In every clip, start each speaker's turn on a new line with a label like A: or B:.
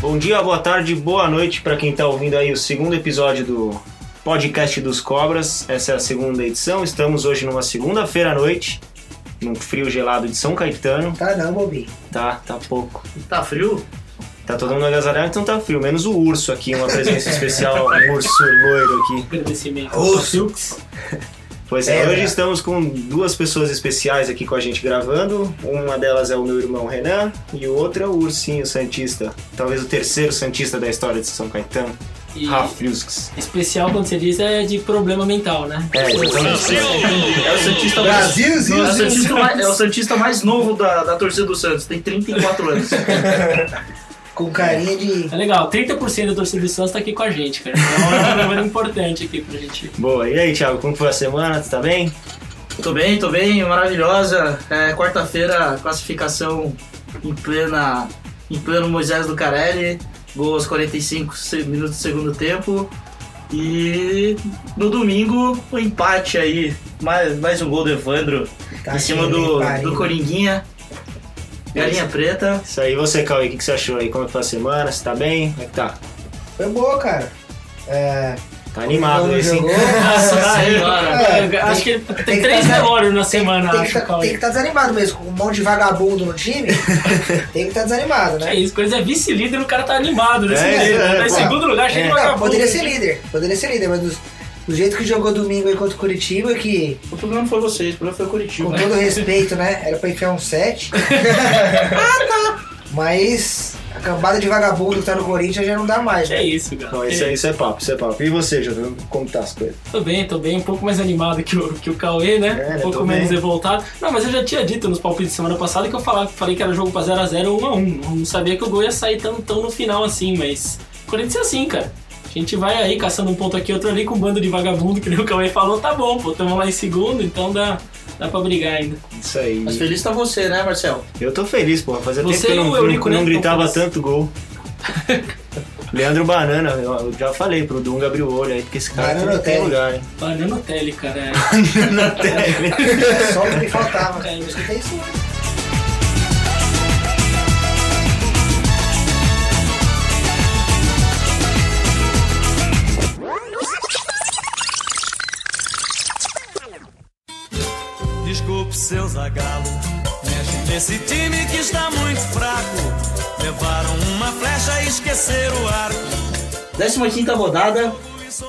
A: Bom dia, boa tarde, boa noite para quem está ouvindo aí o segundo episódio do podcast dos Cobras. Essa é a segunda edição. Estamos hoje numa segunda-feira à noite, num frio gelado de São Caetano.
B: Caramba, Bi.
A: Tá, tá pouco.
C: Tá frio?
A: Tá todo mundo agasalhado, então tá frio. Menos o urso aqui, uma presença especial, um urso loiro aqui.
C: Agradecimento.
B: Ô, Silks.
A: Pois é,
B: É,
A: hoje
B: né?
A: estamos com duas pessoas especiais aqui com a gente gravando. Uma delas é o meu irmão Renan e o outro é o Ursinho Santista. Talvez o terceiro Santista da história de São Caetano,
C: E
A: Rafa Friusks.
C: especial quando você diz é de problema mental, né?
A: É, exatamente.
D: É o Santista mais.
B: Brasil,
D: É
B: Zil,
D: o
B: Zil,
D: Santista
B: Zil.
D: mais, é o Santista mais novo da, da torcida do Santos, tem 34 anos.
B: Com carinha de.
C: É legal, 30% da torcida do Santos tá aqui com a gente, cara. Então é um problema importante aqui pra gente.
A: Boa, e aí, Thiago, como foi a semana? Tu tá bem?
D: tô bem, tô bem, maravilhosa. É, Quarta-feira, classificação em plena. em pleno Moisés do Carelli. Gol aos 45 se- minutos do segundo tempo. E no domingo, o empate aí. Mais, mais um gol do Evandro
B: Tá
D: em cima
B: cheio de
D: do,
B: carinha.
D: do Coringuinha. Galinha preta.
A: Isso aí, você, Cauê, o que, que você achou aí? Como foi a semana? Você tá bem? Como é que tá?
B: Foi boa, cara. É.
A: Tá animado
C: né,
B: Como
A: esse,
C: assim?
A: hein?
B: jogou.
C: Nossa
D: é.
C: senhora,
B: É,
C: Eu acho que tem,
B: tem que
C: três
B: tá-
C: velórios na semana,
B: tem,
C: acho,
B: que tá,
C: Cauê.
B: tem que tá desanimado mesmo. Com um monte de vagabundo no time, tem que estar desanimado,
C: É
B: né?
C: isso, coisa é vice-líder o cara tá animado desse
A: É,
C: jeito.
A: é,
C: né?
A: é,
C: Tá em
A: pô.
C: segundo lugar, chega
A: É.
C: né, de
B: Não,
C: vagabundo.
B: poderia ser líder. Poderia ser líder, mas do, do jeito que jogou domingo aí contra o Curitiba, que
D: O problema não foi vocês, o problema foi o Curitiba.
B: com todo respeito, né? Era pra enfiar um 7.
D: Ah,
B: mas a cambada de vagabundo que tá no Corinthians já não dá mais, né?
C: É isso, cara.
A: Não, isso, é, isso é papo, isso é papo. E você, Júlio, como tá as coisas?
C: Tô bem, tô bem, um pouco mais animado que o, que o Cauê,
A: É,
C: né?
A: né,
C: um pouco
A: tô
C: menos
A: bem.
C: revoltado. Não, mas eu já tinha dito nos palpites de semana passada que eu falava, falei que era jogo pra 0x0 ou 1x1. Não sabia que o gol ia sair tão, tão no final assim, mas. Corinthians é assim, cara. A gente vai aí caçando um ponto aqui, outro ali com um bando de vagabundo, que nem o Cauê falou, tá bom, pô, tamo lá em segundo, então dá, dá pra brigar ainda.
A: Isso aí.
D: Mas feliz tá você, né, Marcel?
A: Eu tô feliz, pô. Fazia tempo
C: Você
A: que eu
C: e
A: não,
C: o Eurico,
A: não
C: né,
A: gritava
C: estão
A: tanto gol. Leandro Banana, eu, eu já falei pro Dunga abrir o olho aí, porque esse cara
B: Banana
A: não tem
B: tem.
A: lugar, hein?
C: Banana Tele, cara. é.
A: Na tele.
B: Só o que me faltava.
C: É.
B: Eu escutei isso. né?
E: Desculpe, seu Zagalo. Esse time que está muito fraco. Levaram uma flecha e esqueceram o arco.
D: 15 rodada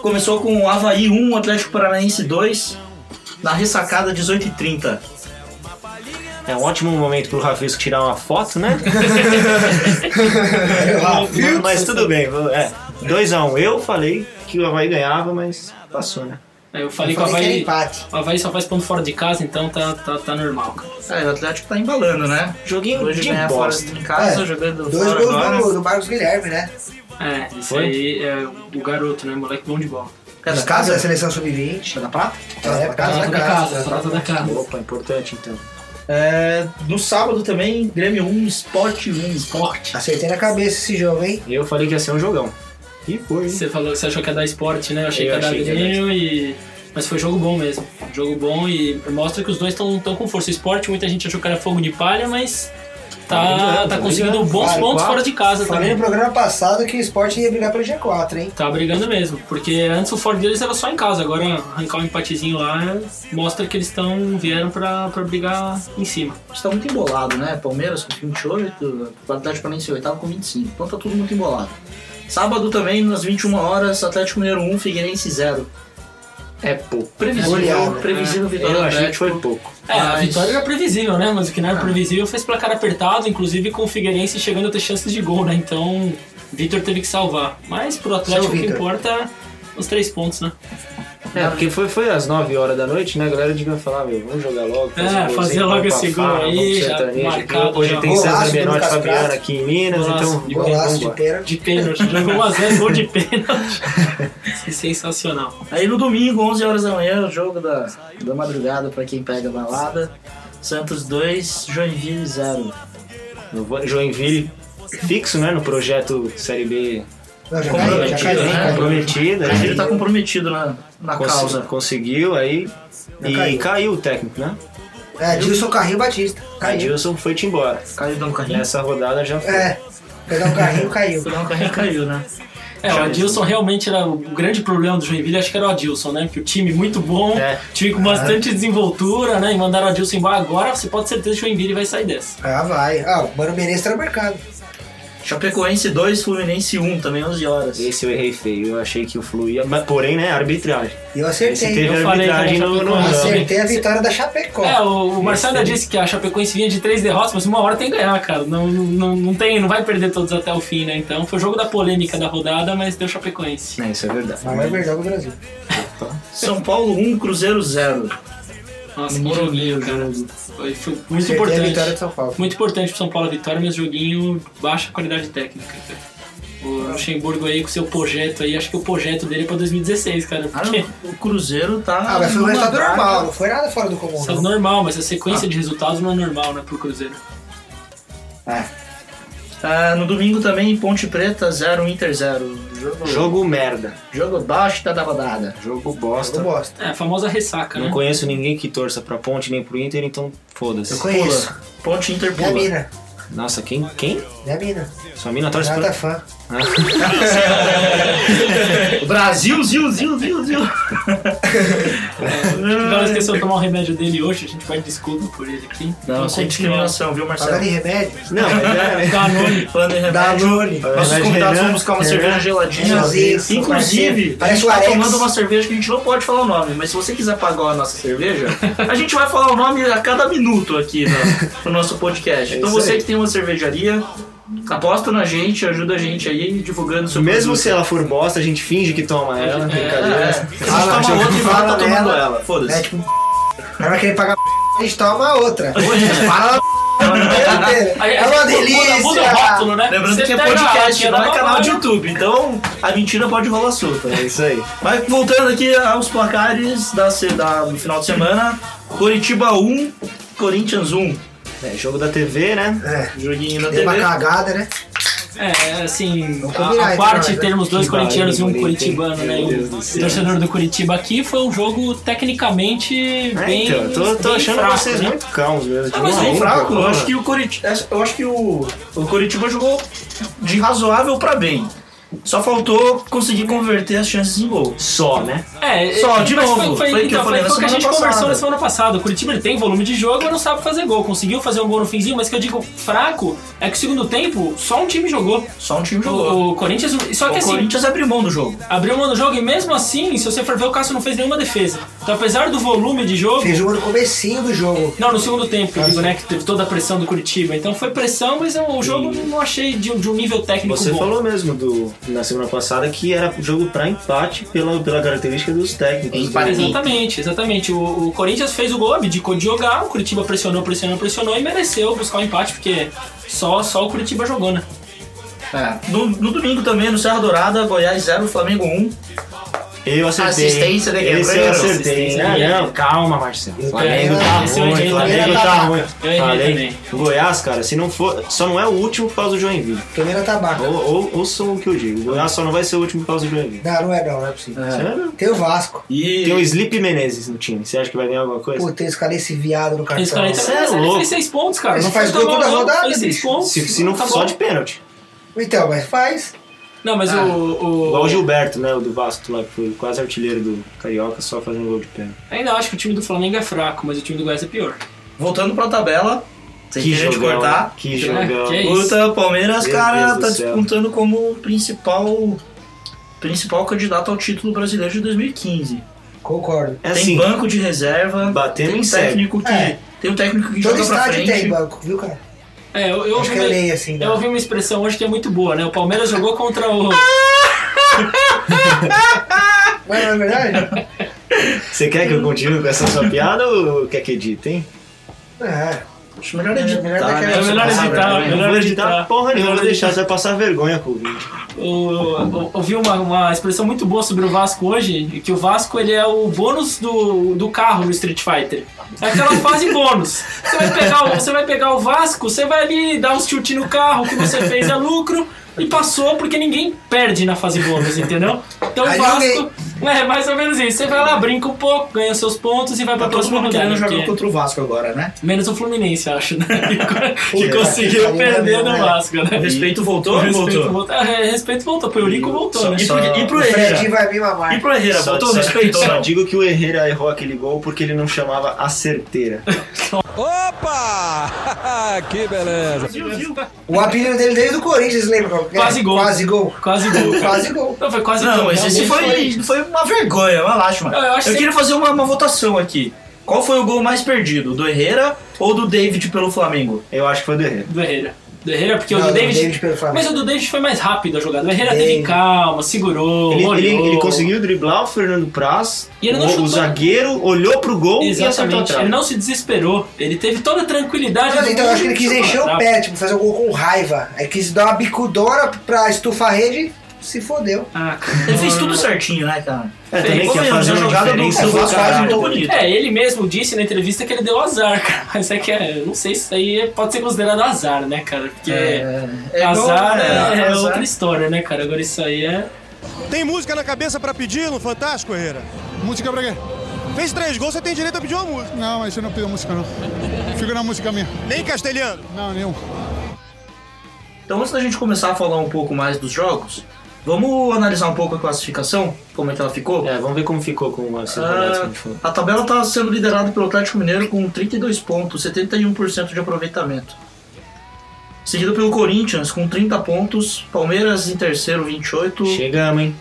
D: começou com Havaí 1, Atlético Paranaense 2, na ressacada 18 h 30.
A: É um ótimo momento pro Rafisco tirar uma foto, né? mas, mas tudo bem, vou- é. 2x1. Eu falei que o Havaí ganhava, mas passou, né?
C: Aí Eu falei
B: Eu
C: que o
B: falei que era
C: Havaí.
B: empate.
C: O Havaí só faz ponto fora de casa, então tá, tá, tá normal, cara.
D: É, o Atlético tá embalando, né?
A: Joguinho
D: Hoje
A: de
D: ganhar
A: bosta.
D: fora de casa,
B: É,
D: jogando
B: Dois
D: fora
B: gols
D: agora.
B: do, do Marcos Guilherme, né?
C: É, esse
A: Foi?
C: aí é o garoto, né? Moleque bom de bola.
D: Cara,
B: Os casos da seleção sub-20.
D: da prata?
B: É, casa
C: Prata
B: da
C: da casa,
B: casa.
C: prata da casa.
A: Ah, Opa, importante então.
D: É, no sábado também, Grêmio 1, Sport 1.
C: Esporte.
B: Acertei na cabeça esse jogo, hein?
A: Eu falei que ia ser um jogão. E foi.
C: Você falou, você achou que ia dar esporte, né? Eu achei
A: Eu
C: que ia dar
A: achei que ia
C: Grêmio e. Mas foi jogo bom mesmo. Jogo bom e mostra que os dois estão com força. O Esporte, muita gente achou que era fogo de palha, mas
A: Tá brigando,
C: tá, tá
A: tá
C: conseguindo
A: brigando.
C: bons
B: Vale,
C: pontos
A: quatro.
C: fora de casa
B: Falei
C: também.
B: no programa passado que o esporte ia brigar pelo G4, hein?
C: Tá brigando mesmo, porque antes o Ford deles era só em casa, agora arrancar um empatezinho lá mostra que eles estão vieram pra, pra brigar em cima.
D: Está muito embolado, né? Palmeiras com 28, o Atlético Paranaense em oitavo com 25. Então tá tudo muito embolado. Sábado também, às 21 horas, Atlético Mineiro 1, Figueirense 0.
A: É pouco.
D: Previsível,
B: Goleada.
D: previsível vitória
A: Eu
D: do
A: achei que
D: Atlético.
A: foi pouco.
C: É, a
D: Mas-
C: vitória era previsível, né? Mas o que não era previsível fez placar apertado, inclusive com o Figueirense chegando a ter chances de gol, né? Então, Vitor teve que salvar. Mas pro Atlético,
B: Seu
C: o que
B: Vitor.
C: importa é os três pontos, né?
A: É, porque foi, foi às 9 horas da noite, né? A galera devia falar, meu, vamos jogar logo. fazer
C: É,
A: um golzinho,
C: fazer logo
A: vamos
C: esse
A: pra
C: gol
A: farra,
C: aí,
A: vamos pro
C: já
A: sertanejo.
C: marcado,
A: Hoje
C: já.
A: tem
B: Golaço
A: César
B: do
A: Menotti e
B: Lucas
A: Fabiano
B: Prato.
A: aqui em Minas,
C: Golaço
A: então.
C: de
A: vamos
B: Golaço de
A: embora.
B: pênalti.
C: De pênalti, jogou 1x0, gol de pênalti. Isso é sensacional.
D: Aí no domingo, 11 horas da manhã, o jogo da, da madrugada pra quem pega balada. Santos 2, Joinville 0.
A: No Vo- Joinville fixo, né? No projeto Série B
B: Não, já caiu, já
A: comprometido,
B: caiu.
A: né?
D: né?
A: Comprometida.
D: Ele
A: aí
D: tá comprometido na, na
A: cons-
D: causa.
A: Conseguiu aí.
B: Já
A: E
B: caiu.
A: caiu. o técnico, né?
B: É, Dilson Carrinho Batista.
A: A
B: Caiu.
A: Dilson foi-te embora.
D: Caiu dando carrinho.
A: Nessa rodada já foi.
B: É, Pegar o carrinho
A: É.
B: caiu.
D: Pegar um carrinho caiu, né?
C: É, o Adilson realmente era o grande problema do Joinville, acho que era o Adilson, né? Porque o time muito bom,
A: É.
C: time com bastante desenvoltura, né? E mandaram o Adilson embora. Agora você pode ter certeza que o Joinville vai sair dessa.
B: Ah, vai. Ah, o Mano Menezes tá no mercado.
D: Chapecoense 2, Fluminense 1, também 11 horas.
A: Esse eu errei feio, eu achei que o Flu ia. Mas, porém, né, arbitragem.
B: E eu
A: Esse
B: acertei.
A: teve um
C: eu falei
A: arbitragem
C: que era
A: no, no
C: Chapecoense.
A: ramo.
B: Acertei a vitória da Chapecó.
C: É, o, o Marcelo
A: Esse-
C: disse que a Chapecoense vinha de três derrotas, mas uma hora tem que ganhar, cara. Não, não, não tem, não vai perder todos até o fim, né? Então foi o jogo da polêmica da rodada, mas deu Chapecoense.
A: É, isso é verdade.
B: Mas é verdade do Brasil.
D: São Paulo 1, Cruzeiro 0.
C: Nossa,
D: No
C: que joguinho,
D: Morumbi,
C: cara. Foi, foi muito
B: Acertei a vitória
C: é importante.
B: de São Paulo.
C: Muito importante pro São Paulo a vitória, mas joguinho baixa qualidade técnica, cara. O Luxemburgo aí com seu projeto aí, acho que o projeto dele é pra 2016, cara.
D: Ah,
C: Porque
D: não, o Cruzeiro tá.
B: Ah, mas foi um
D: numa
B: resultado
D: draga.
B: normal, não foi nada fora do comum.
C: isso é
B: não.
C: normal, mas a sequência de resultados não é normal, né, pro Cruzeiro.
D: Ah, no domingo também, Ponte Preta 0, Inter 0. Jogo,
A: Jogo merda.
D: jogo bosta da rodada.
A: Jogo
B: Eu
A: bosta.
B: não gosto.
C: É, a famosa ressaca,
A: Não
C: né?
A: conheço ninguém que torça pra Ponte nem pro Inter, então foda-se.
B: Eu conheço.
D: Pula. Ponte Inter
B: Minha
D: pula.
B: mina.
A: Nossa, quem? Quem?
B: Minha mina.
A: Sua mina torce
B: Nada
A: pra.
B: fã.
D: Brasil, Zil, Zil, Zil, Zil.
C: O cara esqueceu de tomar o remédio dele hoje, a gente pede desculpa por ele aqui. Então,
D: Não, sem discriminação, viu,
B: Falando
D: Marcelo?
B: em remédio. um
A: Não, mas é.
C: Danone.
D: Falando em remédio.
B: Danone.
D: Nossos
A: Remédio
D: convidados
A: Renan,
D: vão buscar uma
A: Renan,
D: cerveja geladinha.
B: Isso,
D: Inclusive, a
B: parece
D: gente
B: o
D: tá
B: Alex.
D: tomando uma cerveja que a gente não pode falar o nome, mas se você quiser pagar a nossa cerveja, a gente vai falar o nome a cada minuto aqui no, no nosso podcast.
A: É
D: então
A: isso
D: você
A: aí.
D: que tem uma cervejaria, aposta na gente, ajuda a gente aí divulgando o seu
A: Mesmo
D: produto.
A: se ela for bosta, a gente finge que toma ela.
D: É,
A: brincadeira.
D: a gente
B: Fala,
D: toma
B: João,
D: outra e
B: fala
D: tá tomando
B: dela.
D: ela. Foda-se.
B: É tipo. Ela vai querer pagar. A gente toma outra. Fala
C: Aí-
B: É uma
C: aí-
B: delícia.
C: Muda o rótulo, né?
D: Lembrando
C: Você
D: que é
C: pega a
D: podcast,
C: latinha
D: não
C: da
D: é canal
C: Danone,
D: de YouTube, então a mentira pode rolar solta. né?
A: É isso aí.
D: Mas voltando aqui aos placares da, se- da- do final de semana, Coritiba 1, Corinthians 1.
A: É, jogo da TV, né?
B: É.
D: Joguinho da
B: Deu
D: TV.
B: uma cagada, né?
C: É, assim,
B: Vamos combinar,
C: a, a
B: então,
C: parte
B: né?
C: termos dois
A: Que
C: corintianos e um
A: barulho,
C: curitibano, né?
A: Meu Deus
C: O
A: do céu.
C: torcedor do Curitiba aqui foi um jogo tecnicamente
A: É,
C: bem.
A: então, eu tô, tô
C: bem
A: achando
C: fraco,
A: vocês
C: né?
A: muito calmos mesmo. de
C: Ah, mas
A: novo,
D: Bem
A: hein,
D: é um fraco,
A: pô?
D: eu acho que o Coritiba, eu acho que o, o Coritiba jogou de razoável pra bem. Só faltou conseguir converter as chances em gol.
A: Só, né?
C: É,
D: Só,
C: é,
D: de
C: mas
D: novo,
C: Foi,
D: foi
C: foi,
D: o que eu
C: então,
D: falei
C: foi
D: na
C: o que a
D: semana
C: gente conversou
D: passada.
C: na semana passada. O Curitiba ele tem volume de jogo, mas não sabe fazer gol. Conseguiu fazer um gol no finzinho, mas o que eu digo fraco é que o segundo tempo só um time jogou.
D: Só um time jogou.
C: O, o Corinthians. Só que
D: O
C: assim,
D: Corinthians abriu mão do jogo.
C: abriu mão do jogo e mesmo assim, se você for ver, o Cássio não fez nenhuma defesa. Então, apesar do volume de jogo.
B: Fez uma no comecinho do jogo.
C: Não, no segundo tempo, eu digo, né? Que teve toda a pressão do Curitiba. Então foi pressão, mas eu- o jogo não achei de, um- de um nível técnico
A: Você
C: bom.
A: falou mesmo do, na semana passada que era jogo pra empate pela, pela característica dos técnicos.
D: Empate.
C: Exatamente, exatamente. O, o Corinthians fez o gol, abdicou de jogar, o Curitiba pressionou, pressionou, pressionou e mereceu buscar o empate, porque só, só o Curitiba jogou, né?
D: No, no domingo também, no Serra Dourada, Goiás 0, Flamengo 1.
A: Eu acertei.
D: Assistência de
A: Esse eu
D: Guerreiro.
A: acertei. Ah,
C: Assistência de Guerreiro.
A: não, calma, Marcelo.
B: Flamengo
C: tá
A: Esse
C: ruim,
A: eu errei,
C: Flamengo
A: Flamengo
B: tá
A: tá
B: ruim.
A: ruim.
C: Eu errei
A: Falei.
C: também.
A: Goiás, cara, se não for. Só não é o último por causa do Joinville.
B: Primeira tabaca.
A: Ou, ou, ouçam o que eu digo. Goiás só não vai ser o último por causa do Joinville.
B: Não, não é não, não é possível.
A: Sério?
B: Tem o Vasco.
D: E
A: Tem um- o Sleep Menezes no time. Você acha que vai ganhar alguma coisa?
B: Puta, eu escalei esse viado no cartão.
C: Esse cara aí
A: Você
C: também
A: é
C: mas ele
A: louco.
C: fez seis pontos, cara.
B: Ele
C: Não
B: faz
C: foi
B: gol toda
C: não,
B: rodada,
C: Fez seis
B: bicho.
C: pontos.
A: Se, se não
C: tá
A: for só
C: bom.
A: de pênalti.
B: Então, mas faz.
C: Não, mas
B: Ah,
C: o, o-
A: Igual o Gilberto, né? O do Vasco lá, que foi quase artilheiro do Carioca, só fazendo gol de pênalti.
C: Ainda acho que o time do Flamengo é fraco, mas o time do Goiás é pior.
D: voltando pra tabela, sem querer te
A: jogão,
D: cortar.
A: né? Que jogão.
C: que É isso.
D: Luta, Palmeiras,
A: Meu
D: cara,
A: Deus do
D: tá
A: céu.
D: despontando como o principal principal candidato ao título brasileiro de 2015.
B: Concordo.
A: É
D: tem
A: assim,
D: banco de reserva,
A: batendo
D: tem
A: em
D: um
A: sério.
D: técnico que
B: É.
D: tem um técnico que
B: Todo
D: joga pra
B: estádio
D: frente.
B: tem banco, viu, cara?
C: É, eu, eu
B: Acho
C: ouvi
B: que é
C: uma-
B: lei, assim. né?
C: eu ouvi uma expressão hoje que é muito boa, né? O Palmeiras jogou contra o.
B: Mas não é verdade?
A: Você quer que eu continue com essa sua piada ou quer que edite, hein?
B: é.
D: Acho melhor
B: É, melhor
A: Tá,
D: editar,
B: daquela-
D: né?
C: É melhor
D: Essa
C: editar,
D: palavra,
C: melhor
A: não vou editar,
C: editar.
A: porra nenhuma,
C: Melhor
A: vou deixar, você vai passar vergonha com o vídeo.
C: Eu ouvi uma, uma expressão muito boa sobre o Vasco hoje, que o Vasco ele é o bônus do, do carro no Street Fighter. É aquela fase bônus. Você vai, pegar o, você vai pegar o Vasco, você vai ali dar uns chute no carro, o que você fez é lucro, e passou porque ninguém perde na fase bônus, entendeu? Então o
B: Aí
C: Vasco. É mais ou menos isso. Você vai lá, brinca um pouco, ganha seus pontos e vai pra
D: Tá todo
C: próxima
D: mundo
C: rodada. né?
D: querendo jogar
C: porque-
D: contra o Vasco agora, né?
C: Menos o Fluminense, acho, né? Que, que
B: Puta,
C: conseguiu
B: aí
C: perder
B: não,
C: no
B: né?
C: Vasco, né?
D: O respeito
C: O
D: voltou?
C: respeito voltou. É, respeito voltou. Pro Eurico voltou, né?
D: E, pro- e pro
B: O Fredinho
D: Herrera?
B: vai vir uma
D: E
B: marca.
D: pro Herrera?
A: Só-
D: Voltou o
A: só-
D: respeito ou
A: Só
D: não?
A: digo que o Herrera errou aquele gol porque ele não chamava a certeira.
F: Opa! que beleza!
B: O apelido dele desde o Corinthians, lembra? é?
C: Quase gol.
B: Quase gol.
C: Quase gol. cara.
B: Quase gol.
C: Não, foi quase
D: Não,
C: gol.
D: mas esse
C: realmente
D: foi, foi uma vergonha, uma lástima.
C: Não, eu acho que-
D: queria fazer uma, uma votação aqui. Qual foi o gol mais perdido? Do Herrera ou do David pelo Flamengo?
A: Eu acho que foi do Herrera.
C: Do Herrera. Do Herrera, porque
B: Não,
C: o
B: do
C: do David.
B: David pelo Flamengo.
C: mas o do David foi mais rápido a jogada. O Herrera
B: Bem.
C: teve calma, segurou,
A: Ele, ele-
C: olhou.
A: ele conseguiu driblar o Fernando Praz,
C: E ele não
A: o- o,
C: chutou.
A: zagueiro olhou pro
B: um
A: gol e acertou a
C: Exatamente. Ele
A: trave.
C: não se desesperou. Ele teve toda a tranquilidade.
B: Mas
C: do Ah,
B: então eu
C: mundo
B: acho que ele
C: de
B: quis
C: chutar.
B: encher o pé, tipo, fazer um gol com raiva. Aí quis dar uma bicudora pra estufar a rede, se fodeu.
C: Ah, cara.
D: Ele fez tudo certinho, né, cara?
A: É, também que ia
D: Convenhamos,
A: fazer
D: a
A: uma
D: jogada do um
A: diferença
D: do
A: do então.
D: Vasco
A: caralho.
D: foi muito bonita.
C: É, ele mesmo disse na entrevista que ele deu azar, cara. Mas é que é, eu não sei se isso aí é- pode ser considerado azar, né, cara? Porque
D: é
C: azar
D: gol,
C: é,
D: é,
C: é
D: azar.
C: outra história, né, cara? Agora isso aí é.
G: Tem música na cabeça pra pedir no Fantástico, Herrera? Música pra quê? Fez três gols, você tem direito a pedir uma música. Não, mas eu não pido música, não. Fico na música minha.
F: Nem castelhano!
G: Não, nenhum.
D: Então, antes da gente começar a falar um pouco mais dos jogos, vamos analisar um pouco a classificação, como é que ela ficou?
A: É, vamos ver como ficou com as rodadas que a gente falou.
D: Ah, a tabela está sendo liderada pelo Atlético Mineiro com 32 pontos, 71% de aproveitamento. Seguido pelo Corinthians com 30 pontos, Palmeiras em terceiro, 28,
A: Chegamos, hein?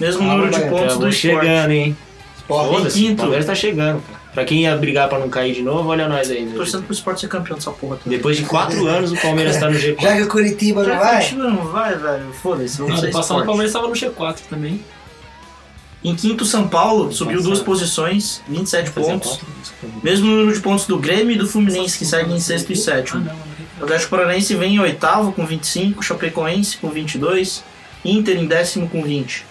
D: mesmo
B: Ah,
D: número de
B: vai,
D: pontos do
A: Estamos
D: Sport.
A: tá chegando, hein?
D: em
A: Foda-se,
D: quinto.
A: o Palmeiras tá chegando, cara. Pra quem ia brigar pra não cair de novo, olha nós aí. né?
D: Torcendo pro Sport ser campeão dessa porra. também.
A: Depois de quatro anos, o Palmeiras tá no
B: Já
A: G4.
B: que o Curitiba não
D: Já que
B: vai,
D: o time não vai, velho. Foda-se, vamos ser
C: Ano passado o
D: Sport.
C: Palmeiras estava no G4 também.
D: Em quinto, São Paulo subiu
A: Passado.
D: duas posições, 27
A: Fazer a né?
D: pontos.
A: pauta.
D: Mesmo número de pontos do Grêmio e do Fluminense, que seguem em sexto e sétimo.
C: Ah, não, não.
D: O Atlético Paranaense vem em oitavo com 25, Chapecoense com 22, Inter em décimo com 20.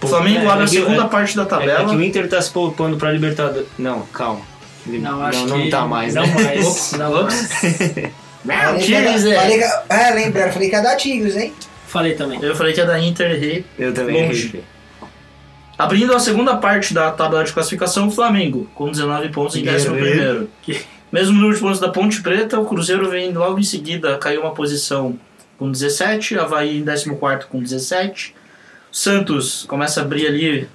D: O
A: é,
D: Flamengo abre
A: é
D: a
A: que-
D: segunda
A: é-
D: parte da
A: É, é que
D: tabela.
A: o Inter tá se poupando pra Libertadores. Não, calma. Ele-
C: Não, acho
A: não,
C: que-
A: tá mais, né?
C: não mais.
D: Ops, não, ops. Não,
B: falei que ia
D: Tigres,
B: dar- falei
D: é.
B: que- Ah, lembraram, falei que ia dar Tigres, hein?
C: Falei também.
D: Eu falei que é da Inter, errei.
A: Eu também.
D: Longe.
A: errei.
D: Abrindo a segunda parte da tabela de classificação, o Flamengo, com 19 pontos em décimo
A: Guerreiro.
D: primeiro. Mesmo número de pontos da Ponte Preta, o Cruzeiro vem logo em seguida, caiu uma posição com 17, Havaí em 14 com 17. Santos começa a abrir ali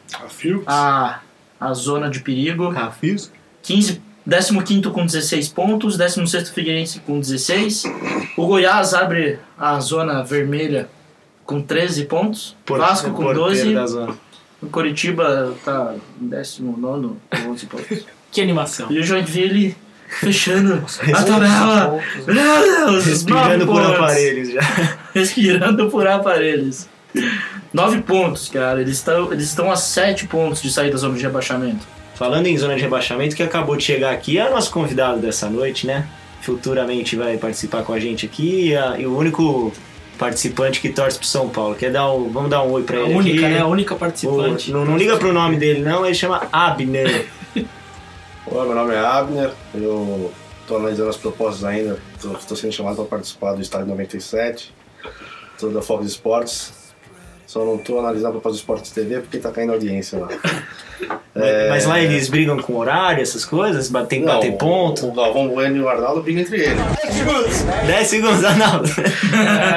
A: Ah,
D: a, a zona de perigo.
A: Rafios?
D: 15, 15 com 16 pontos, 16 Figueirense com 16. O Goiás abre a zona vermelha com 13 pontos. Vasco com
A: porteiro
D: 12.
A: da zona.
D: O Curitiba tá em 19 com 11 pontos.
C: Que animação.
D: E o Joinville fechando a tabela. Meu Deus,
A: Respirando
D: nove
A: por
D: pontos.
A: aparelhos já.
D: Respirando por aparelhos. 9 pontos, cara. Eles estão eles estão a 7 pontos de sair da zona de rebaixamento.
A: Falando em zona de rebaixamento, que acabou de chegar aqui é o nosso convidado dessa noite, né? Futuramente vai participar com a gente aqui e, a- e o único participante que torce pro São Paulo. Quer dar um, vamos dar um oi pra
C: A
A: ele
C: única,
A: aqui.
C: né? A única
A: O-
C: participante.
A: não, não liga pro nome dele, não, ele chama Abner.
H: Olá, meu nome é Abner, eu estou analisando as propostas ainda, estou sendo chamado para participar do Estádio 97, sou da Fox Sports, só não estou analisando a proposta do Esportes TV porque está caindo audiência lá.
C: É.
A: Mas lá eles brigam com horário, essas coisas, ba- tem que
H: Não,
A: bater ponto.
H: O Galvão Bueno e o Arnaldo brigam entre eles.
A: 10 segundos, Arnaldo.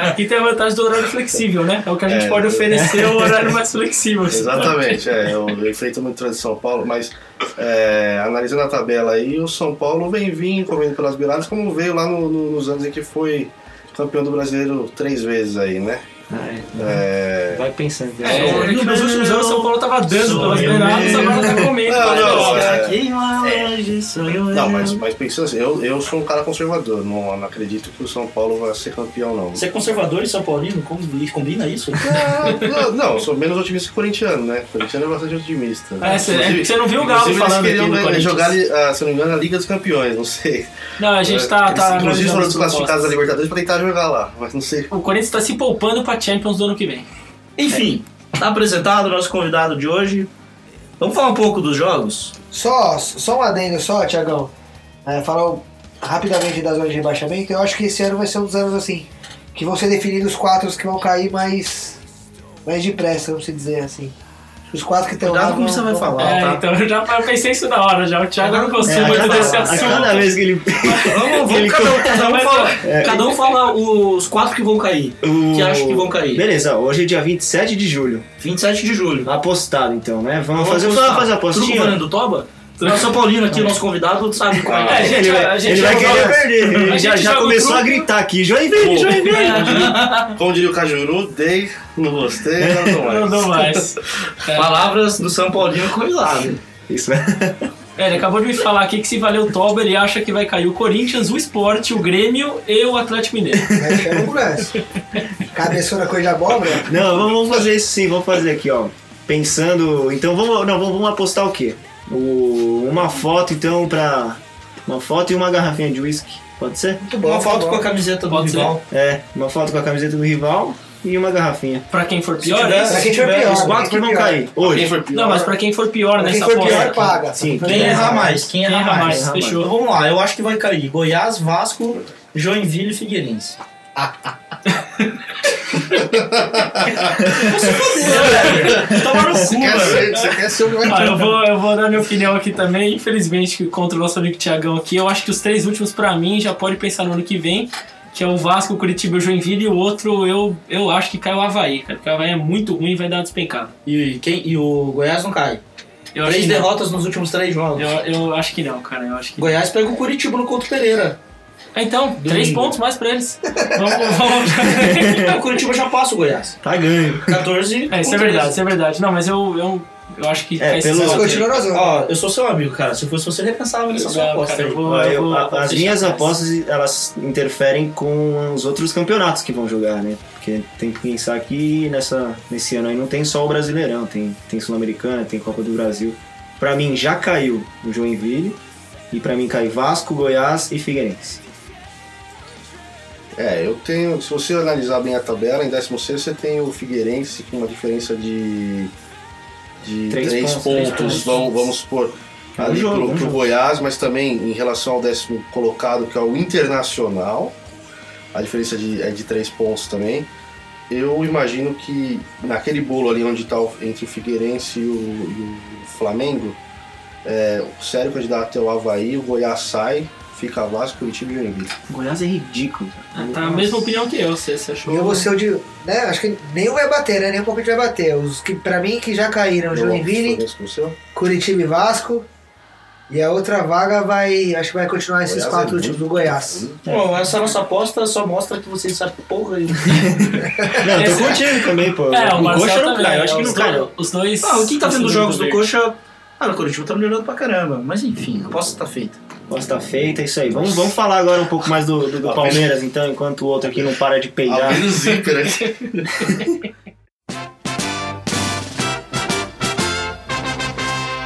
C: Aqui É, tem a vantagem do horário flexível, né? É o que a gente
H: É.
C: pode oferecer, o horário mais flexível. assim.
H: Exatamente, é, eu, eu enfrento muito o São Paulo, mas é, analisando a tabela aí, o São Paulo vem vindo, comendo pelas beiradas, como veio lá no- no- nos anos em que foi campeão do brasileiro três vezes aí, né?
A: Uhum.
H: É,
A: Vai pensando.
C: É,
A: Vai.
C: é que nos últimos anos o São Paulo tava dando pelas beiradas, agora tá comendo.
H: Não,
C: parece.
H: não, é.
A: Tá
D: Quem lá hoje sou eu.
H: Não, mas, mas pensando assim, eu, eu sou um cara conservador, não, não acredito que o São Paulo vai ser campeão, não.
D: Você é conservador e São Paulino? Combi- Combina isso?
H: Não, Ah, não, não, eu sou menos otimista que o corintiano, né? O corintiano é bastante otimista.
C: É, cê- é
H: Inclusive-
C: que você não viu o Galo
H: inclusive,
C: falando
H: eles
C: aqui
H: queriam
C: do
H: né,
C: Corinthians.
H: jogar, ah, se eu não me engano, na Liga dos Campeões, não sei.
C: Não, a gente tá.
H: Eles,
C: tá
H: É,
C: analisando
H: inclusive foram
C: as
H: desclassificados da
C: propostas.
H: Libertadores pra tentar jogar lá, mas não sei.
C: O Corinthians tá se poupando pra Champions do ano que vem.
D: Enfim, tá apresentado o nosso convidado de hoje. Vamos falar um pouco dos jogos?
B: Só, só um adendo só, Tiagão. É, falar rapidamente das horas de rebaixamento. Eu acho que esse ano vai ser um dos anos assim. Que vão ser definidos os quatro que vão cair mais, mais depressa, vamos se dizer assim. Os quatro que estão lá.
D: Cuidado com o que você
B: vão-
D: vai
B: vão-
D: falar,
C: É,
D: tá?
C: então eu já eu pensei isso na hora já. O Thiago não gostou
A: É, a
C: muito
A: cada,
C: desse
A: a cada
C: assunto.
A: vez que ele.
D: Vamos, vamos cada, um, cada, um
C: Mas,
D: fala, cada um fala os quatro que vão cair. Que acho que vão cair.
A: Beleza, hoje é dia 27 de julho.
D: 27 de julho.
A: Apostado então, né? Vamos,
D: Vamos
A: fazer, vamos
D: apostar.
A: fazer a apostinha.
D: Tudo com o Toba? Nosso Tá, São Paulino aqui, nosso convidado, sabe qual
C: É, a
D: é.
C: gente,
A: ele vai,
C: a gente
A: ele vai
C: joga-
A: querer perder. Ele
C: gente
A: já, já
C: joga o
A: começou a
C: truco.
A: gritar aqui. Joinville, Joinville.
H: Como diria o Cajuru, dei, não gostei, não é. tô mais.
C: Ah. Não dou mais.
D: Palavras do São Paulino convidado.
A: Isso, né?
C: É, ele acabou de me falar aqui que se valer o Toba, ele acha que vai cair o Corinthians, o Sport, o Grêmio e o Atlético Mineiro.
B: Vai ser um lance. Cabeçou na coisa de abóbora.
A: Não, vamos, vamos fazer isso sim, vamos fazer aqui, ó. Pensando. Então vamos. Não, vamos, vamos apostar o quê? O- uma foto, então, pra. Uma foto e uma garrafinha de uísque. Pode ser?
B: Muito bom.
D: Uma
B: muito
D: foto
B: bom.
D: com a camiseta do
C: Pode ser.
D: rival.
A: É, uma foto com a camiseta do rival e uma garrafinha.
C: Pra quem for pior,
D: tiver-
B: Pra
C: é isso?
B: quem for
D: tiver
B: pior.
A: Os
B: pra
A: quatro que
B: quem for
A: vão
B: pior.
A: cair hoje.
H: foi pior?
C: Não, mas pra quem for pior
B: Pra
C: nessa
B: quem for
C: aposta.
B: pior, paga.
A: Sim.
D: Quem errar mais, quem
C: Quem
D: errar
C: erra
D: mais. Então,
C: mais,
A: erra mais.
C: fechou.
D: Vamos lá, eu acho que vai cair Goiás, Vasco, Joinville e Figueirense.
H: Para o você, quer ser, você quer ser o que vai
C: Ah, eu, vou, eu vou dar minha opinião aqui também. Infelizmente, contra o nosso amigo Tiagão aqui, eu acho que os três últimos, pra mim, já pode pensar no ano que vem, que é o Vasco, o Curitiba e o Joinville, e o outro eu, eu acho que cai o Havaí, cara. Porque o Havaí é muito ruim e vai dar uma despencada.
D: E, quem, e o Goiás não cai.
C: Eu acho
D: Três
C: que não.
D: derrotas nos últimos três jogos.
C: Eu, eu acho que não, cara. Eu acho que.
D: Goiás pega o Curitiba no Couto Pereira.
C: Então, três pontos mais pra eles. Vamos, vamos.
D: o Curitiba já passa o Goiás.
A: Tá ganho.
D: 14.
C: É, isso é
D: com
C: verdade,
D: 13.
C: isso é verdade. Não, mas eu, eu, eu acho que
A: É,
C: cai esse
A: pelo-
B: Mas
C: Vasco aí.
B: continua na zona.
D: Ó, eu sou seu amigo, cara. Se fosse você, repensava nessa sua
C: Não,
D: aposta
C: cara,
D: aí.
C: eu vou-
A: Ó,
C: eu
A: eu-
C: vou-
A: a-
C: vou
A: as
C: fechar
A: minhas
C: com essa.
A: apostas, elas interferem com os outros campeonatos que vão jogar, né? Porque tem que pensar que nessa, nesse ano aí não tem só o Brasileirão, tem, tem Sul-Americana, tem Copa do Brasil. Pra mim já caiu o Joinville e pra mim cai Vasco, Goiás e Figueirense.
H: É, eu tenho. Se você analisar bem a tabela, em 16 você tem o Figueirense com uma diferença de. de
A: Três
H: 3,
A: pontos,
H: pontos,
A: três pontos.
H: Vamos, vamos supor.
A: Um
H: Ali
A: jogo,
H: pro,
A: um
H: pro
A: jogo.
H: Goiás, mas também em relação ao décimo colocado, que é o Internacional, a diferença de, é de 3 pontos também. Eu imagino que naquele bolo ali onde está entre o Figueirense e o, e o Flamengo, é, o sério candidato é o Havaí, o Goiás sai, fica Vasco, Curitiba e Joinville.
A: Goiás é ridículo. cara.
C: Ah, Tá a mesma opinião que eu, você, você achou?
B: E eu vou ser o de. Né? Acho que nem o vai bater, né? Nem o palpite vai bater. Os que pra mim que já caíram, É Joinville,
H: Fluminense com o seu?
B: Curitiba e Vasco. E a outra vaga vai. Acho que vai continuar esses
H: Goiás
B: quatro
H: é
B: últimos do
H: muito-
B: Goiás.
D: Bom, essa nossa aposta só mostra que vocês sabem porra é aí.
A: Não, eu tô contigo também, pô.
C: É, o
A: o
C: Marcel
A: Coxa não
C: também,
A: cai, eu
C: é,
A: acho que
C: os
A: não cai.
C: dois-
A: não.
C: Os dois.
D: Ah, o que tá
C: os
D: vendo os
C: dois
D: jogos do
C: verdes.
D: Coxa. Ah, o Curitiba tá melhorando pra caramba. Mas enfim, a aposta tá feita.
A: Aposta feita, é isso aí. Vamos, vamos falar agora um pouco mais do, do- do Palmeiras, então, enquanto o outro aqui não para de peidar.
H: Abrindo o zíper aqui.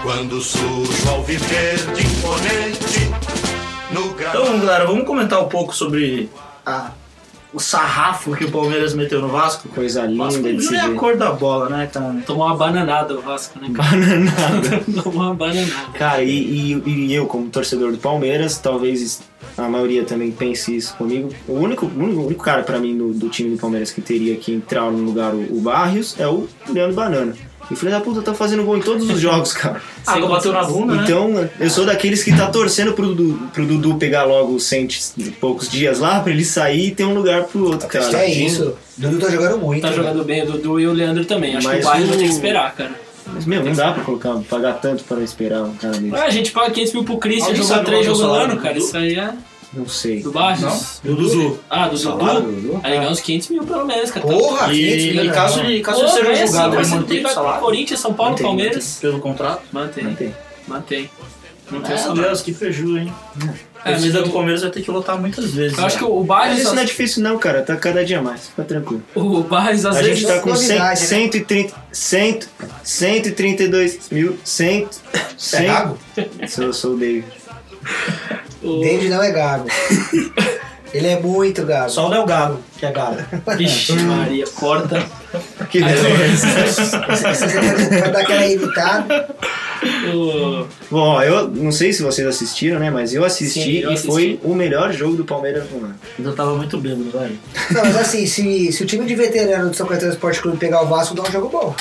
F: Quando surge o alviverde imponente no grau.
D: Então, galera, vamos comentar um pouco sobre a- o sarrafo que o Palmeiras meteu no Vasco.
A: Coisa
D: O Vasco
A: linda de se
D: não é a
A: ver.
D: cor da bola, né, cara?
C: Tomou uma bananada o Vasco, né? cara?
A: Bananada.
C: Tomou uma bananada. Tá
A: Cara, e, e- e eu, como torcedor do Palmeiras, talvez a maioria também pense isso comigo. O único, o único, o único cara pra mim do, do time do Palmeiras que teria que entrar no lugar o, o Barrios é o Leandro Banana. E o filho da puta tá fazendo gol em todos os jogos, cara.
D: Ah,
C: Sem
D: bateu na
C: condições.
D: bunda, né?
A: Então, eu sou daqueles que tá torcendo pro Dudu, pro Dudu pegar logo os cento e poucos dias lá pra ele sair e ter um lugar pro outro,
B: Acho que
A: cara.
B: é isso. Dudu tá jogando muito.
C: Tá jogando bem o Dudu e o Leandro também. Acho
A: Mas
C: que o Bayern
A: o-
C: vai ter que esperar, cara.
A: Mas, meu, não dá pra colocar, pagar tanto pra esperar um cara desse.
C: Ah, a gente paga 500 mil pro Christian
D: Alguém
C: jogar
D: sabe
C: 3
D: qual é o
C: jogos no
D: salário
C: ano,
D: do
C: cara.
D: Dudu?
C: Isso aí é
A: Não sei.
C: do Barros.
A: Então,
D: Do Dudu.
C: Ah, do
H: Salário,
C: Dudu.
H: viu?
C: Aí ganha uns 500 mil pelo menos, cara. tá
A: tá
B: Porra, é gente,
A: né,
D: E, e
B: não.
D: caso ele, caso
C: Pô,
D: ele seja
C: ganha
D: julgado,
C: sim,
D: ele
C: mas
D: mantém o
C: vai pro
D: salário
C: Corinthians, São Paulo,
A: Mantém,
C: Palmeiras.
D: pelo contrato.
A: Não
C: Mantém,
A: tem.
C: mantém. Não tem o
D: Meu
C: salário.
D: Deus, que prejuízo, hein? A
C: É, mas
D: torcida
C: eu-
D: do Palmeiras vai ter que lutar muitas vezes.
C: Eu acho que o
A: Mas
C: Barros,
A: isso não é difícil não, cara. Tá cada dia mais. Fica tranquilo.
C: o Barros às
A: A gente
C: vezes
A: tá com 100,
B: novidade, né?
A: 130, 100, 132 mil, 100... 100
B: É gago?
A: sou, sou o David.
C: o-
B: David não é gago. Ele é muito gago.
D: Só o Léo Gago.
B: que é gago.
C: Vixe, Maria, corta.
A: Que beleza.
B: Você vai dar aquela irritada.
C: O-
A: Bom, ó, eu não sei se vocês assistiram, né? Mas eu assisti
C: Sim, eu
A: e
C: assisti.
A: foi o melhor jogo do Palmeiras no ano.
I: Eu tava muito bêbado, vai.
B: Não, mas assim, se, se o time de veterano do São Caetano Esporte Clube pegar o Vasco, dá um jogo bom.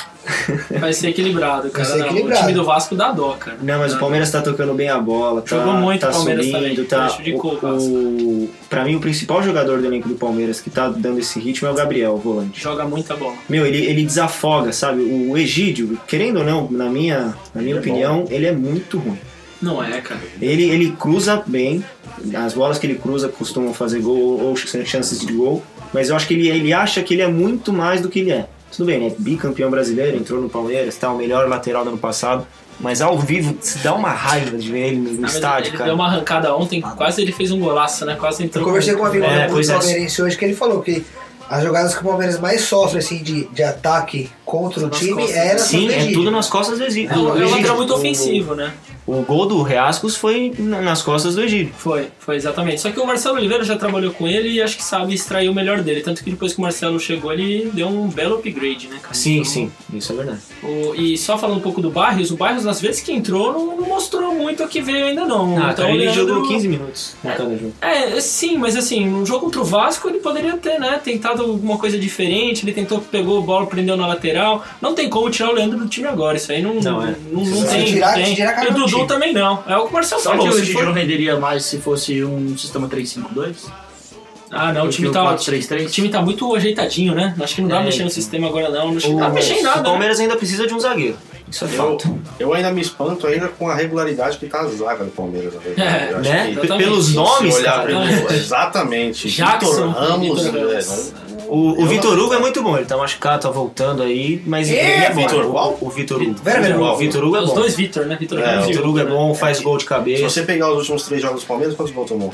C: Vai ser equilibrado, cara.
B: ser
C: Não,
B: equilibrado.
C: O time do Vasco dá dó, cara.
A: Não, mas o Palmeiras tá tocando bem a bola, tá,
C: Jogou muito
A: tá
C: o Palmeiras
A: subindo,
C: também,
A: tá.
C: acho de
A: o-
C: culpa.
A: o- pra mim, o principal jogador do elenco do Palmeiras que tá dando esse ritmo é o Gabriel, o volante.
C: Joga muita bola.
A: Meu, ele, ele desafoga, sabe? O Egídio, querendo ou não, na minha, na minha opinião, ele é muito ruim.
C: Não é, cara.
A: Ele, ele cruza bem, as bolas que ele cruza costumam fazer gol ou, ou ch- chances de gol, mas eu acho que ele, ele acha que ele é muito mais do que ele é. Tudo bem, né? Bicampeão brasileiro, entrou no Palmeiras, tá o melhor lateral do ano passado, mas ao vivo se dá uma raiva de ver ele no, no
C: Na verdade,
A: estádio,
C: ele
A: cara.
C: deu uma arrancada ontem, quase ele fez um golaço, né? Quase entrou.
B: Eu conversei com um amigo
A: É,
B: meu,
A: pois
B: do
A: é.
B: palmeirense hoje que ele falou que as jogadas que o Palmeiras mais sofre assim, de, de ataque contra o
C: Nas
B: time
C: costas.
B: era
A: Sim,
B: sobre
A: é
B: Egídio.
A: tudo nas costas do Egídio.
C: É um é um lateral muito
A: O-
C: ofensivo, né?
A: O gol do Reascos foi na- nas costas do Egídio.
C: Foi, foi exatamente. Só que o Marcelo Oliveira já trabalhou com ele e acho que sabe extrair o melhor dele. Tanto que depois que o Marcelo chegou, ele deu um belo upgrade, né, cara?
A: Sim,
C: Então,
A: sim, isso é verdade.
C: o- e só falando um pouco do Barrios, o Barrios, nas vezes que entrou, não, não mostrou muito o que veio ainda, não.
A: Ah,
C: então,
A: cara,
C: o
A: ele
C: Leandro-
A: jogou 15 minutos Então, em cada jogo.
C: É, sim, mas assim, no jogo contra o Vasco ele poderia ter, né, tentado alguma coisa diferente, ele tentou, pegou o bola, prendeu na lateral. Não tem como tirar o Leandro do time agora, isso aí não,
A: Não, é.
C: não, não
B: Se
C: tem.
B: tirar-
C: não tem.
B: se tirar, acaba
C: e o
B: o
C: Dudu
B: time.
C: também não. É o que o Marcelo
I: Só que
C: falou.
I: o
C: se
I: Egídio
C: for-
I: não renderia mais se fosse um sistema 352?
C: Ah, não, o
I: do que
C: time
I: o
C: tá.
I: 4-3-3.
C: O time tá muito ajeitadinho, né? Acho que não dá pra
A: É,
C: mexer no
A: então.
C: sistema agora, não. Não dá pra mexer em
A: O
C: nada. né?
A: Palmeiras ainda precisa de um zagueiro. Isso é
H: Eu,
A: fato.
H: eu ainda me espanto ainda com a regularidade que tá a zaga do Palmeiras, na verdade.
C: É,
H: Eu acho
A: Né?
H: que-
C: Exatamente.
A: Pelos
H: se
A: nomes,
H: olhar
A: cara.
H: pelo- Exatamente.
C: Jackson,
H: Vitor Ramos.
C: Vitor
H: né,
C: Ramos.
H: não-
A: O, o Vitor Hugo é muito bom, ele tá machucado, tá voltando aí, mas ele é bom.
H: Vitor, qual?
A: O, o Vitor Hugo.
B: Vera, Vera,
A: o Vitor Hugo é
C: Os
A: bom.
C: dois Vitor, né? Vitor
H: É,
A: O
C: Ramos e
A: Vitor Hugo é bom, faz gol de
H: Se
A: cabeça.
H: você pegar os últimos três jogos do Palmeiras, quantos gols tomou?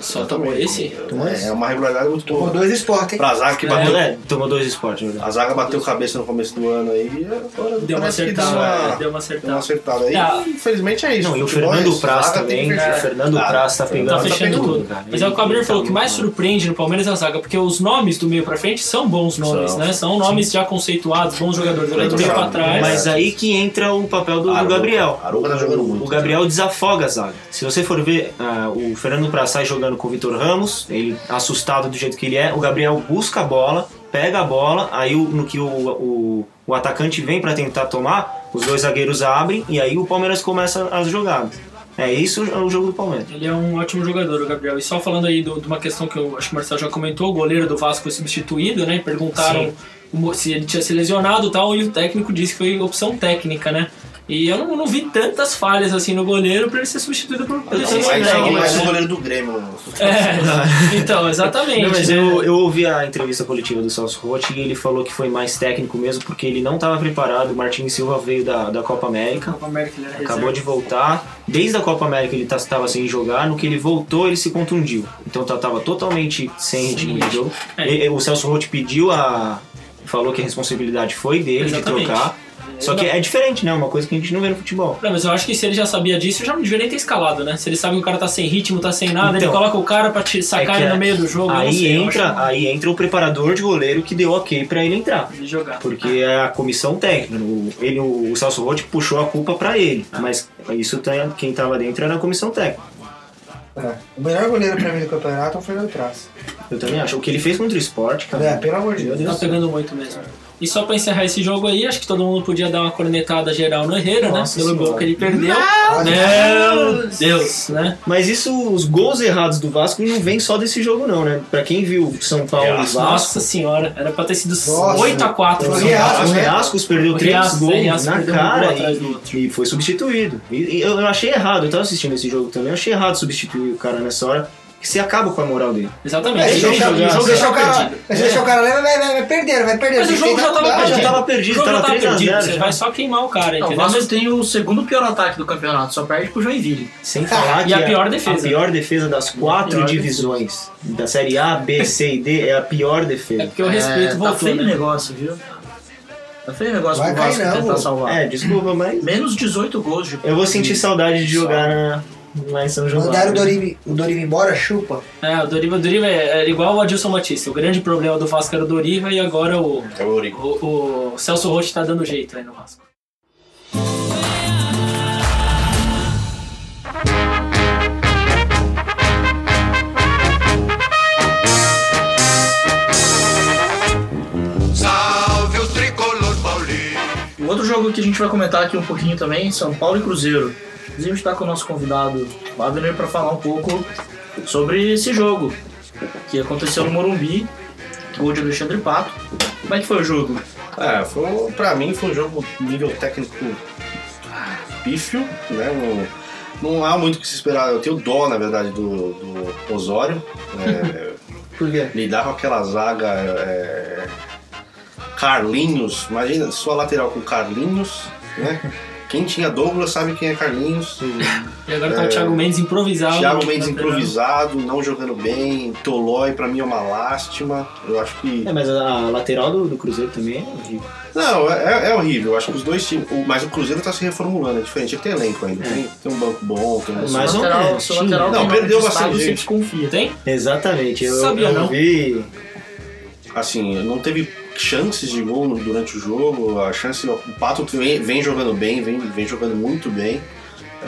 C: Só tomou esse?
H: É, é uma regularidade muito
B: Com
H: boa.
B: dois esportes, hein?
H: Pra zaga que
A: Tomou,
H: bateu.
A: é, tomou dois esportes, é verdade.
H: A zaga bateu cabeça no começo do ano aí. e Agora
C: Deu uma
H: parece que dá
C: acertada,
H: uma-
C: é, deu uma acertada.
H: deu uma acertada aí.
C: É.
H: Infelizmente é isso.
A: Não, e o
H: Futebol é
A: Fernando
H: isso.
A: Praz
H: Zaga tem
A: também. né?
H: que
A: O
H: fechar.
A: Fernando
H: Cara,
A: Praz tá
H: tá
A: pegando.
C: Tá
H: Tá
C: fechando
H: pegando
C: tudo,
H: tudo,
A: cara.
C: Mas é o que o Abner
A: Ele tá
C: falou, o que
A: muito
C: mais
A: bom.
C: surpreende no Palmeiras é a zaga, porque os nomes do meio pra frente são bons nomes,
H: São.
C: né? São nomes já conceituados, bons jogadores. Olhando bem pra
H: Conceituados,
C: trás.
A: Mas aí que entra o papel do, do
H: Arouca.
A: Gabriel.
H: Arouca tá jogando muito.
A: O Gabriel desafoga a zaga. Se você for ver ah, o Fernando Praz sai jogando com o Vitor Ramos, ele assustado do jeito que ele é, o Gabriel busca a bola, pega a bola, aí o- no que o, o, o atacante vem pra tentar tomar, os dois zagueiros abrem e aí o Palmeiras começa as jogadas. É isso é o jogo do Palmeiras.
C: Ele é um ótimo jogador, o Gabriel. E só falando aí do- de uma questão que eu acho que o Marcelo já comentou, o goleiro do Vasco foi substituído, né? E Perguntaram como- se ele tinha se lesionado e tal, e o técnico disse que foi opção técnica, né? E eu não, não vi tantas falhas assim no goleiro pra ele ser substituído por pelo
H: Não,
C: Fernando
H: mas não,
C: Henrique,
H: mas o
C: né?
H: goleiro do Grêmio.
C: É, então, exatamente.
A: Não, mas
C: né?
A: eu, eu ouvi a entrevista coletiva do Celso Rotti e ele falou que foi mais técnico mesmo porque ele não estava preparado. O Martins Silva veio da, da Copa América,
C: Copa América, ele era
A: acabou
C: reserva.
A: de voltar. Desde a Copa América ele estava sem jogar, no que ele voltou ele se contundiu. Então estava totalmente sem ritmo de jogo.
C: É.
A: E- e o Celso Rotti pediu a. falou que a responsabilidade foi dele
C: Exatamente.
A: de trocar. Só que é diferente, né? Uma coisa que a gente não vê no futebol.
C: Não, mas eu acho que se ele já sabia disso, já não deveria nem ter escalado, né? Se ele sabe que o cara tá sem ritmo, tá sem nada, ele
A: Então,
C: coloca o cara pra te
A: É
C: sacar
A: que
C: ele no
A: é-
C: meio do jogo. eu não
A: Aí
C: sei, eu
A: entra,
C: acho
A: aí entra o preparador de goleiro que deu ok pra ele entrar.
C: que ele jogar.
A: Porque é a comissão técnica. O, ele, o Celso Rotti puxou a culpa pra ele.
C: Ah.
A: Mas isso tem- quem tava dentro era a comissão técnica.
B: É. O melhor goleiro pra mim do campeonato é o Fernando Praz.
A: Eu também acho. O que ele fez contra o esporte, cara.
B: É, pelo amor de
A: Meu
B: Deus.
C: Tá pegando muito mesmo. E só pra encerrar esse jogo aí, acho que todo mundo podia dar uma cornetada geral no Herrera,
A: Nossa
C: né? Pelo
A: Senhora.
C: gol que ele perdeu. Meu Deus, né?
A: Mas isso, os gols errados do Vasco não vem só desse jogo, não, né? Pra quem viu São Paulo e Vasco.
C: Nossa senhora, era pra ter sido
B: Nossa.
C: 8x4.
B: Foi
A: O
B: Riascos,
A: Riascos,
B: né?
A: Riascos perdeu
C: O
A: três
C: Riascos,
A: gols
C: é, Riascos
A: na
C: perdeu um gol
A: cara
C: atrás
A: e-
C: do outro.
A: e, foi substituído. E, e eu, eu achei errado, eu tava assistindo esse jogo também, eu achei errado substituir o cara nessa hora, que você acaba com a moral dele.
C: Exatamente.
B: É,
A: Deixa
B: se
A: ele
B: deixar-
A: jogar,
B: se deixar o
C: tá
B: cara-
C: perdido.
B: se deixar o cara lá, vai, vai, vai perder, vai perder.
C: Mas o
B: Tem
C: jogo
B: que
C: já tava
B: dar-
C: perdido.
A: já tava perdido,
C: O jogo
A: tava
C: já
A: 3 a 0
C: perdido, Você
A: já.
C: vai só queimar o cara,
I: Não, o
C: entendeu?
I: Vasco tem o segundo pior ataque do campeonato, só perde pro Joinville.
A: Sem
B: Ah,
A: falar que é
C: a pior defesa. né?
A: a pior defesa das quatro
I: pior
A: divisões da série A, B, C e D é a pior
C: É
A: defesa.
C: porque o respeito
I: é, tá
C: voltou,
I: feio o
C: né?
I: negócio, viu? Tá feio o negócio
B: Vai
I: pro Vasco
B: cair não,
I: tentar
B: pô.
I: salvar.
A: É, desculpa, mas
I: Menos 18 gols de
A: eu vou sentir saudade de jogar na, lá em São João.
B: Mandaram o Dorime, o Dorime embora, chupa.
C: É, o Doriva, o Doriva é, é igual o Adilson Batista. O grande problema do Vasco era o Doriva e agora o,
H: É o Eurico.
C: o, o Celso Rotti tá dando jeito aí no Vasco.
D: Outro jogo que a gente vai comentar aqui um pouquinho também, São Paulo e Cruzeiro. Inclusive a gente tá com o nosso convidado Wagner para falar um pouco sobre esse jogo que aconteceu no Morumbi, gol de Alexandre Pato. Como é que foi o jogo?
H: Ah, foi um, pra mim foi um jogo nível técnico ah, pífio, né? Não, não há muito o que se esperar. Eu tenho dó, na verdade, do, do Osório. né?
B: Por quê?
H: lidar com aquela zaga. é, Carlinhos, imagina sua lateral com Carlinhos, né? Quem tinha Douglas sabe quem é Carlinhos.
C: E agora tá o Thiago Mendes improvisado.
H: É,
C: Tá
H: Thiago Mendes
C: Lateral.
H: improvisado, não jogando bem. Tolói, pra mim, é uma lástima. Eu acho que.
A: É, mas a lateral do, do Cruzeiro também é horrível.
H: Não, é, é horrível. Eu acho que os dois times. o- Mas o Cruzeiro tá se reformulando, é diferente. Ele tem elenco ainda. Tem, tem um banco bom, tem um.
A: Mas- É, Mais ou
D: Lateral-
A: menos,
D: seu
A: sim.
D: lateral
H: Não,
D: tem
H: perdeu
D: vários
H: bastante
D: estados, Você
H: gente.
D: desconfia.
C: Tem?
A: Exatamente. Eu,
C: Sabia
A: eu
C: não.
A: vi.
H: Assim, não teve chances de gol durante o jogo. A chance. O Pato vem, vem jogando bem, vem, vem jogando muito bem.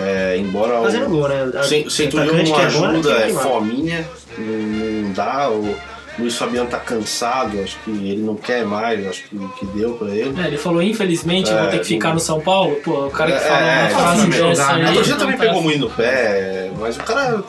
H: É, embora
A: Fazendo
H: o.
A: gol, né? A-
H: Cen- Centurion
A: atacante
H: não
A: que é bom, né,
H: ajuda,
A: tem
H: é
A: que marcar.
H: fominha, não, não dá. O Luiz Fabiano tá cansado, acho que ele não quer mais, acho que o que deu pra ele.
C: É, ele falou, infelizmente, eu vou
H: É,
C: ter que ficar
H: não-
C: no São Paulo. Pô, o cara que
H: É,
C: fala uma
H: é,
C: frase
H: exatamente.
C: dessa aí...
H: A torcida também
C: não tá-
H: pegou muito no pé, mas o cara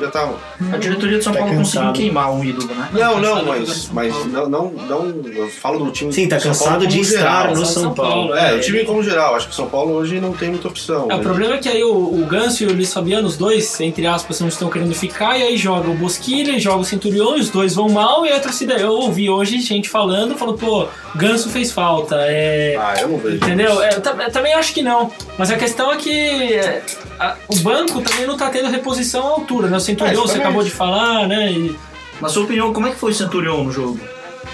H: já tá.
D: A diretoria de São
A: Tá
D: Paulo conseguiu
A: cansado.
D: queimar um ídolo, né?
H: Não,
C: cansado
H: não,
C: de jogar no
H: mas,
C: São
H: mas
C: Paulo.
H: não, não, não. Eu falo do time.
A: Sim, tá
H: do São
A: cansado
H: Paulo
A: de
H: como
A: estar
H: geral.
A: no né? São Paulo.
H: É, o time como geral. Acho que o São Paulo hoje não tem muita opção.
C: É, o
H: né?
C: problema é que aí o, o Ganso e o Luiz Fabiano, os dois, entre aspas, não estão querendo ficar, e aí joga o Bosquilha, joga o Centurion, e os dois vão mal, e a torcida, eu ouvi hoje gente falando, falou, pô, Ganso fez falta, é...
H: Ah, eu não vejo.
C: Entendeu?
H: isso.
C: É, eu, ta- eu também acho que não. Mas a questão é que é, a- o banco também não tá tendo reposição à altura, né? O
H: É,
C: Centurion,
H: isso
C: você
H: também.
C: acabou de falar, né? E-
D: Na sua opinião, como é que foi o Centurion no jogo?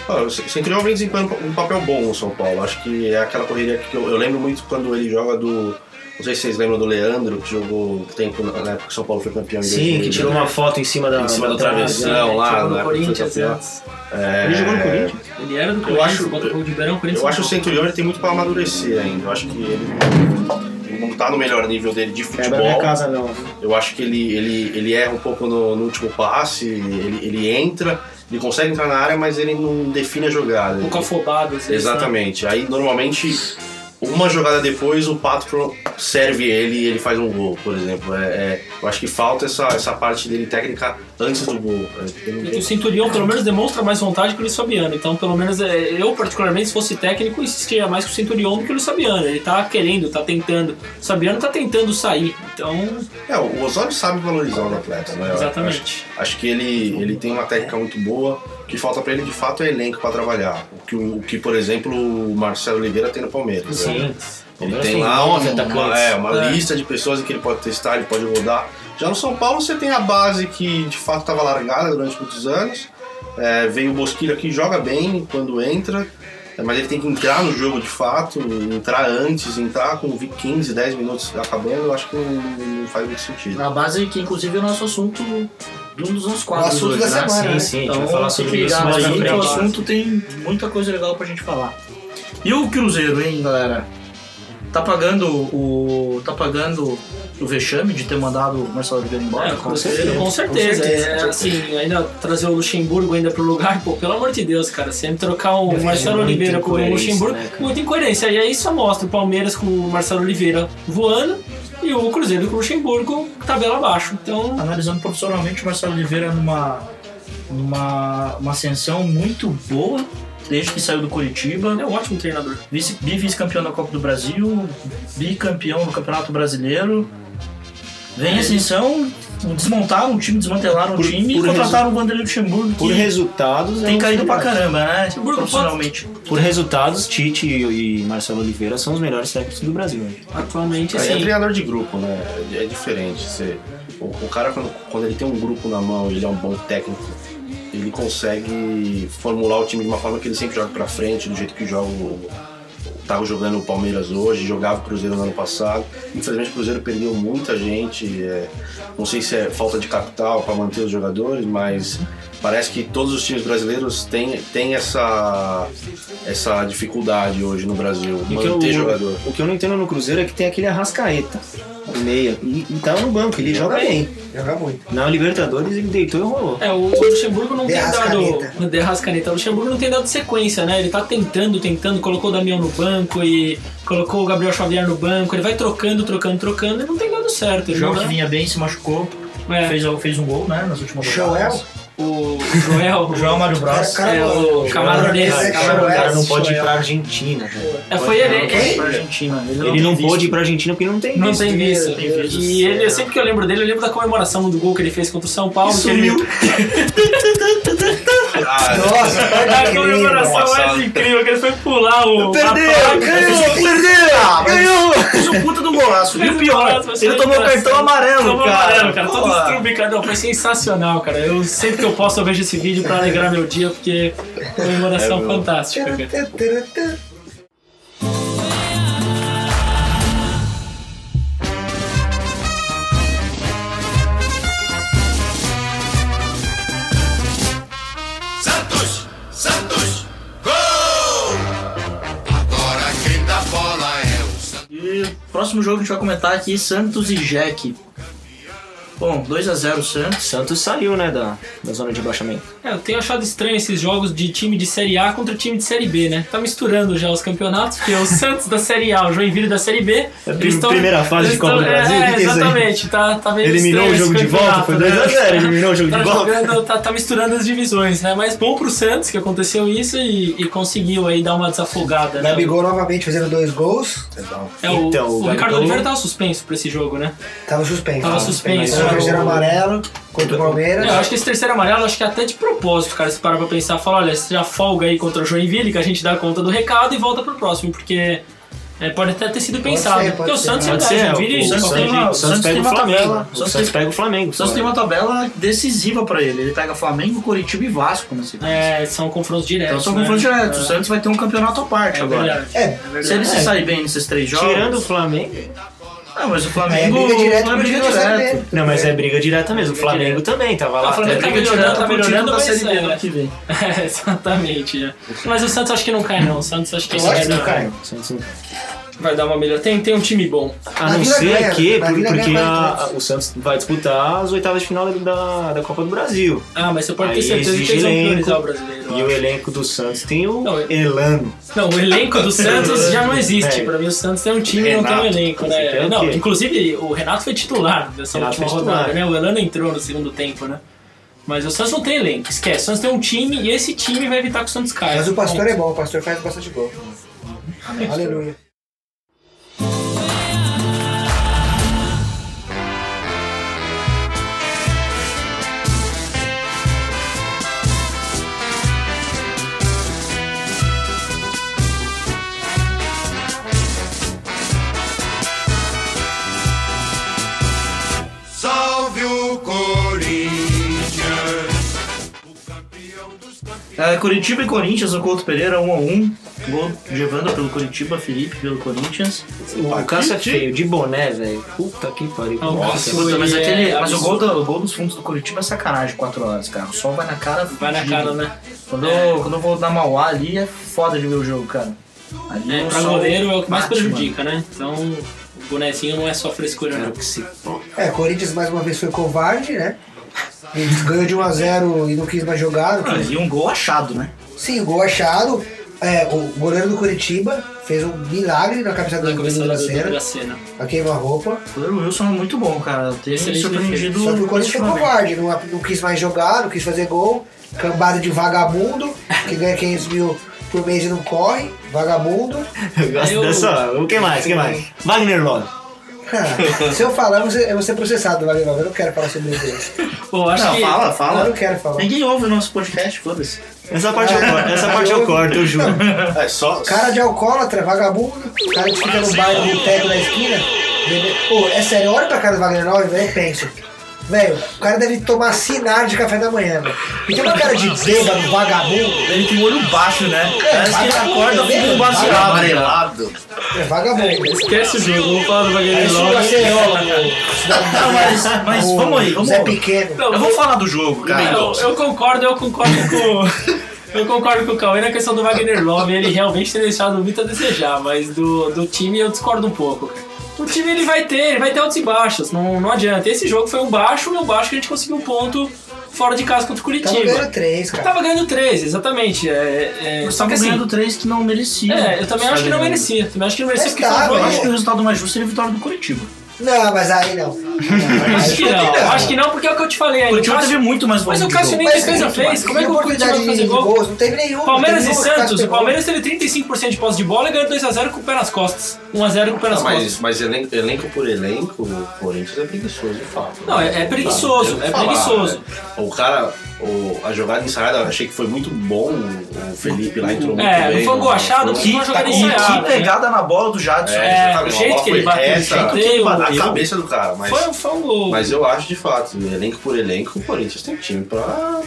H: Ah, O Centurion vem desempenhando um papel bom no São Paulo. Acho que é aquela correria que eu, eu lembro muito quando ele joga do. Não sei se vocês lembram do Leandro, que jogou um tempo na na época que o São Paulo foi campeão em
A: Sim,
H: 2000,
A: que tirou um
H: né?
A: uma foto em cima da,
H: Em cima do
A: da trave,
H: travessão. Não,
A: né?
H: lá,
C: jogou
H: na
C: é, no
H: época
C: Corinthians
H: que eu fui
C: antes.
H: É,
A: Ele jogou no Corinthians.
C: Ele era do
H: Eu
C: Corinthians,
H: acho-
C: Botafogo de Verão, Corinthians.
H: Eu acho que o Centurion ele tem muito pra amadurecer ainda. Eu acho que ele, ele não tá no melhor nível dele de
A: Quebra minha
H: futebol.
A: casa, É, não.
H: Eu acho que ele, ele, ele erra um pouco no, no último passe, ele, ele entra, ele consegue entrar na área, mas ele não define a jogada.
C: Um pouco afobado, às vezes, né?
H: Exatamente. Aí normalmente uma jogada depois o Pato pro- serve ele e ele faz um gol, por exemplo. É, é, eu acho que falta essa, essa parte dele técnica antes do gol. É, porque não
C: E
H: tem-
C: O Centurion pelo menos demonstra mais vontade que o Luiz Fabiano. Então, pelo menos é, eu, particularmente, se fosse técnico, insistiria mais com o Centurion do que o Luiz Fabiano. Ele tá querendo, tá tentando. O Fabiano tá tentando sair. Então,
H: É, o Osório sabe valorizar o atleta, né? Eu acho-
C: exatamente.
H: Acho que ele, ele tem uma técnica muito boa. O que falta pra ele de fato é elenco pra trabalhar. O que, o que, por exemplo, o Marcelo Oliveira tem no Palmeiras.
A: Sim.
H: né?
C: Então,
H: Ele
A: Palmeiras
H: tem
A: tem
C: assim,
H: lá
A: nove
H: uma, uma,
A: atacantes.
H: é, uma
C: É.
H: lista de pessoas que ele pode testar, ele pode rodar. Já no São Paulo você tem a base que de fato estava largada durante muitos anos. É, vem o Bosquilha que joga bem quando entra, é, mas ele tem que entrar no jogo de fato, entrar antes, entrar com 15, 10 minutos acabando, eu acho que não, não faz muito sentido.
D: Na base que, inclusive, é o nosso assunto de um dos nossos
B: O
D: quadros
B: assunto
D: hoje,
B: da
D: né?
B: semana,
A: Sim,
B: né?
A: sim, a gente
D: Então,
A: vai falar
D: fique
A: sobre isso
D: ligado
A: mais
D: aí,
A: pra
D: que o
A: frente.
D: assunto tem muita coisa legal pra gente falar. E o Cruzeiro, hein, galera? Tá pagando o. Tá pagando o vexame de ter mandado o Marcelo Oliveira embora?
C: É, com certeza, com certeza.
B: Com certeza,
C: É,
B: com certeza.
C: assim, ainda trazer o Luxemburgo ainda pro lugar, pô, pelo amor de Deus, cara. Sempre trocar o Marcelo
A: muita
C: Oliveira com o
A: incoerência,
C: Luxemburgo,
A: né, cara?
C: muita incoerência. E aí só mostra o Palmeiras com o Marcelo Oliveira voando e o Cruzeiro com o Luxemburgo tabela abaixo. Então,
D: analisando profissionalmente o Marcelo Oliveira é numa, numa uma ascensão muito boa desde que saiu do Curitiba,
C: é um ótimo treinador.
D: vice, bi-vice-campeão da Copa do Brasil, bicampeão do Campeonato Brasileiro. Vem a ascensão, desmontaram o time, desmantelaram
A: É Por-
D: o time
A: por
D: e contrataram o Vanderlei Luxemburgo,
A: Por
D: que
A: resultados. é
D: tem
A: um
D: caído pra caramba, né?
C: Luxemburgo,
D: profissionalmente.
A: Por resultados, Tite e, e Marcelo Oliveira são os melhores técnicos do Brasil. né?
C: Atualmente,
H: Aí é
C: assim.
H: treinador de grupo, né? É diferente. Você, o, o cara, quando, quando ele tem um grupo na mão e ele é um bom técnico, ele consegue formular o time de uma forma que ele sempre joga pra frente, do jeito que joga o. Tava jogando o Palmeiras hoje, jogava o Cruzeiro no ano passado. Infelizmente o Cruzeiro perdeu muita gente. é, não sei se é falta de capital para manter os jogadores, mas parece que todos os times brasileiros têm, têm essa, essa dificuldade hoje no Brasil,
A: E o que
H: manter
A: eu-
H: jogador.
A: O que eu não entendo no Cruzeiro é que tem aquele Arrascaeta. E meia. E, e tá no banco, ele joga bem.
B: Joga muito.
A: Na Libertadores ele deitou e rolou.
C: É, o Luxemburgo não tem
B: Derrascaeta.
C: dado. Derrascaneta. O Luxemburgo não tem dado sequência, né? Ele tá tentando, tentando, colocou o Damião no banco e colocou o Gabriel Xavier no banco. Ele vai trocando, trocando, trocando e não tem dado certo.
D: O
C: Ele
D: jogo
C: não
D: que
C: dá-
D: vinha bem se machucou,
C: né? É.
D: fez, fez um gol, né? Nas últimas
B: Joel?
D: rodadas.
C: O Joel.
D: O Joel Mário Bros.
B: Cara,
C: é, o Camarones.
A: Cara,
B: Camarones.
A: o cara não pode ir
D: Joel.
A: pra Argentina, cara.
C: É, foi ele.
D: Foi
C: ele-
D: pra Argentina. Ele,
A: Ele
D: tem
A: não
D: visto.
A: pôde ir pra Argentina porque não tem
C: Não
A: visto.
C: tem visto.
D: tem visto.
C: E ele, sempre que eu lembro dele, eu lembro da comemoração do gol que ele fez contra o São Paulo. que ele-
H: Ah, é.
B: Nossa,
C: A
B: perde incrível.
C: comemoração mais incrível, que ele foi pular o. a placa.
D: Ah, mas Fez um puta do golaço. E o pior, ele tomou cartão amarelo,
C: Tomou
D: cara.
C: amarelo, cara. Todo
D: Porra.
C: estrubicado. Não, Foi sensacional, cara. Eu sempre que eu posso, eu vejo esse vídeo pra alegrar meu dia, porque foi uma oração fantástica, cara.
F: Santos, Santos, gol! Agora quem dá bola é o Santos.
D: E o próximo jogo que a gente vai comentar aqui, Santos e Jack. Bom, 2x0 Santos.
A: Santos saiu, né, da, da zona de baixamento.
C: É, eu tenho achado estranho esses jogos de time de Série A contra time de Série B, né? Tá misturando já os campeonatos, porque o Santos da Série A, o Joinville da Série B.
A: É a
C: eles tão-
A: primeira fase de
C: eles tão-
A: Copa do Brasil?
C: É,
A: O que que é isso aí?
C: exatamente. Tá, tá meio
A: Eliminou
C: estranho
A: o jogo
C: esse
A: de volta, foi
C: campeonato,
A: 2
C: né?
A: a 0, eliminou o jogo
C: tá
A: de volta.
C: jogando- tá, tá misturando as divisões, né? Mas bom pro Santos que aconteceu isso e, e conseguiu aí dar uma desafogada. né?
B: Gabigol novamente fazendo dois gols.
C: É, o,
A: Então,
C: o
A: o
C: Ricardo
A: Gabigol-
C: Oliveira tava suspenso pra esse jogo, né?
B: Tava suspenso.
C: Tava
B: Era
C: suspenso.
B: o terceiro amarelo contra o
C: É,
B: Palmeiras.
C: eu acho que esse terceiro amarelo, acho que é até de propósito, cara, se parar pra pensar, fala, olha, você já folga aí contra o Joinville, que a gente dá conta do recado e volta pro próximo, porque é, pode até ter sido pensado.
B: ser, pode
C: porque o
B: ser.
C: Santos
A: Pode
C: é
A: ser,
C: verdade,
A: o,
C: Joinville
A: o
C: só
A: Santos,
C: tem
D: uma-
A: o
D: o
A: Santos
D: Santos
A: pega
D: tem
A: o
D: uma
A: Flamengo.
D: tabela.
A: O
D: Santos
A: Santos
D: tem-
A: pega o Flamengo.
D: O Santos tem uma tabela decisiva pra ele. Ele pega Flamengo, Curitiba e Vasco na sequência.
C: É, são confrontos diretos.
D: Então são
C: né?
D: confrontos diretos. O
C: É,
D: Santos vai ter um campeonato à parte
C: é
D: agora.
C: verdade.
B: É,
D: Se ele se sair bem nesses três jogos.
A: Tirando o Flamengo.
D: Ah, mas o
B: é
D: Flamengo.
B: briga direto
D: não é
B: pro
D: briga
B: time da Série
D: direto.
B: B.
A: Não, mas é briga direta mesmo. O Flamengo também tava lá.
C: Ah, o Flamengo
D: É
A: até-
C: tá
D: briga
C: melhorando,
D: direta
C: tá
D: pro título
C: melhorando,
D: da
C: mas
D: Série B
C: é.
D: ano que vem.
C: É, exatamente. é. Mas o Santos acho que não cai, É, não. O Santos acho que
B: Eu acho que
C: vai,
B: não cai.
A: O Santos não-
C: vai dar uma melhor. Tem, tem um time bom.
A: A
B: Na
A: não
B: Vila
A: ser
B: ganha,
A: que,
B: na
A: por-
B: Vila
A: porque
B: ganha
A: a-
B: quatro
A: a- o Santos vai disputar as oitavas de final da, da Copa do Brasil.
C: Ah, mas você pode
A: Aí
C: ter certeza que
A: exige
C: eles vão
A: elenco.
C: priorizar o brasileiro. eu
A: E
C: acho.
A: o elenco do Santos tem o
C: Não, eu-
A: Elano.
C: Não, o elenco do Santos já não existe.
A: É.
C: Pra mim, o Santos tem um time e não tem um
H: Renato,
C: elenco,
A: inclusive, é
C: né?
A: o
C: Não,
A: quê?
C: inclusive o Renato foi titular dessa
A: Renato
C: última
A: foi
C: rodada, né?
A: titular.
C: O Elano entrou no segundo tempo, né? Mas o Santos não tem elenco, esquece. O Santos tem um time e esse time vai evitar que o Santos caia.
B: Mas o pastor
C: Bom,
B: é bom, o pastor faz bastante gol. Aleluia.
F: Salve o Corinthians!
D: É, Curitiba e Corinthians, o Couto Pereira 1x1. Gol de Evandro pelo Curitiba, Felipe pelo Corinthians.
A: O Cássio é feio, de boné, velho. Puta que pariu.
C: Ah, o Cássio-
A: mano.
D: Puta, mas
C: E é
D: aquele, mas o, gol
C: absurdo.
D: do- o gol dos fundos do Curitiba é sacanagem, 4 horas, cara. O sol vai na cara.
C: Vai na
D: fudido.
C: cara, né?
D: Quando, eu, quando eu vou na Mauá ali, é foda de ver o jogo, cara. Ali
C: É,
D: o
C: pra
D: sol
C: goleiro é o que mais
D: bate,
C: prejudica, né? Então, o bonezinho não é só frescura, não.
A: Quero que se foda.
B: É, Corinthians mais uma vez foi covarde, né? Ele ganhou de 1x0 e não quis mais jogar. não
D: mano.
B: quis-
D: Mas E um gol achado, né?
B: Sim, gol achado. É, o goleiro do Curitiba fez um milagre na cabeça do
C: Na
B: Danilo
C: cabeça
B: da
C: do- do
B: Cena,
C: Dracena.
B: a queima-roupa.
D: O goleiro Wilson é muito bom, cara. Eu tenho me
C: Excelente
D: surpreendido.
B: Só que o Corinthians foi
D: positivamente.
B: covarde, não, não quis mais jogar, não quis fazer gol. Cambada de vagabundo, que ganha 500 mil por mês e não corre. Vagabundo.
A: Eu gosto
C: Eu-
A: dessa. O que mais? O que mais? Wagner Love.
B: Ah, Se eu falar, eu vou ser- eu vou ser processado, Wagner Love. Eu não quero falar sobre isso.
C: Bom, acho
D: Não,
C: que...
D: fala, fala.
B: Eu não quero falar.
D: Ninguém ouve o nosso podcast, foda-se.
A: Essa parte eu corto, essa parte eu corto, eu juro.
H: É só.
B: Cara de alcoólatra, vagabundo, cara que fica no bairro no teto da esquina. bebe- Pô, é sério, olha pra cara do Wagner Love, velho, eu penso. Velho, o cara deve tomar sinar de café da manhã, velho. E tem uma cara de bêbado, vagabundo.
D: Ele tem o olho baixo, né? Parece que ele
B: vagabundo,
D: acorda
B: né?
D: com um baseado.
H: Amarelado.
B: É vagabundo. É
C: Esquece o jogo, vou falar do
B: Aí
C: Wagner
B: chega a
C: Love.
B: cerola,
D: Não, mas, mas
B: o
D: vamos aí, vamos
B: Zé Pequeno.
C: Não,
D: Eu vou falar do jogo, cara.
C: Eu, eu concordo, eu concordo com. Eu concordo com o Cauê na questão do Wagner Love, ele realmente tem deixado muito a desejar, mas do, do time eu discordo um pouco. O time ele vai ter, ele vai ter altos e baixos, não, não adianta. Esse jogo foi um baixo, meu baixo que a gente conseguiu um ponto fora de casa contra o
B: Tava
C: Curitiba.
B: ganhando três, cara.
C: Tava ganhando 13, exatamente. É, é,
D: Nós
C: só que
D: estávamos
C: assim,
D: ganhando três que não merecia.
C: é, eu também acho que não merecia. Também acho que não merecia porque foi um
B: Mas
D: Eu
B: tava,
C: jogo.
D: acho que o resultado mais justo seria a vitória do Curitiba.
B: Não, mas aí não.
C: Acho que não, acho que não, porque é o que eu te falei
D: O
C: aí. O
D: Curitiba
C: Cássio,
D: teve muito mais
C: mas
D: volume
C: o
D: de
C: Cássio
D: jogo.
C: nem defesa
B: Mas,
C: fez. Como é que o Curitiba vai fazer
B: de
C: gol?
B: Não teve nenhum.
C: Palmeiras
B: não
C: e
B: teve nenhum,
C: Santos,
B: Cássio
C: o Palmeiras teve 35% de posse de bola e ganhou 2x0 com o pé nas costas. 1x0 com o pé nas
H: Ah,
C: costas.
H: mas, mas elen- elenco, por elenco, o Corinthians é preguiçoso, de fato.
C: Não, é- é
H: Não dá,
C: preguiçoso,
H: não tem o que
C: é preguiçoso.
H: né? O cara, o- a jogada ensaiada, eu achei que foi muito bom. O Felipe lá entrou muito
C: É,
H: bem.
C: não foi um gol achado, mas foi uma jogada
D: E que
C: ensaiada. né?
D: pegada na bola do Jadson.
C: É,
H: exatamente,
C: o
H: uma
C: jeito
H: bola
C: que ele
H: foi
C: bateu, o
H: reta,
C: jeito que ele
H: A
C: bateu.
H: cabeça do cara, mas...
C: Foi, foi um gol.
H: Mas eu acho de fato, elenco por elenco, o Corinthians tem time pra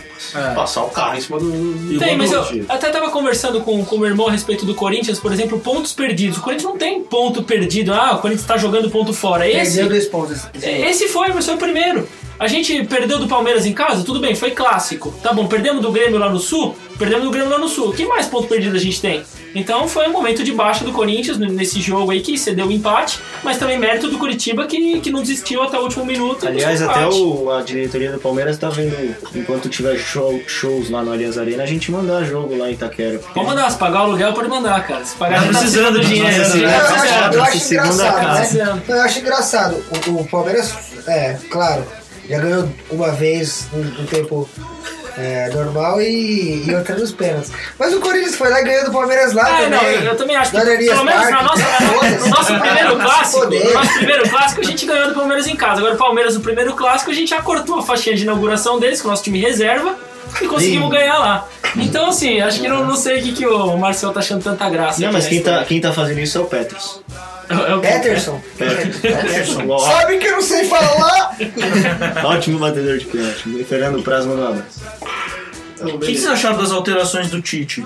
H: passar o carro em cima do. do
C: É. Tem, mas eu
H: time.
C: até tava conversando com com o meu irmão a respeito do Corinthians, por exemplo, pontos perdidos. O Corinthians não tem ponto perdido. Ah, o Corinthians tá jogando ponto fora. Esse,
B: Perdeu dois pontos.
C: esse foi, mas foi o primeiro. A gente perdeu do Palmeiras em casa? Tudo bem, foi clássico. Tá bom, perdemos do Grêmio lá no Sul? Perdemos do Grêmio lá no Sul. Que mais ponto perdido a gente tem? Então foi um momento de baixa do Corinthians n- nesse jogo aí que cedeu o empate, mas também mérito do Curitiba que, que não desistiu até o último minuto. e
A: Aliás,
C: buscou
A: até
C: empate.
A: o- a diretoria do Palmeiras tá vendo, enquanto tiver show- shows lá no Allianz Arena, a gente mandar jogo lá em Itaquera. porque-
C: Pode mandar, se pagar o aluguel, pode mandar, cara. Se pagar,
D: Tá
C: já tá
D: precisando,
C: precisando de dinheiro.
D: tá
C: se
B: Eu
C: já tá
B: acho-
C: precisando.
B: eu acho
A: Segunda
B: engraçado,
C: casa.
B: né? Eu acho engraçado. O, o Palmeiras, é, claro, já ganhou uma vez no, no tempo é, normal e, e outra nos pênaltis. Mas o Corinthians foi lá e ganhou do Palmeiras lá
C: Ah,
B: também.
C: não, eu, eu também acho que,
B: Do Allianz
C: pelo menos na
B: Parque.
C: nossa, na- no nosso primeiro clássico, no
B: Foder.
C: nosso primeiro clássico, a gente ganhou do Palmeiras em casa. Agora o Palmeiras, no primeiro clássico, a gente já cortou a faixinha de inauguração deles com o nosso time reserva e conseguimos ganhar lá. Então, assim, acho que não, não sei o que, que o Marcel tá achando tanta graça.
A: Não,
C: aqui
A: mas
C: na
A: quem tá,
C: história.
A: quem tá fazendo isso é o Petros.
C: É o-
B: Peterson.
A: Peterson.
B: Sabe que eu não sei falar?
A: Ótimo batedor de pênalti. Fernando Praz mandou um abraço.
D: O que, que vocês acharam das alterações do Tite?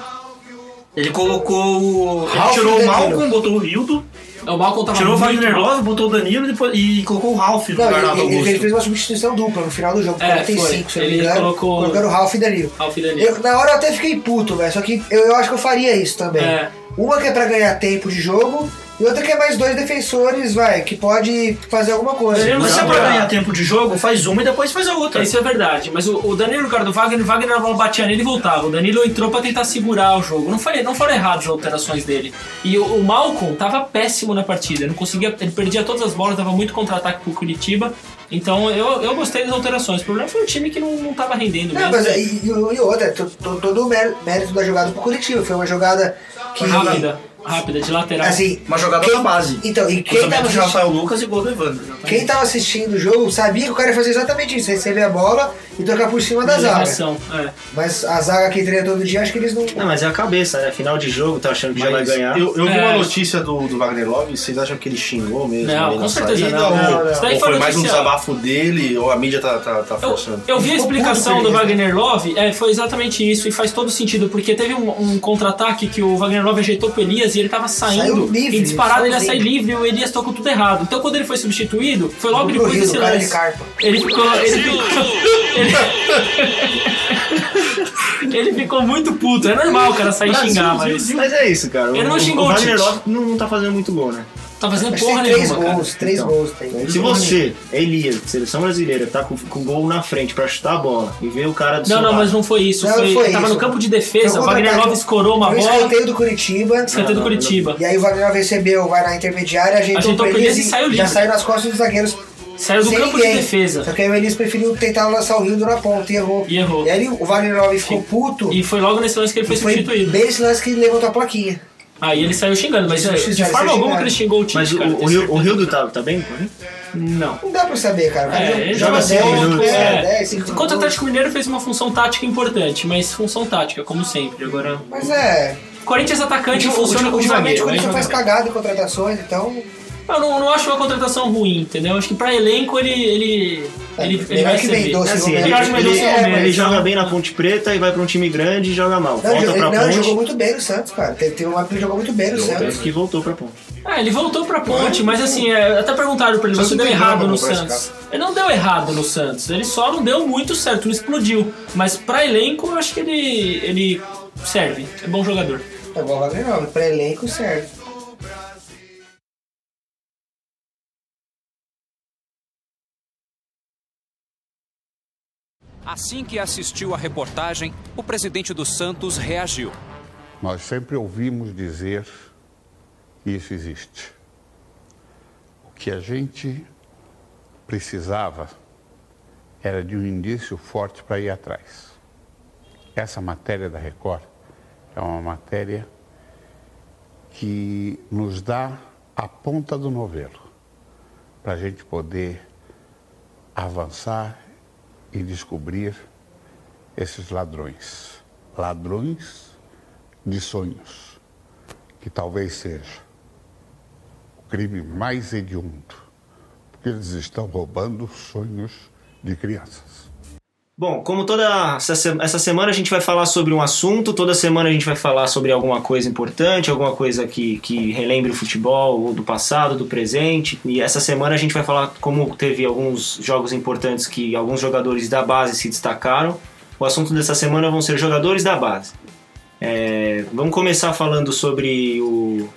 D: Ele colocou o. Ele
B: Ralf
D: tirou
B: e
D: o
B: Danilo.
D: Malcom, botou o Hildo,
C: É o Malcom tava
D: tirou o
C: muito
D: Wagner
C: mal.
D: Love, botou o Danilo e depois- e colocou o Ralf no
B: Não,
D: lugar lá do
B: ele, ele- ele fez
D: Augusto.
B: uma substituição dupla no final do jogo,
C: É,
B: 45,
C: foi.
B: se eu não
C: Ele
B: me engano.
C: colocou-
B: Colocando o Ralf e Danilo.
C: Ralf e Danilo.
B: Eu, na hora eu até fiquei puto, velho. Só que eu, eu acho que eu faria isso também.
C: É.
B: Uma que é pra ganhar tempo de jogo e outra que é mais dois defensores, vai, que pode fazer alguma coisa.
C: Danilo
D: Mas se é
C: Não,
D: pra
C: não.
D: ganhar tempo de jogo, faz uma e depois faz a outra.
C: Isso é verdade, mas o, o Danilo no lugar do Wagner, o Wagner a bola batia nele e voltava. O Danilo entrou pra tentar segurar o jogo. Não, foi, não foram erradas as alterações dele. E o, o Malcom tava péssimo na partida. Não conseguia, ele perdia todas as bolas, dava muito contra-ataque pro Curitiba. Então eu, eu gostei das alterações. O problema foi o time que não, não tava rendendo
B: Não,
C: mesmo.
B: mas é e, e- e outra, to- to- todo o mé- mérito da jogada pro Curitiba. Foi uma jogada que.
C: Rápida, rápida, de lateral.
B: Assim.
D: Uma jogada
B: quem-
D: na base.
B: Então, e quem
D: Cruzamento
B: tava,
D: de
B: assisti-
D: Rafael Lucas e gol do Evandro.
B: quem tava assistindo o jogo sabia que o cara ia fazer exatamente isso: receber a bola e tocar por cima da
C: de
B: zaga.
C: reação, é.
B: Mas a zaga que treina todo dia, acho que eles não.
A: Não, mas é a cabeça, né? Final de jogo, tá achando que já vai
H: Mas
A: ganhar.
H: Eu, eu vi
C: É.
H: uma notícia do, do Wagner Love, vocês acham que ele xingou mesmo?
C: Não,
H: ali
C: com
H: na
C: certeza
H: saída,
C: não.
H: Ou,
B: Não, não.
H: ou
C: Isso daí foi
H: foi mais um
C: noticiado.
H: desabafo dele, ou a mídia tá, tá, tá
C: Eu,
H: forçando?
C: eu vi a
B: Ficou puto
C: explicação
B: com
C: do
B: ele, né?
C: Wagner Love, é, foi exatamente isso, e faz todo sentido, porque teve um, um contra-ataque que o Wagner Love ajeitou pro Elias e ele tava saindo,
B: Saiu livre,
C: e disparado ele ia sair
B: sozinho.
C: livre, o Elias tocou tudo errado. Então quando ele foi substituído, foi logo
B: Bruno
C: depois
B: Rio,
C: desse
B: cara de
C: lance.
B: carpa.
C: Ele ficou. Ele ficou, ele, ele ficou muito puto. É normal o cara sair e xingar, mas.
A: Mas é isso, cara.
C: Ele
A: O-
C: não
A: o,
C: xingou
A: o
C: o
A: Wagner
C: Tite.
A: Love não, não tá fazendo muito gol, né?
C: Tá fazendo
B: Mas
C: porra
B: tem três
C: nenhuma, cara.
B: gols, três
A: Então.
B: gols tá tem.
A: Se
C: Porra
A: você, Elias, de seleção brasileira, tá com, com gol na frente pra chutar a bola e ver o cara do
C: Não,
A: seu
C: não,
A: lado-
C: mas não foi isso.
B: Não,
C: foi,
B: não foi
C: ele tava
B: isso.
C: no campo de defesa,
B: Foi
C: o
B: um
C: Wagner
B: contra-ataque.
C: Love escorou uma
B: Foi um
C: bola,
B: escanteio do Curitiba.
C: escanteio do Curitiba.
B: E aí o Wagner recebeu, vai na intermediária, ajeitou,
C: Ajeitou
B: o
C: pro
B: Elias
C: Elias e saiu livre.
B: Já saiu nas costas dos zagueiros.
C: Saiu do
B: sem
C: campo
B: ninguém.
C: de defesa.
B: Só que aí o Elias preferiu tentar lançar o Rildo na ponta e errou.
C: E errou.
B: aí o Wagner Love ficou puto.
C: E foi logo nesse lance que ele foi, substituído.
B: bem esse lance que levantou a plaquinha.
C: Aí ele saiu xingando, mas é,
B: Isso, isso,
C: de
B: isso,
C: forma
B: isso,
C: alguma
B: xingado.
C: que ele xingou o time.
A: Mas o,
C: cara,
A: o,
C: tem
A: Rio, o
C: certeza.
A: Rio do Tavo tá bem?
C: Não.
B: Não dá pra saber, cara. O cara
C: É, ele
B: joga
C: joga
B: 10,
A: cinco
B: minutos,
A: minutos,
C: é.
B: 10, 5
C: Enquanto o
B: minutos.
C: Atlético Mineiro fez uma função tática importante, mas função tática, como sempre. Agora.
B: Mas é.
C: Corinthians atacante
B: ultim-
C: funciona com
B: ultimamente
C: zagueiro.
B: o Corinthians
C: né?
B: faz cagada em contratações, então.
C: Eu não, não acho uma contratação ruim, entendeu? Acho que pra elenco ele. ele,
B: É,
C: ele, ele
B: melhor
C: vai
B: que
C: servir.
B: Mendonça,
A: Assim,
B: né?
A: ele,
C: Melhor que
A: ele,
C: Mendonça e
A: ele
C: Romero.
A: joga bem na Ponte Preta e vai pra um time grande e joga mal.
B: Não,
A: Volta
B: ele,
A: pra
B: não, ele jogou
A: Ponte.
B: muito bem no Santos, cara. Teve teve uma época que ele jogou muito bem no Santos.
A: Tanto que voltou pra Ponte.
C: Ah, ele voltou pra ponte, mas assim, é, até perguntaram pra ele, você deu errado no Santos. Ele não deu errado no Santos, ele só não deu muito certo, não explodiu. Mas pra elenco, eu acho que ele, ele serve, é bom jogador.
B: É igual o Wagner Love, pra elenco serve.
J: Assim que assistiu à reportagem, o presidente do Santos reagiu.
K: Nós sempre ouvimos dizer que isso existe. O que a gente precisava era de um indício forte para ir atrás. Essa matéria da Record é uma matéria que nos dá a ponta do novelo para a gente poder avançar e descobrir esses ladrões. Ladrões de sonhos, que talvez seja o crime mais hediondo, porque eles estão roubando sonhos de crianças.
A: Bom, como toda essa se- essa semana a gente vai falar sobre um assunto, toda semana a gente vai falar sobre alguma coisa importante, alguma coisa que, que relembre o futebol, ou do passado, do presente. E essa semana a gente vai falar como teve alguns jogos importantes que alguns jogadores da base se destacaram. O assunto dessa semana vão ser jogadores da base. É, vamos começar falando sobre o-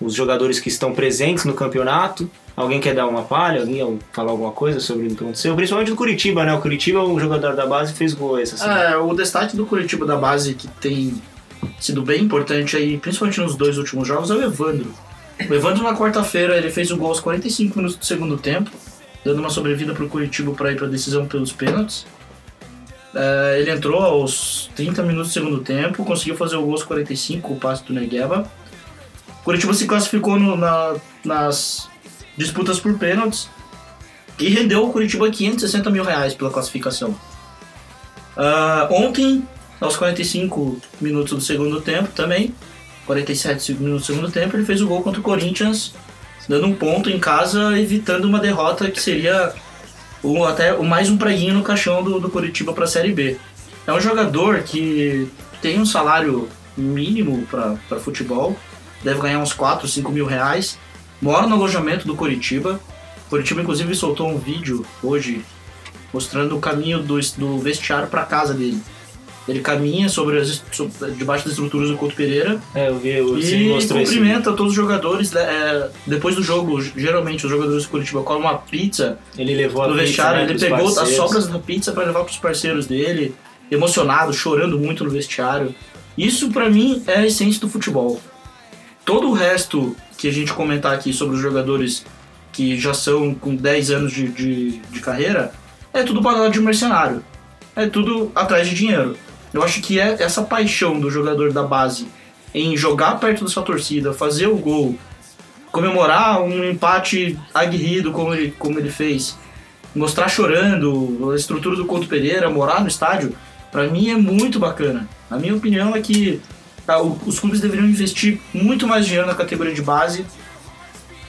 A: os jogadores que estão presentes no campeonato. Alguém quer dar uma palha? Alguém quer falar alguma coisa sobre o que aconteceu? Principalmente do Curitiba, né? O Curitiba, um jogador da base, fez gol essa semana.
D: É, o destaque do Curitiba da base que tem sido bem importante aí, principalmente nos dois últimos jogos, é o Evandro. O Evandro na quarta-feira ele fez o gol aos 45 minutos do segundo tempo, dando uma sobrevida para o Curitiba para ir para a decisão pelos pênaltis. É, ele entrou aos 30 minutos do segundo tempo, conseguiu fazer o gol aos 45, o passe do Negueba. O Curitiba se classificou no- na- nas disputas por pênaltis e rendeu ao Curitiba 560 mil reais pela classificação. Ah, ontem, aos 45 minutos do segundo tempo também, 47 minutos do segundo tempo, ele fez o gol contra o Corinthians, dando um ponto em casa, evitando uma derrota que seria o, até o mais um preguinho no caixão do, do Curitiba para a Série B. É um jogador que tem um salário mínimo para futebol, deve ganhar uns 4, 5 mil reais, mora no alojamento do Curitiba. O Curitiba, inclusive, soltou um vídeo hoje mostrando o caminho do, do vestiário para casa dele. Ele caminha sobre as, sobre- debaixo das estruturas do Couto Pereira
A: É, eu vi, você me
D: e
A: mostrou isso.
D: cumprimenta todos os jogadores. né, é, depois do jogo, geralmente os jogadores do Curitiba comem uma pizza
A: Ele levou a
D: no
A: pizza,
D: vestiário.
A: né,
D: ele
A: pros
D: pegou as
A: parceiros.
D: sobras da pizza para levar para os parceiros dele, emocionado, chorando muito no vestiário. Isso para mim é a essência do futebol. Todo o resto que a gente comentar aqui sobre os jogadores que já são com 10 anos de, de, de carreira é tudo panela de mercenário. É tudo atrás de dinheiro. Eu acho que é essa paixão do jogador da base em jogar perto da sua torcida, fazer o gol, comemorar um empate aguerrido como ele, como ele fez, mostrar chorando, a estrutura do Couto Pereira, morar no estádio, pra mim é muito bacana. A minha opinião é que ah, o- os clubes deveriam investir muito mais dinheiro na categoria de base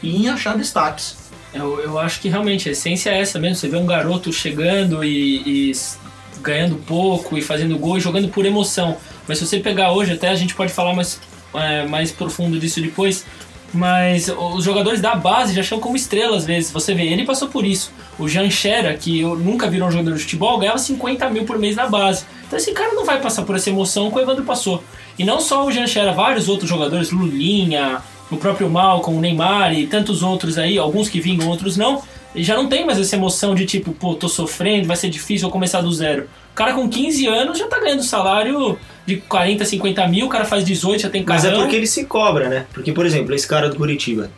D: e em achar destaques.
C: Eu, eu acho que realmente a essência é essa mesmo. Você vê um garoto chegando e, e s- ganhando pouco e fazendo gol e jogando por emoção. Mas se você pegar hoje, até a gente pode falar mais, é, mais profundo disso depois. Mas os jogadores da base já chamam como estrela às vezes. Você vê, ele passou por isso. O Jean Xera, que eu nunca virou um jogador de futebol, ganhava 50 mil por mês na base. Então esse cara não vai passar por essa emoção que o Evandro passou. E não só o Jean Xera, vários outros jogadores, Lulinha, o próprio Malcom, o Neymar e tantos outros aí, alguns que vingam, outros não, já não tem mais essa emoção de tipo, pô, tô sofrendo, vai ser difícil, vou começar do zero. O cara com 15 anos já tá ganhando salário de 40, 50 mil, o cara faz 18, já tem
A: Mas
C: carrão.
A: é porque ele se cobra, né? Porque, por exemplo, esse cara do Curitiba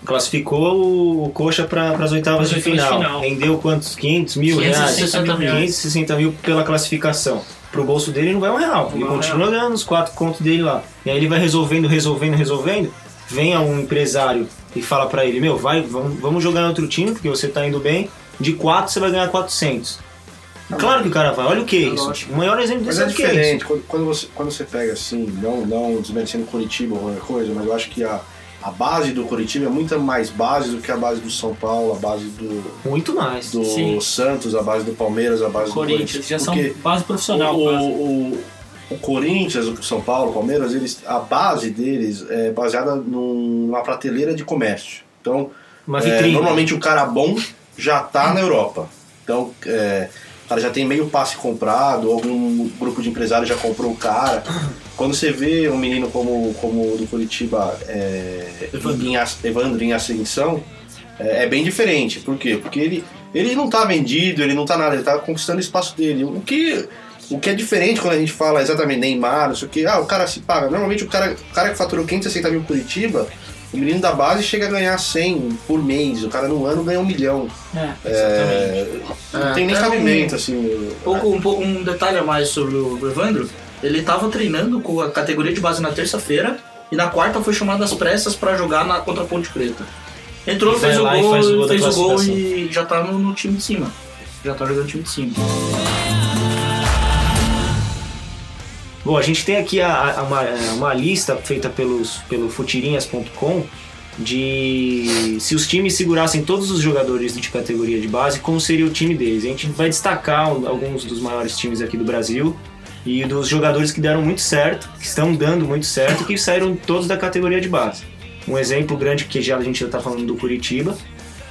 A: classificou o Coxa para as oitavas
C: As
A: de
C: oitavas de
A: final.
C: final.
A: Rendeu quantos? 500 mil
D: 560
A: reais?
D: mil.
A: 560 mil pela classificação. Pro bolso dele não vai um real. Ele
C: vai um
A: continua ganhando os quatro contos dele lá. E aí ele vai resolvendo, resolvendo, resolvendo. Vem um empresário e fala pra ele: Meu, vai, vamos, vamos jogar em outro time, porque você tá indo bem. De 4 você vai ganhar 400. Claro que o cara vai. Olha o que é isso. O maior exemplo
H: Mas
A: disso
H: é
A: é o que é isso.
H: diferente, quando, quando você, quando você pega assim, não, não desmerecendo Curitiba ou qualquer coisa, mas eu acho que a, a base do Curitiba é muito mais base do que a base do São Paulo, a base do,
A: Muito mais.
H: do
C: Sim.
H: Santos, a base do Palmeiras, a base
C: Corinthians, já
H: do Corinthians.
C: são
H: porque
C: base profissional.
H: o,
C: quase.
H: o, o Corinthians, o São Paulo, o Palmeiras, eles, a base deles é baseada num- numa prateleira de comércio. Então,
A: Uma
H: é,
A: vitrine.
H: normalmente o cara bom já tá na Europa. Então, é, o cara já tem meio passe comprado, algum grupo de empresários já comprou o cara. Quando você vê um menino como, como o do Curitiba, é,
D: Evandro.
H: Em, as- Evandro em ascensão, é, é bem diferente. Por quê? Porque ele, Ele não tá vendido, ele não tá nada, ele tá conquistando o espaço dele. O que, o que é diferente quando a gente fala exatamente Neymar, não sei o que, ah, o cara se paga. Normalmente o cara, o cara que faturou 560 mil em Curitiba, o menino da base chega a ganhar 100 por mês, o cara num ano ganha um milhão.
D: É,
H: É, não
D: É,
H: tem nem
D: até
H: cabimento,
D: um-
H: assim.
D: Um pouco, um, pouco- um detalhe a mais sobre o Evandro. Ele tava treinando com a categoria de base na terça-feira e na quarta foi chamado às pressas pra jogar na contra a Ponte Preta. Entrou,
A: E vai
D: fez o,
A: lá e
D: gol,
A: faz o gol da
D: fez o gol
A: classificação.
D: e já tá no, no time de cima. Já tá jogando no time de cima.
A: Bom, a gente tem aqui a- a- uma, uma lista feita pelos, pelo futirinhas.com de se os times segurassem todos os jogadores de categoria de base, como seria o time deles. A gente vai destacar um- alguns dos maiores times aqui do Brasil e dos jogadores que deram muito certo, que estão dando muito certo e que saíram todos da categoria de base. Um exemplo grande que já a gente já está falando do Curitiba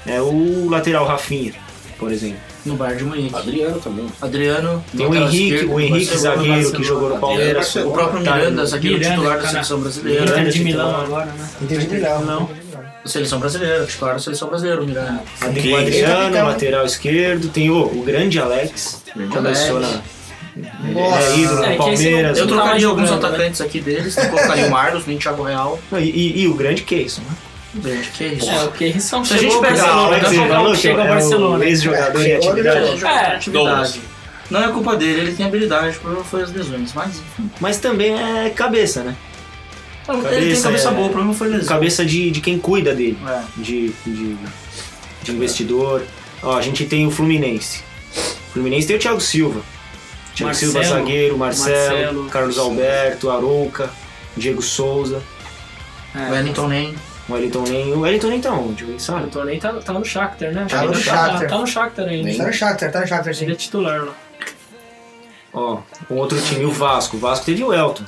A: é o lateral Rafinha, por exemplo.
D: No bar de Munique.
H: Adriano também.
D: Adriano.
A: Tem o
D: lateral
A: Henrique,
D: esquerdo,
A: o Henrique
D: Barcelona,
A: zagueiro que
D: Barcelona.
A: jogou no Palmeiras.
H: Barcelona.
D: O próprio
A: tá no-
D: Miranda, zagueiro
C: Miranda,
D: titular da
C: cara.
D: seleção brasileira.
C: Inter tá de
A: Miranda,
C: Milão
A: titular.
C: agora, né?
B: Inter de Milão.
C: Não.
D: Seleção brasileira, titular da seleção brasileira, o Miranda.
A: Tem o
C: tá
A: Adriano, lateral esquerdo. Tem o, o grande Alex. Começou na. Ele
B: Nossa.
A: é ídolo
C: É,
A: do
C: que esse
A: Palmeiras.
D: Eu
C: Não tá
D: trocaria
C: mais
D: alguns
C: jogando, né?
D: atacantes aqui deles, não colocaria o Marlos, nem o Thiago Real.
A: Não, e, e- e o grande Keyson. Ah, né?
D: Grande, que isso.
C: É, o que são
D: Se a gente pegar
A: O
D: Barcelona,
A: Alex
D: então
A: Ivanov,
C: chega
A: é
C: ao Barcelona.
A: Ex-jogador em atividade.
D: É,
L: Douglas.
D: atividade. Não é culpa dele, ele tem habilidade, o problema foi as lesões, mas enfim.
A: Mas também é cabeça, né?
D: ele tem
A: Cabeça,
D: cabeça
A: é.
D: boa, o problema foi lesão.
A: Cabeça de, de quem cuida dele.
D: É.
A: De, de, de investidor. Ó, a gente tem o Fluminense. O Fluminense tem o Thiago Silva. Thiago
C: Marcelo.
A: Silva, zagueiro, Marcelo,
C: Marcelo.
A: Carlos Alberto, Arouca, Diego Souza,
C: É,
D: O É. Wellington nem.
A: Wellington Nem. O Wellington Nem tá onde? Alguém sabe?
C: tá, O Tornei tá, tá no Shakhtar, né?
B: Tá no
C: Ainda
B: Shakhtar.
C: Tá no Shakhtar ainda.
B: Tá no Shakhtar, tá no Shakhtar,
C: Ele é
B: sim.
C: titular lá.
A: Ó, um outro time, o Vasco. O Vasco teve o Elton,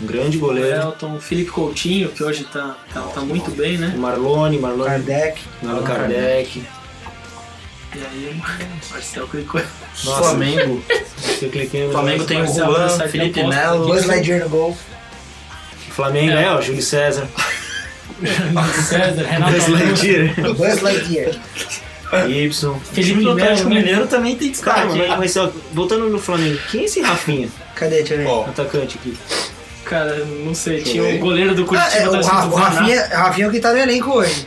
A: um grande
C: O
A: goleiro.
C: Elton, o Felipe Coutinho, que hoje tá, tá, tá muito bem, né?
A: O Marlone, Marlone,
B: Kardec.
A: Marlon Kardec.
C: E aí o Marcelo clicou.
A: Nossa.
D: Flamengo.
A: Eu cliquei no
D: O Flamengo tem o
C: Marcelo,
D: Juan,
C: essa aqui
D: Felipe
C: aposta.
D: Melo.
B: Dois Ladier no gol.
A: Flamengo, é, ó, Júlio César.
C: César, Renato Augusto,
A: Brasileiro.
B: Dois Lightyear.
A: Y.
D: O time
C: Felipe
D: do
C: Melo,
D: Atlético
C: né?
D: Mineiro também tem
A: Cara,
D: destaque. né?
A: mas, mas ó, voltando no Flamengo, quem é esse Rafinha,
B: Cadê? Deixa eu ver.
A: atacante aqui?
C: Cara, não sei,
H: Deixa
C: tinha
H: eu
C: o
H: ver.
C: goleiro do
B: Ah,
C: Curitiba.
B: é,
C: tá
B: o Ra-
C: escrito
B: o Rafinha, Rafinha é o que tá no elenco hoje.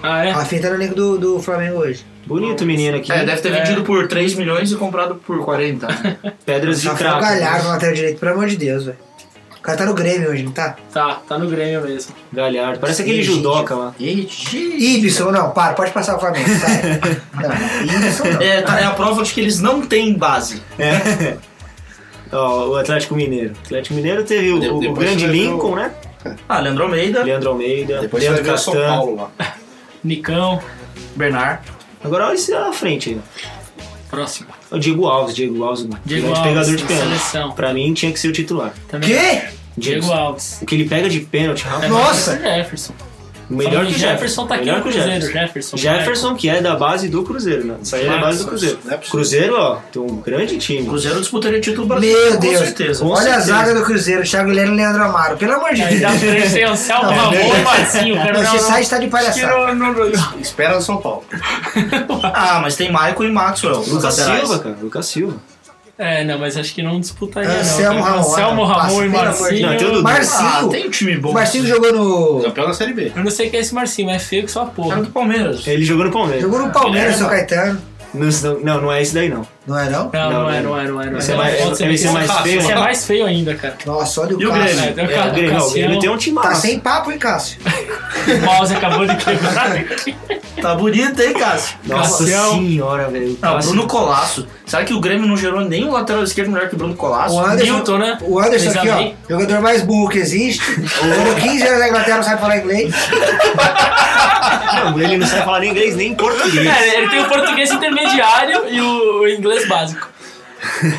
C: Vaná. Ah, é?
B: Rafinha tá no elenco do, do Flamengo hoje.
A: Bonito menino aqui.
D: É, deve ter
C: É.
D: vendido por 3 milhões e comprado por 40. né?
A: Pedras de
B: Rafinha é o
A: craque. né?
B: Galhardo na lateral direito, pelo amor de Deus, velho. O cara tá no Grêmio hoje, não tá?
C: Tá, tá no Grêmio mesmo.
A: Galhardo. Parece aquele
B: Sim,
A: judoca lá.
D: Ih, gente.
B: Ibson, não, para, pode passar o Flamengo, sai. Não, Ibson não.
D: É, tá- é a prova de que eles não têm base.
A: É. Ó, o Atlético Mineiro. O Atlético Mineiro teve o,
H: De-
A: o
H: depois
A: grande
H: vai ver o-
A: Lincoln, né?
D: Ah, Leandro Almeida,
A: Leandro Almeida,
H: Depois você vai
A: Leandro
H: ver o São
A: Castan.
H: Paulo lá.
C: Nicão,
D: Bernard.
A: Agora olha isso à frente aí.
C: próximo.
A: O Diego Alves, Diego Alves, grande
C: Diego Alves,
A: pegador de
C: na
A: pênalti.
C: seleção.
A: Pra mim tinha que ser o titular.
C: Também.
B: Quê?
A: Diego,
C: Diego Alves.
A: O que ele pega de pênalti, rapaz,
B: Nossa!
C: É Jefferson.
A: melhor que o
C: Jefferson tá aqui
A: melhor
C: no
A: que o
C: Cruzeiro.
A: Jefferson.
C: Jefferson. tá né?
A: Jefferson, que é da base do Cruzeiro, né? Isso aí é da base do Cruzeiro.
H: Não é possível.
A: Cruzeiro, ó, tem um grande time.
D: O Cruzeiro disputaria título brasileiro.
B: Meu
D: com
B: Deus.
D: certeza.
A: Com
B: Olha a
A: certeza.
B: zaga do Cruzeiro, Thiago Guilherme e Leandro Amaro. Pelo amor de
C: Aí dá
B: Deus.
C: pra ser o
A: Tá
C: Celso, Ramon, Marcinho, cara.
B: Não,
C: não,
B: Esse
C: não.
B: site tá de palhaçada.
C: Tirou, não, não.
H: Espera no São Paulo.
D: Ah, mas tem Michael e Maxwell.
A: Lucas
D: laterais.
A: Silva, cara, Lucas Silva.
C: É, não, mas acho que não
B: É,
C: disputaria, não.
B: Anselmo
C: Tem
B: Ramon,
C: Anselmo,
B: né?
C: Ramon e
B: Passa, pelo amor de
C: Marcinho.
A: Deus. Não, tem o Dudu.
D: Ah,
B: Marcinho.
D: tem um time bom.
B: O Marcinho jogou no.
H: Campeão da Série B.
C: Eu não sei quem é esse Marcinho, mas é feio que só a
D: Era
C: porra.
D: do Palmeiras.
A: Ele jogou no Palmeiras.
B: Jogou no Palmeiras, seu Caetano.
A: Não, não, não é esse daí, não.
B: Não é não?
C: Não,
A: Não,
C: não é,
A: não.
C: não é, não é. não
A: Esse é
C: Não,
A: mais-
C: pode ser
A: esse é
C: bem-
A: mais
C: Cássio,
A: feio,
C: Esse é
A: mano.
C: mais feio ainda, cara.
B: Nossa, olha
D: E o
B: o Cássio.
D: Grêmio?
A: É,
C: tem
A: o Grêmio, o Grêmio tem um time
B: Tá sem papo, hein, Cássio?
C: O mouse acabou de quebrar aqui.
D: Tá bonito, hein, Cássio?
A: Nossa
C: Cassião.
A: senhora, velho.
D: Não,
A: Cássio-
D: Bruno Colasso. Será que o Grêmio não gerou nem o lateral esquerdo melhor que o Bruno Colasso?
B: O Anderson,
C: Milton, né?
B: o Anderson
C: Fez a
B: aqui,
C: bem.
B: ó. Jogador mais burro que existe. Jogou 15 anos na Inglaterra, não sabe falar inglês.
A: Não, ele não sabe falar nem inglês nem português.
C: É, ele tem o português intermediário e o, o inglês básico.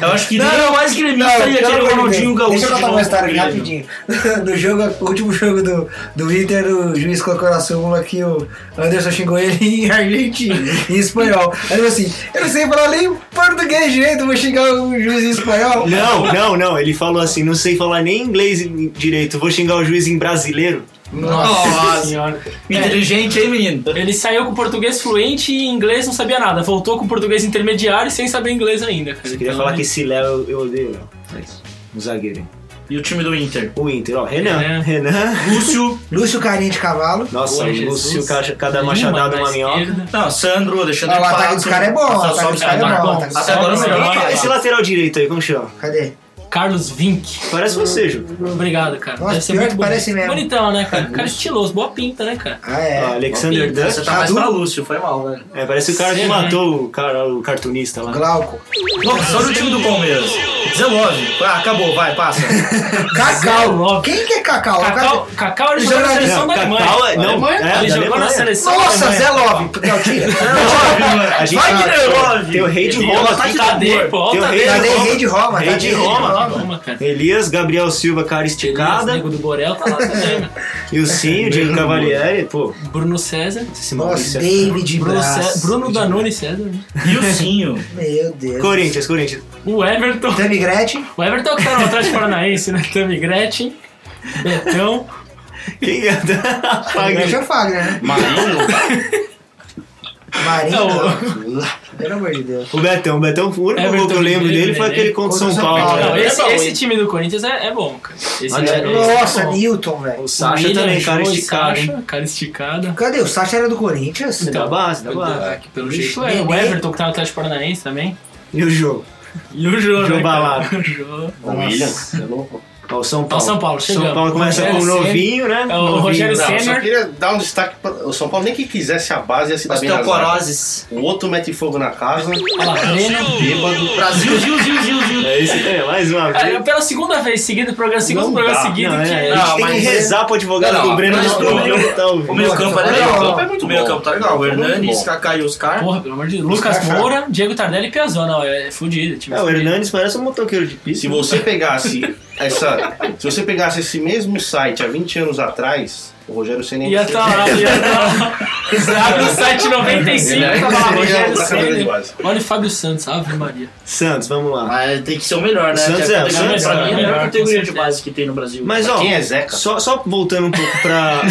D: Eu acho que nem o mais gremista e aquele Ronaldinho Gaúcho.
B: Deixa eu
D: de
B: contar
D: novo
B: uma história aqui
D: pro Grêmio.
B: rapidinho. No jogo, no último jogo do, do Inter, o juiz colocou na súmula que o Anderson xingou ele em argentino, em espanhol. Aí ele falou assim, eu não sei falar nem português direito, vou xingar o juiz em espanhol.
A: Não, não, não. Ele falou assim: não sei falar nem inglês direito, vou xingar o juiz em brasileiro.
C: Nossa senhora.
I: Inteligente, hein, menino?
C: Ele saiu com português fluente e inglês não sabia nada. Voltou com português intermediário sem saber inglês ainda, cara.
A: Eu queria
C: Então,
A: falar que esse Léo eu, eu odeio, Léo. É isso. Um zagueiro.
I: E o time do Inter?
A: O Inter, ó. Renan.
C: É.
A: Renan.
I: Lúcio.
B: Lúcio Carinha de Cavalo.
A: Nossa,
C: Boa,
A: o Lúcio,
C: Jesus.
A: cada, cada
C: Lima
A: machadada é
C: na
A: uma minhoca.
C: esquerda.
I: Não, Sandro, Alexandre
B: Ah, o ataque
I: Pato.
B: dos caras é bom, o
I: Só-
B: ataque
I: só-
B: dos caras é
I: ataque
B: bom,
I: bom.
B: o ataque dos
I: Até
B: caras
I: agora
C: é
I: não
C: bom.
I: melhor.
A: Esse lateral direito aí, como chama?
B: Cadê?
C: Carlos Vink.
A: Parece você, Ju.
C: Obrigado, cara.
B: Nossa,
C: Deve ser
B: pior
C: muito
B: que
C: bonito.
B: parece mesmo.
C: Bonitão, né, cara? Cara estiloso, boa pinta, né, cara?
B: Ah,
A: Ó,
B: é.
A: Alexander Dunn.
I: Você tá mais pra Lúcio, foi mal, velho.
A: É, parece o cara que
C: Será?
A: matou o, cara, o cartunista lá.
B: Glauco.
I: Não, só no time do Palmeiras. 19. Ah, acabou, vai, passa.
B: Cacau. Quem que é Cacau?
C: Cacau, Cacau ele
B: Ele
C: jogou na
B: joga-
C: seleção da Alemanha.
A: Cacau é- não, é,
C: Alemanha? ele
A: da
C: jogou na
A: Alemanha.
C: seleção da
B: Nossa,
C: Alemanha.
B: Zé Love. Não, tira.
A: A gente
I: Wagner Love.
A: Tem o rei de
C: é um
A: Roma
C: tá
A: aqui.
C: Tadei, pô,
A: Tem o rei
B: Cadê
A: de Roma.
B: Rei de Roma?
A: Rei de
B: Cadê
A: Roma.
C: Toma, cara.
A: Elias, Gabriel Silva, cara esticada.
C: Beleza, Nego do Borel tá lá também, né?
A: E o Sim, o Diego Cavalieri. Pô,
C: Bruno César.
A: esse
B: Nossa,
A: Maurício é...
B: David
C: Bruno, Cé-
B: Braz.
C: Bruno Danone César. né?
I: E o Sinho.
B: Meu Deus.
A: Corinthians, Corinthians.
C: O Everton.
B: Tammy Gretchen.
C: O Everton que tá no Atlético Paranaense, né? Tami Gretchen. Betão.
A: Quem é?
B: Gretchen
A: Fagner.
B: é o Fagner, né?
C: Não,
B: Marinho. Pelo amor de Deus.
A: O Betão, o Betão, o único
C: Everton
A: gol que eu lembro
C: Ribeiro,
A: dele foi
C: Nenê.
A: aquele contra o São
B: Contra o São
A: Paulo.
B: Paulo.
C: não,
A: né?
C: esse, esse time do Corinthians é, é bom, cara. Esse
A: Olha,
C: time, esse
B: Nossa,
C: é bom.
B: Newton, velho.
A: O Sacha
C: Willian,
A: também, cara
C: Joe e
A: esticado. hein?
C: Sacha, cara esticada.
B: Cadê? O Sacha era do Corinthians?
C: Então,
A: Da base, da base.
C: Que pelo
B: Vixe,
C: jeito é. O
B: Nenê.
C: Everton que tá no Atlético Paranaense também.
A: E o jogo?
C: E o
A: Jô
C: Jô, né, cara?
A: Balada.
C: O Jô.
H: O Williams, é louco.
A: Ó, o São
C: Ó,
A: Paulo.
C: São Paulo, chegamos.
A: São Paulo começa com o
C: Rogério
A: novinho, né?
C: É o
A: Novinho.
C: Rogério
H: Não, só
C: Senna.
H: queria dar um destaque pra... O São Paulo nem que quisesse a base ia se dar Tá bem na zaga.
I: Osteoporoses.
H: O outro mete fogo na casa.
C: Olha lá, Breno.
H: Bêbado.
I: Brasil, Gil, Gil, Gil, Gil.
A: É isso aí, mais uma vez.
C: Cara, pela segunda vez seguida, programa, segundo
A: Não
C: programa
A: dá,
C: seguido.
A: não,
C: que...
A: é, a
I: Não,
A: gente tem que
I: mas-
A: rezar pro advogado
I: Não,
A: do Breno
I: mas
A: não
I: não,
A: problema tá
I: O
A: ouvindo.
I: meio campo é
B: Não,
I: legal.
B: não,
I: O meio campo é muito bom. O meio campo tá legal. O
H: Muito
I: Hernanes,
H: bom.
I: Kaká e Oscar.
C: Porra, pelo amor de Deus. Lucas
B: Oscar.
C: Moura, Diego Tardelli e Piazona. É fudido. Time
A: É, o
C: fudido.
A: Hernandes parece um motoqueiro de pista.
H: Se você pegasse essa. Se você pegasse esse mesmo site há 20 anos atrás, o Rogério Senna
C: Ia estar lá, ia estar lá. Abre o site 95, tava
H: Ele
C: tá lá,
H: é
C: Rogério
H: da cadeira de
C: Senna.
H: base.
C: Olha o Fábio Santos, ave Maria.
A: Santos, vamos lá.
I: Mas tem que ser o melhor, né?
A: Santos
I: Que
A: é,
I: a categoria-
A: Santos
I: pra
C: é
I: mim, é a
C: melhor,
I: melhor
C: com
I: categoria de
C: certeza.
I: base que tem no Brasil.
A: Mas ó,
H: Quem é Zeca?
A: Só, só voltando um pouco pra.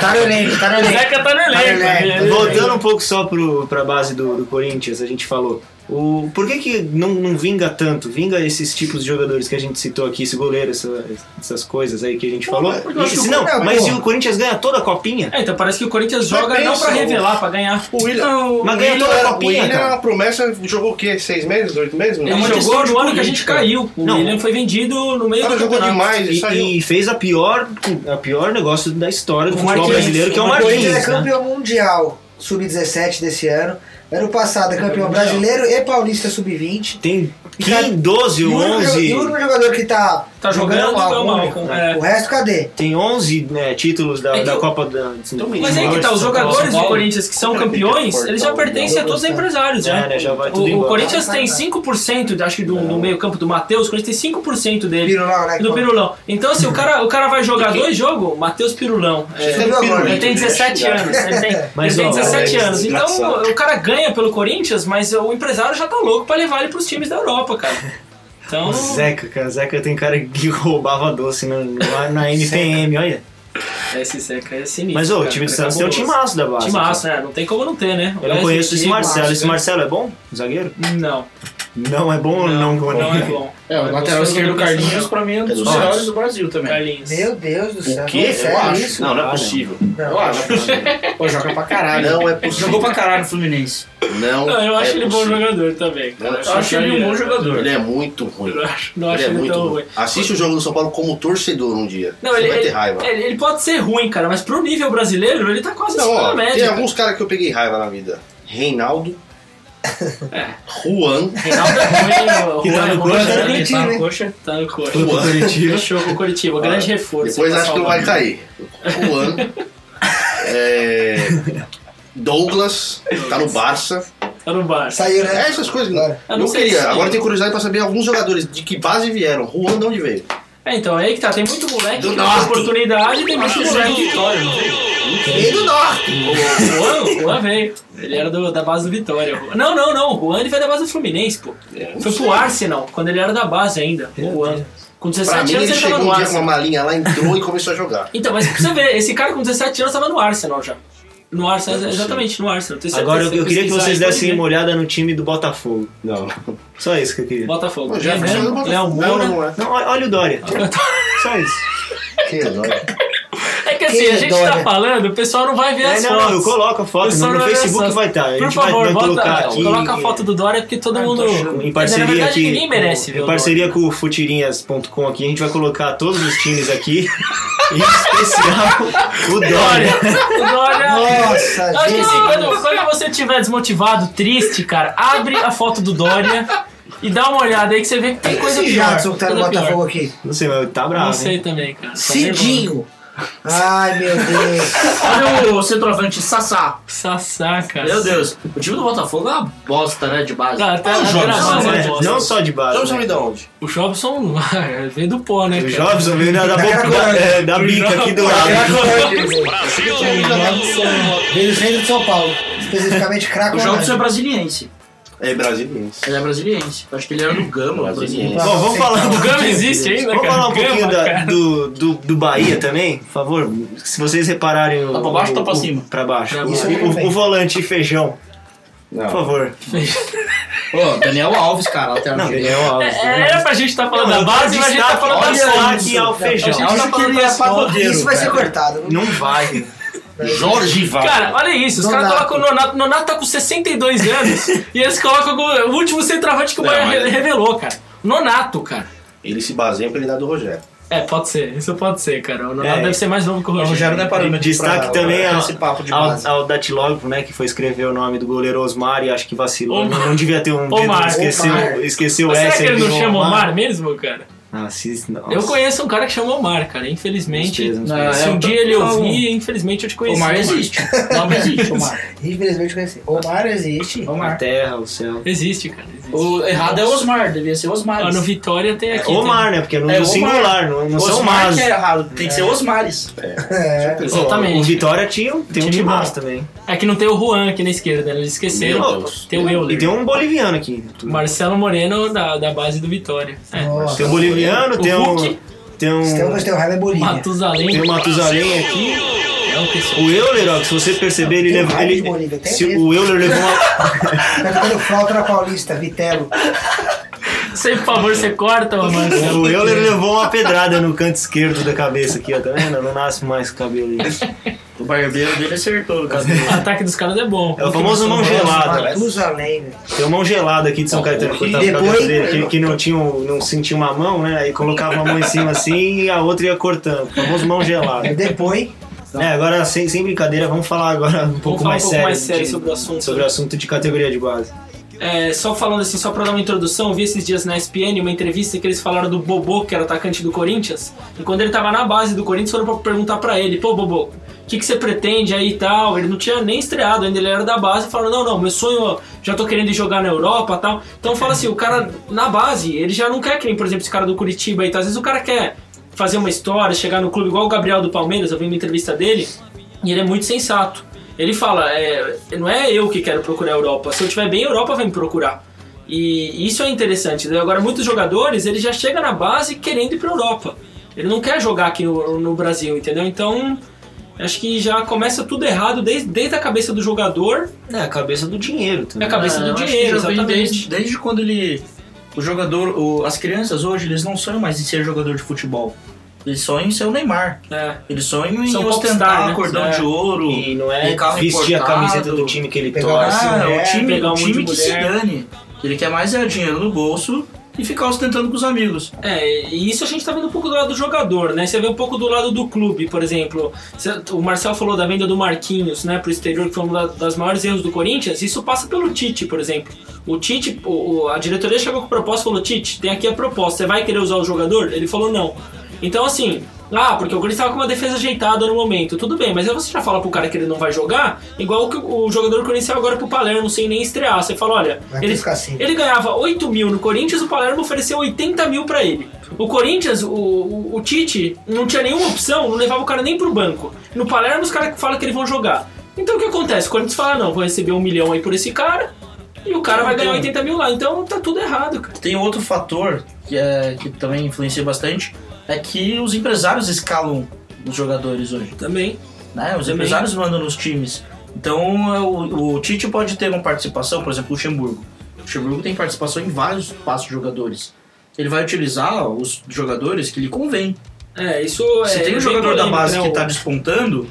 B: Tá no elenco, tá no
C: O
B: elenco.
C: Zeca tá no elenco.
B: Tá no
C: né?
A: voltando um pouco só pro, pra base do, do Corinthians, a gente falou. O, por que, que não, não vinga tanto? Vinga esses tipos de jogadores que a gente citou aqui, esse goleiro, essa- essas coisas aí que a gente falou.
B: porque eu acho
A: E
B: que
A: se
B: o
A: não,
B: Corinthians-
A: mas
B: pô.
A: e o Corinthians ganha toda a copinha?
C: É, então parece que o Corinthians joga
H: Mas
C: não pra
H: pensa,
C: revelar, pra ganhar.
H: O William.
I: Não,
A: Mas
H: o
A: ganha
H: William
A: toda a
H: era-
A: copinha,
H: O William
A: cara.
H: era uma promessa, jogou o quê? Seis meses, oito meses?
C: Ele
H: Não,
C: jogou no ano que a gente
I: política.
C: caiu. O
A: Não.
C: William foi vendido no meio
H: Ela
C: do
H: jogou
C: campeonato.
B: É,
H: demais,
A: E,
H: isso aí.
A: e fez a pior, a pior negócio da história do
C: O
A: futebol
C: Marquinhos.
A: brasileiro, que é o
C: O
B: O Corinthians é
A: Marquinhos. né?
B: campeão mundial sub-17 desse ano. Ano passado é campeão brasileiro e paulista sub-20.
A: Tem
B: cara,
A: 15, 12,
B: E o único jo-
A: 11.
B: e o único jogador que tá,
C: Tá jogando, é o Malcom,
B: único.
C: é.
B: O resto cadê?
A: Tem 11 né, títulos da,
C: É que
A: da
C: eu-
A: Copa da.
C: Mas aí que tá,
A: São
C: os
A: Paulo.
C: jogadores do
A: São Paulo.
C: Corinthians que são campeões, eles já pertencem a todos os empresários,
A: É,
C: né?
A: né, já vai
C: O,
A: tudo
C: o
A: embora.
C: Corinthians tem 5%, acho que do, do meio campo do Matheus, o Corinthians tem 5% dele.
B: Pirulão, né?
C: Do Pirulão. Então, assim, o cara, o cara vai jogar dois jogos, Matheus Pirulão. É,
B: Você viu agora?
C: ele tem 17 anos. Ele tem,
A: Mas,
C: ele tem
A: ó,
C: 17
H: é
C: anos. Então,
H: desgraçado.
C: o, o cara ganha pelo Corinthians, mas o empresário já tá louco pra levar ele pros times da Europa, cara. Então,
A: O Zeca, cara. Zeca tem cara que roubava doce na, na, na NPM, olha.
C: esse Zeca é sinistro.
A: Mas ô, o
C: cara,
A: time do
C: cara, é
A: Santos tem um
C: cabuloso.
A: timaço da base.
C: Timaço, né? Não tem como não ter, né?
A: Eu não
C: Wesley,
A: conheço esse
C: Diego,
A: Marcelo. Esse
C: Márcio,
A: Marcelo é bom? Zagueiro?
C: Não.
A: Não é bom ou não?
C: não, não é bom.
D: É, o
C: Eu
D: lateral
C: gosto
D: esquerdo
C: do
D: Carlinhos,
C: Marcelo.
D: pra mim, é um dos
H: Nossa.
D: melhores do Brasil também.
C: Carlinhos.
B: Meu Deus do céu.
H: O quê? Eu
B: Sério
H: acho.
B: isso?
H: Não, não é
A: Cara.
H: possível.
B: Não.
H: Eu acho.
D: Pô, joga pra caralho.
H: Não é possível.
D: Jogou pra caralho no Fluminense.
H: Não.
C: Não, Ah, eu
H: é
C: acho ele bom
H: possível.
C: jogador também. cara.
H: Eu
D: Eu acho ele um bom jogador.
H: Ele é muito ruim.
C: Eu acho- não
H: Ele
C: acho
H: é
C: ele
H: muito
C: tão
H: ruim.
C: ruim.
H: Assiste o jogo do São Paulo como torcedor um dia.
C: Não,
H: Você
C: ele, é-
H: vai ter
C: ele,
H: raiva.
C: ele- ele pode ser ruim, cara, mas pro nível brasileiro ele tá quase
H: Não,
C: acima da
H: ó, tem
C: média.
H: alguns caras que é eu peguei raiva na vida. Reinaldo. Juan.
C: Reinaldo é ruim, o
A: Que tá
C: Juan é
A: no
C: ruim,
A: Coxa,
C: né?
B: né?
C: Ele tá no
B: Time.
C: coxa. Tá no coxa.
A: Foi pro Curitiba.
C: Fechou com o Curitiba, grande reforço. tá
H: Depois
C: pra
H: acho que não
C: salvar.
H: vai cair. Juan. é, Douglas. Tá no Barça.
C: Tá no bar.
B: Saiu,
H: É
B: né?
H: essas coisas.
B: Agora.
C: Eu
H: Eu,
C: não sei
H: queria.
C: se-
H: Agora tem curiosidade pra saber alguns jogadores de que base vieram. Juan de onde veio?
C: É, então, é aí que tá. Tem muito moleque
H: Do
C: que tem
H: norte.
C: oportunidade e tem muito moleque do Vitória. não tem? é
H: Veio do norte.
C: O Juan, o Juan veio. Ele era do- da base do Vitória. Não,
H: É,
C: não, não. O Juan ele veio da base do Fluminense, pô. Foi pro Arsenal, quando ele era da base ainda. O Juan. Com
H: Pra
C: 17
H: mim,
C: anos
H: ele
C: ele tava
H: chegou
C: no
H: um dia com
C: Arsenal.
H: uma malinha lá, entrou e começou a jogar.
C: Então, mas pra você ver, esse cara com 17 anos tava no Arsenal já. No Arsenal,
H: Não é
C: exatamente, no Arsenal. Tenho certeza
A: Agora eu,
C: que
A: eu
C: você tá
A: queria que
C: pesquisar
A: vocês
C: aí, pode
A: dessem
C: ver.
A: uma olhada no time do Botafogo.
H: Não.
A: Só isso que eu queria.
C: Botafogo.
H: Pô, já
C: Léo
B: é
H: foi
C: Moura,
H: do Botafogo.
C: Léo
H: Não,
C: Moura.
H: não é.
A: Não, olha olha o Dória.
C: Ah.
A: Só isso.
H: Que dói.
C: É que assim,
B: Quem
C: a
B: é
C: gente
B: Dória?
C: tá falando, o pessoal não vai ver
A: É,
C: as
A: não,
C: fotos.
A: não, eu coloco a
C: O
A: foto.
C: pessoal
A: No, no
C: não ver as
A: Facebook
C: fotos.
A: vai estar. A
C: Por
A: gente vai,
C: favor,
A: vai
C: bota,
A: colocar aqui.
C: coloca a foto do Dória, porque todo mundo...
A: Em
C: Mas, na
A: parceria
C: verdade,
A: aqui.
C: ninguém merece ver
A: Em
C: o
A: parceria com o futirinhas.com aqui, a gente vai colocar todos os times aqui. em especial o Dória.
C: O Dória...
B: Nossa,
C: Eu acho que
B: gente.
C: assim, quando, quando você estiver desmotivado, triste, cara, abre a foto do Dória e dá uma olhada aí que você vê que tem coisa
B: Esse
C: pior.
B: Jadson que tá no
C: coisa pior.
B: Botafogo aqui.
A: Não sei, mas tá bravo.
C: Não
A: hein?
C: sei também, cara. Tá nervoso.
I: Cidinho.
B: Ai, meu Deus.
D: Olha o centroavante Sassá.
C: Sassá, cara.
D: Meu Deus, o time do Botafogo é uma bosta, né? De base.
C: Cara, até
H: Ah,
C: a
H: o Jobson,
C: gravação
A: É,
C: é bosta.
A: não só de base. né?
H: Vamos saber de onde?
C: O Jobson vem do pó, né?
A: O
C: cara?
A: Jobson veio da, da, boca- da- é, da bica aqui do lado.
B: Veio do centro de São Paulo. Especificamente craco.
D: O Jobson é
B: Orlando.
D: brasiliense.
H: É brasiliense.
D: Ele é brasiliense. Eu acho que ele era do Gama, brasiliense.
A: Bom, vamos falar
C: O
A: do
C: Gama existe ainda,
A: Vamos
C: cara.
A: falar um
C: Gama,
A: pouquinho da-
C: cara.
A: do, do, do Bahia também, por favor. Se vocês repararem o.
D: Tá pra baixo ou tá pra
A: o-
D: cima?
A: Pra baixo.
C: Pra
A: O-
B: baixo.
A: o- o volante feijão, por
H: Não.
A: favor.
D: Ô, Daniel Alves, cara, lateral
A: Não,
D: direito.
A: Daniel Alves.
C: É, Era pra gente estar falando
A: Não,
C: da base,
A: eu
C: mas
A: quero
C: a gente tá
A: destaque-
C: falando da
A: olha
C: sorte.
A: isso, ao feijão.
C: A gente tá
D: Acho que
C: falando
D: ele
C: da
D: é
C: sorte.
D: pagodeiro.
B: Isso vai ser cortado. não-
A: Não vai.
D: Jorge Val.
C: Cara, olha isso, os caras
B: Nonato.
C: colocam o Nonato. Nonato tá com 62 anos e eles colocam o último centroavante que o
H: Não,
C: Bahia
H: mas-
A: é.
C: re- revelou, cara. Nonato, cara.
H: Ele se baseia pela idade do Rogério.
C: É, pode ser, isso pode ser, cara. O Nonato
A: É.
C: deve ser mais novo que o
D: O
C: Rogério.
D: Rogério não é parâmetro.
A: Destaque
D: pra-
A: também
D: pra
A: ao,
D: esse papo de
A: ao,
D: base.
A: ao datilógrafo, né, que foi escrever o nome do goleiro Osmar e acho que vacilou. Não, não devia ter um
C: Omar.
A: esqueceu,
B: Omar.
A: esqueceu
C: Mas
A: S.
C: será que ele
A: aí
C: não
A: virou
C: chama Omar mesmo, cara?
A: Ah, se, nossa.
C: Eu conheço um cara que chama Omar, cara, infelizmente.
A: Tristeza,
D: Não,
C: Se um
D: é, eu tô-
C: dia ele
D: não.
C: ouvir, infelizmente eu te conheci.
D: Omar existe. O nome existe, Omar.
B: Infelizmente conheci. Omar existe.
A: A
D: Omar.
A: terra, o céu.
C: Existe, cara. Existe.
D: O errado é Osmar, devia ser Osmar.
C: Ah, no Vitória tem aqui.
A: Omar, né? Porque não
D: É,
A: no
D: Omar.
A: singular, não, não são
D: Osmar
A: mais.
D: que é errado, tem que ser Osmares.
B: É.
C: tem-
A: O
C: Exatamente.
A: Vitória tinha, um- tem um
C: Time
A: time
C: bom.
A: também.
C: É que não tem o Juan aqui na esquerda, né? Eles esqueceram.
A: Meu Deus.
C: Tem o
A: E
C: Euler.
A: tem um boliviano aqui.
C: Marcelo Moreno da, da base do Vitória. É.
B: Nossa.
A: Tem um boliviano,
C: O
A: tem um.
C: Hulk.
A: Tem
B: Então
A: um.
B: você tem o Heller Bolívia.
C: Matusalém.
A: Tem o Matusalém aqui.
C: É o pessoal.
A: O Euler, ó, que se você perceber, ele
B: Tem
A: levou.
B: raiva de
A: ele-
B: Bolívia, tem
A: se
B: mesmo.
A: o Euler levou uma.
B: Mas quando falta na Paulista, Vitelo.
C: Você, por favor, você corta, ô, Marcelo.
A: O Euler levou uma pedrada no canto esquerdo da cabeça aqui, ó, tá vendo? Não nasce mais cabelo. É
D: O barbeiro dele acertou no cabelo.
C: O ataque dos caras é bom.
A: É o famoso mão gelada.
B: Matusalém, velho.
A: Tem uma mão gelada aqui de São Caetano, cortava o
B: Depois-
A: cabelo dele, que, que não, tinha, um- não sentia uma mão, né? Aí colocava uma mão em cima assim e a outra ia cortando. O famoso mão gelada.
B: É Depois,
A: É, agora, sem, sem brincadeira, vamos falar agora um pouco
C: falar um
A: mais
C: pouco
A: sério.
C: mais sério
A: de-
C: sobre o assunto.
A: Sobre o assunto de categoria de base.
C: É, só falando assim, só pra dar uma introdução, eu vi esses dias na ESPN uma entrevista que eles falaram do Bobô, que era atacante do Corinthians. E quando ele tava na base do Corinthians, foram pra perguntar pra ele: pô, Bobô, o que, que você pretende aí e tal? Ele não tinha nem estreado ainda, ele era da base. Falaram: não, não, meu sonho, ó, já tô querendo ir jogar na Europa e tal. Então fala assim: o cara na base, ele já não quer que nem, por exemplo, esse cara do Curitiba aí, tá? às vezes o cara quer fazer uma história, chegar no clube, igual o Gabriel do Palmeiras, eu vi uma entrevista dele, e ele é muito sensato. Ele fala, é, não é eu que quero procurar a Europa, se eu estiver bem, a Europa vai me procurar. E isso é interessante. né? Agora, muitos jogadores, ele já chega na base querendo ir para Europa. Ele não quer jogar aqui no, no Brasil, entendeu? Então, acho que já começa tudo errado desde, desde a cabeça do jogador
A: É, a cabeça do dinheiro
C: e
A: também.
C: a cabeça
D: É, eu
C: do
D: acho que
C: dinheiro,
D: já vem
C: exatamente.
D: Desde, desde quando ele. O jogador. o- as crianças hoje, eles não sonham mais em ser jogador de futebol. Eles sonham em ser o Neymar.
C: É.
D: Eles sonham em
C: São
D: ostentar
C: popstar, né?
D: cordão
C: É.
D: de ouro.
A: E não é
D: e carro
A: vestir a
D: importado.
A: camiseta do time que ele
B: Pegar
D: Ah,
A: torce.
B: Assim,
D: é,
B: é,
D: o time,
C: pegar um
D: o time
C: monte
D: que
C: de
D: se
C: mulher.
D: dane. Ele quer mais é dinheiro no bolso e ficar ostentando com os amigos.
C: É, e isso a gente tá vendo um pouco do lado do jogador, né? Você vê um pouco do lado do clube, por exemplo. Cê- O Marcel falou da venda do Marquinhos, né, pro exterior, que foi um da- das maiores erros do Corinthians. Isso passa pelo Tite, por exemplo. O Tite, o- o- a diretoria chegou com proposta e falou: Tite, tem aqui a proposta, você vai querer usar o jogador? Ele falou: não. Então, assim, ah, porque o Corinthians tava com uma defesa ajeitada no momento. Tudo bem, mas aí você já fala pro cara que ele não vai jogar, igual que o o jogador corintiano agora pro Palermo, sem nem estrear. Você fala: olha,
B: Vai ter
C: ele,
B: que ficar assim.
C: ele ganhava 8 mil no Corinthians, o Palermo ofereceu 80 mil pra ele. O Corinthians, o, o, o Tite, não tinha nenhuma opção, não levava o cara nem pro banco. No Palermo, os caras falam que eles vão jogar. Então o que acontece? O Corinthians fala, não, vou receber um milhão aí por esse cara, e o cara vai ganhar 80 mil lá. Então tá tudo errado, cara.
D: Tem outro fator que, é, que também influencia bastante, é que os empresários escalam os jogadores hoje.
C: Também.
D: Né? Os
C: Também.
D: empresários mandam nos times. Então é, o, o Tite pode ter uma participação, por exemplo, o Luxemburgo. O Luxemburgo tem participação em vários passos de jogadores. Ele vai utilizar os jogadores que lhe convém.
C: É, isso é.
D: Se tem um
C: bem
D: jogador da
C: polêmico,
D: base
C: né,
D: que
C: o-
D: está despontando,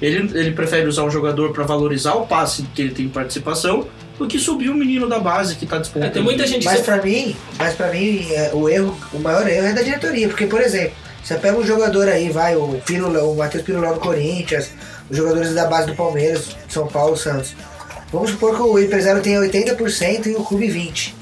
D: ele, ele prefere usar um jogador para valorizar o passe que ele tem participação do que subir o menino da base que está despontando.
C: É, tem muita gente que
B: Mas
C: sempre-
B: pra mim, mas para mim é, o erro, o maior erro é da diretoria, porque por exemplo, você pega um jogador aí, vai o Pirula, o Matheus Pirula do Corinthians, os jogadores da base do Palmeiras, São Paulo, Santos. Vamos supor que o empresário tenha 80% e o clube 20.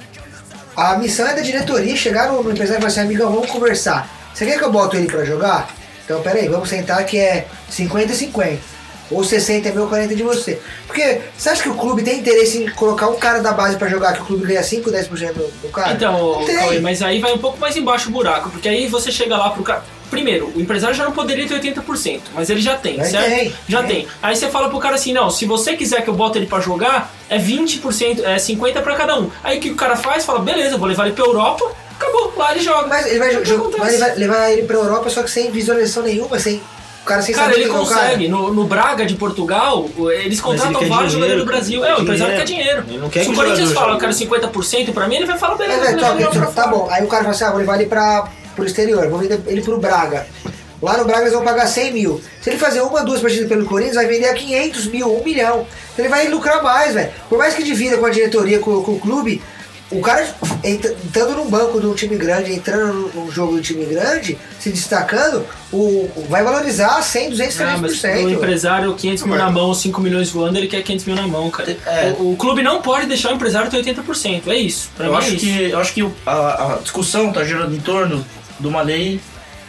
B: A missão é da diretoria chegar no, no empresário e falar assim, amigão, vamos conversar. Você quer que eu boto ele pra jogar? Então pera aí, vamos sentar que é 50 e 50. Ou 60 é meu, 40 é de você. Porque você acha que o clube tem interesse em colocar um cara da base pra jogar que o clube ganha 5, 10% do, do cara?
C: Então,
B: Não tem.
C: Cauê, mas aí vai um pouco mais embaixo o buraco, porque aí você chega lá pro cara. Primeiro, o empresário já não poderia ter 80%, mas ele já tem,
B: Mas
C: certo?
B: tem,
C: já
B: tem.
C: tem. Aí você fala pro cara assim: não, se você quiser que eu bote ele pra jogar, é 20%, é 50% pra cada um. Aí o que o cara faz? Fala: beleza, eu vou levar ele pra Europa, acabou, lá ele joga.
B: Mas ele vai,
C: Não
B: jo- jo-
C: acontece.
B: mas ele vai levar ele pra Europa só que sem visualização nenhuma, sem. O cara sem
C: Cara,
B: saber
C: ele
B: quem é o
C: consegue. No, no Braga de Portugal, eles contratam
A: quer
C: vários
A: dinheiro,
C: jogadores do Brasil.
A: cara.
C: É, o empresário quer
A: Dinheiro.
C: dinheiro.
A: Ele não quer
C: Se
A: que
C: o
A: o
C: Corinthians
A: jogador
C: fala, eu
A: jogue.
C: quero 50% pra mim, ele vai falar,
B: É,
C: beleza,
B: velho,
C: eu vou
B: top,
C: levar pra
B: tipo, tá bom. Aí o cara fala assim: ah, vou levar ele pra, pro exterior, vou vender ele pro Braga. Lá no Braga eles vão pagar 100 mil. Se ele fazer uma, duas partidas pelo Corinthians, vai vender a 500 mil, 1 milhão. Então ele vai lucrar mais, velho. Por mais que divida com a diretoria, com, com o clube, o cara entra- entrando num banco de um time grande, entrando num jogo de um time grande, se destacando, o, vai valorizar 100, 200, 300%.
C: Ah, mas o empresário, 500 mil na mão, 5 milhões voando, ele quer 500 mil na mão, cara.
D: É.
C: O, o clube não pode deixar o empresário ter 80%. É isso. Pra
D: Eu
C: mim é
D: acho,
C: isso.
D: que, eu acho que o- a, a discussão está girando em torno de uma lei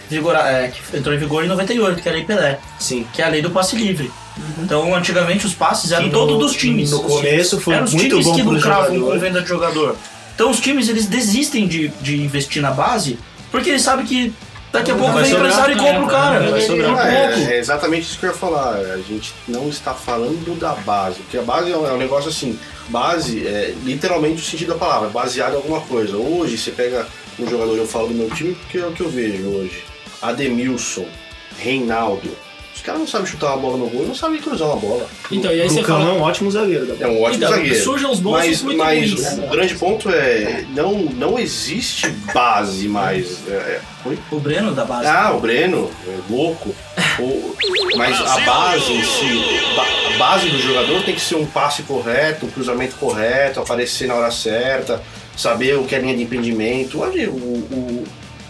D: vigora- é, que entrou em vigor em 98, que é a Lei Pelé,
A: Sim.
D: que é a lei do passe livre.
C: Uhum.
D: Então, antigamente, os passes eram
A: Que no-
D: todos dos times.
A: no
D: Os
A: começo foi
D: eram os
A: muito
D: times
A: bom
D: que
A: pro
D: lucravam
A: jogador.
D: com venda de jogador. Então, os times eles desistem de, de investir na base porque eles sabem que daqui a pouco
A: vai
D: vem o
A: sobrar, né?
D: empresário e compra o cara.
A: Vai sobrar.
D: Por
H: Ah, é,
D: um pouco.
H: é exatamente isso que eu ia falar. A gente não está falando da base, porque a base é um, é um negócio assim. Base é literalmente o sentido da palavra, baseado em alguma coisa. Hoje você pega um jogador, eu falo do meu time, porque é o que eu vejo hoje. Ademilson, Reinaldo. Os caras não sabem chutar uma bola no gol, não sabem cruzar uma bola.
C: Então, e aí você
A: Lucão
C: fala.
A: é um ótimo zagueiro da
H: É um ótimo
C: Então,
H: zagueiro.
C: surgem os bons
H: mas,
C: e muito
H: mas
C: ruins.
H: o grande ponto é não não existe base mais. É, é, oi?
D: O Breno da base.
H: Ah, o Breno, é louco. O- mas a base em si, ba- a base do jogador tem que ser um passe correto, um cruzamento correto, aparecer na hora certa, saber o que é linha de impedimento. Olha, o, o,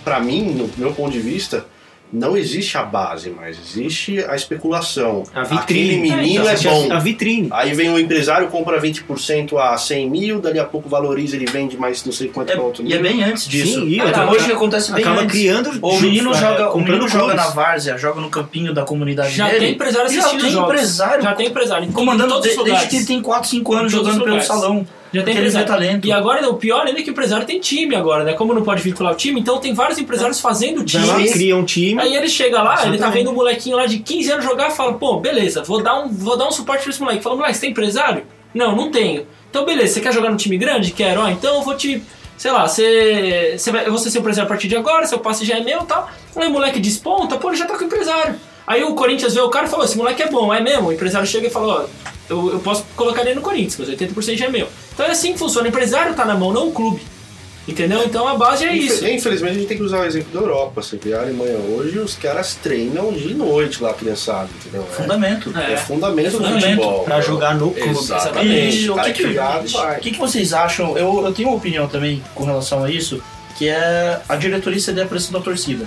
H: pra mim, no meu ponto de vista, não existe a base, mas existe a especulação.
A: A
H: Aquele
A: vitrine.
H: menino é,
A: Existe
H: bom.
A: A vitrine.
H: Aí vem o empresário, compra 20% a 100 mil, dali a pouco valoriza, ele vende mais não sei quanto
D: É-
H: pra outro
D: e é
H: nível.
D: bem antes disso.
A: Sim, e
D: Até
A: acaba-
D: hoje que acontece bem
A: acaba
D: antes.
A: criando
D: O
A: juntos,
D: menino
C: né?
A: é,
D: joga, o
A: comprando
D: menino joga
A: clubes.
D: na várzea, joga no campinho da comunidade
C: Já
D: dele.
C: tem empresário
D: já
C: assistindo
D: tem
C: os jogos.
D: empresário
C: Já tem empresário. em
D: comandando
C: todos
D: de,
C: os
D: desde
C: lugares.
D: que ele tem 4, 5 anos
C: Em todos
D: jogando
C: os
D: pelo
C: lugares.
D: salão.
C: Já tem
D: porque ele vê
C: empresário.
D: talento.
C: E agora, né, o pior ainda é que o empresário tem time agora, né? Como não pode vincular o time, então tem vários empresários fazendo
A: Vai lá,
C: times.
A: cria um time.
C: Aí ele chega lá, ele tá
D: Exatamente.
C: vendo um molequinho lá de 15 anos jogar e fala, pô, beleza, vou dar um, vou dar um suporte pra esse moleque. Fala, moleque, você tem empresário? Não, não tenho. Então beleza, você quer jogar no time grande? Quero, ó, então eu vou te. Sei lá, você. você vai, eu vou ser seu empresário a partir de agora, seu passe já é meu e tal. Aí o moleque desponta, pô, ele já tá com o empresário. Aí o Corinthians vê o cara e fala, esse moleque é bom, é mesmo. O empresário chega e fala, ó, eu, eu posso colocar ele no Corinthians, mas 80% já é meu. Então é assim que funciona, o empresário tá na mão, não o clube. Entendeu? Então a base é isso.
H: Infel- Infelizmente a gente tem que usar o exemplo da Europa. Você vê a Alemanha hoje, os caras treinam de noite lá, criançada, entendeu?
D: Fundamento.
H: É, é fundamento do
D: Fundamento
H: futebol.
A: pra jogar no clube.
H: Exatamente.
D: E o
H: Cara
D: que, que,
H: criado, vai.
D: o que que vocês acham? Eu, eu tenho uma opinião também com relação a isso, que é a diretoria ceder a pressão da torcida.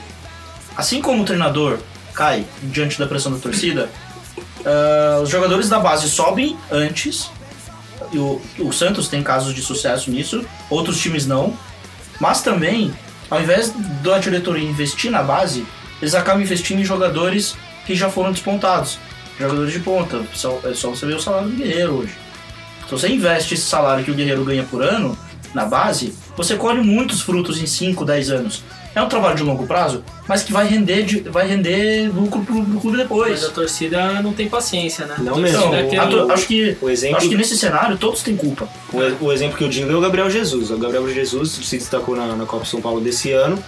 D: Assim como o treinador cai diante da pressão da torcida, ah, os jogadores da base sobem antes. e O, o Santos tem casos de sucesso nisso, outros times não. Mas também, ao invés da diretoria investir na base, eles acabam investindo em jogadores que já foram despontados. Jogadores de ponta. Só, é só você ver o salário do Guerreiro hoje. Se você investe esse salário que o Guerreiro ganha por ano na base, você colhe muitos frutos em 5, 10 anos. É um trabalho de longo prazo, mas que vai render, de- vai render lucro pro, pro clube depois.
C: Mas a torcida não tem paciência, né?
A: Não
C: a torcida
A: mesmo.
C: quer-
D: A tor- acho que
A: O exemplo-
D: acho que nesse cenário todos têm culpa.
A: O, e- o exemplo que eu digo é o Gabriel Jesus. O Gabriel Jesus se destacou na, na Copa São Paulo desse ano,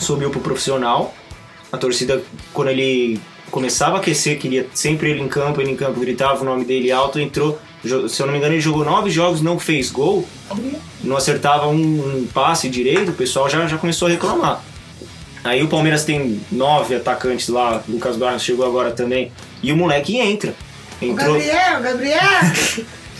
A: subiu pro profissional. A torcida, quando ele começava a aquecer, queria sempre ele em campo, ele em campo, gritava o nome dele alto, entrou. Jo- Se eu não me engano, ele jogou nove jogos, não fez gol, não acertava um, um passe direito, o pessoal já, já começou a reclamar. Aí o Palmeiras tem nove atacantes lá, o Lucas Barros chegou agora também, e o moleque entra. Entrou,
B: Gabriel, Gabriel!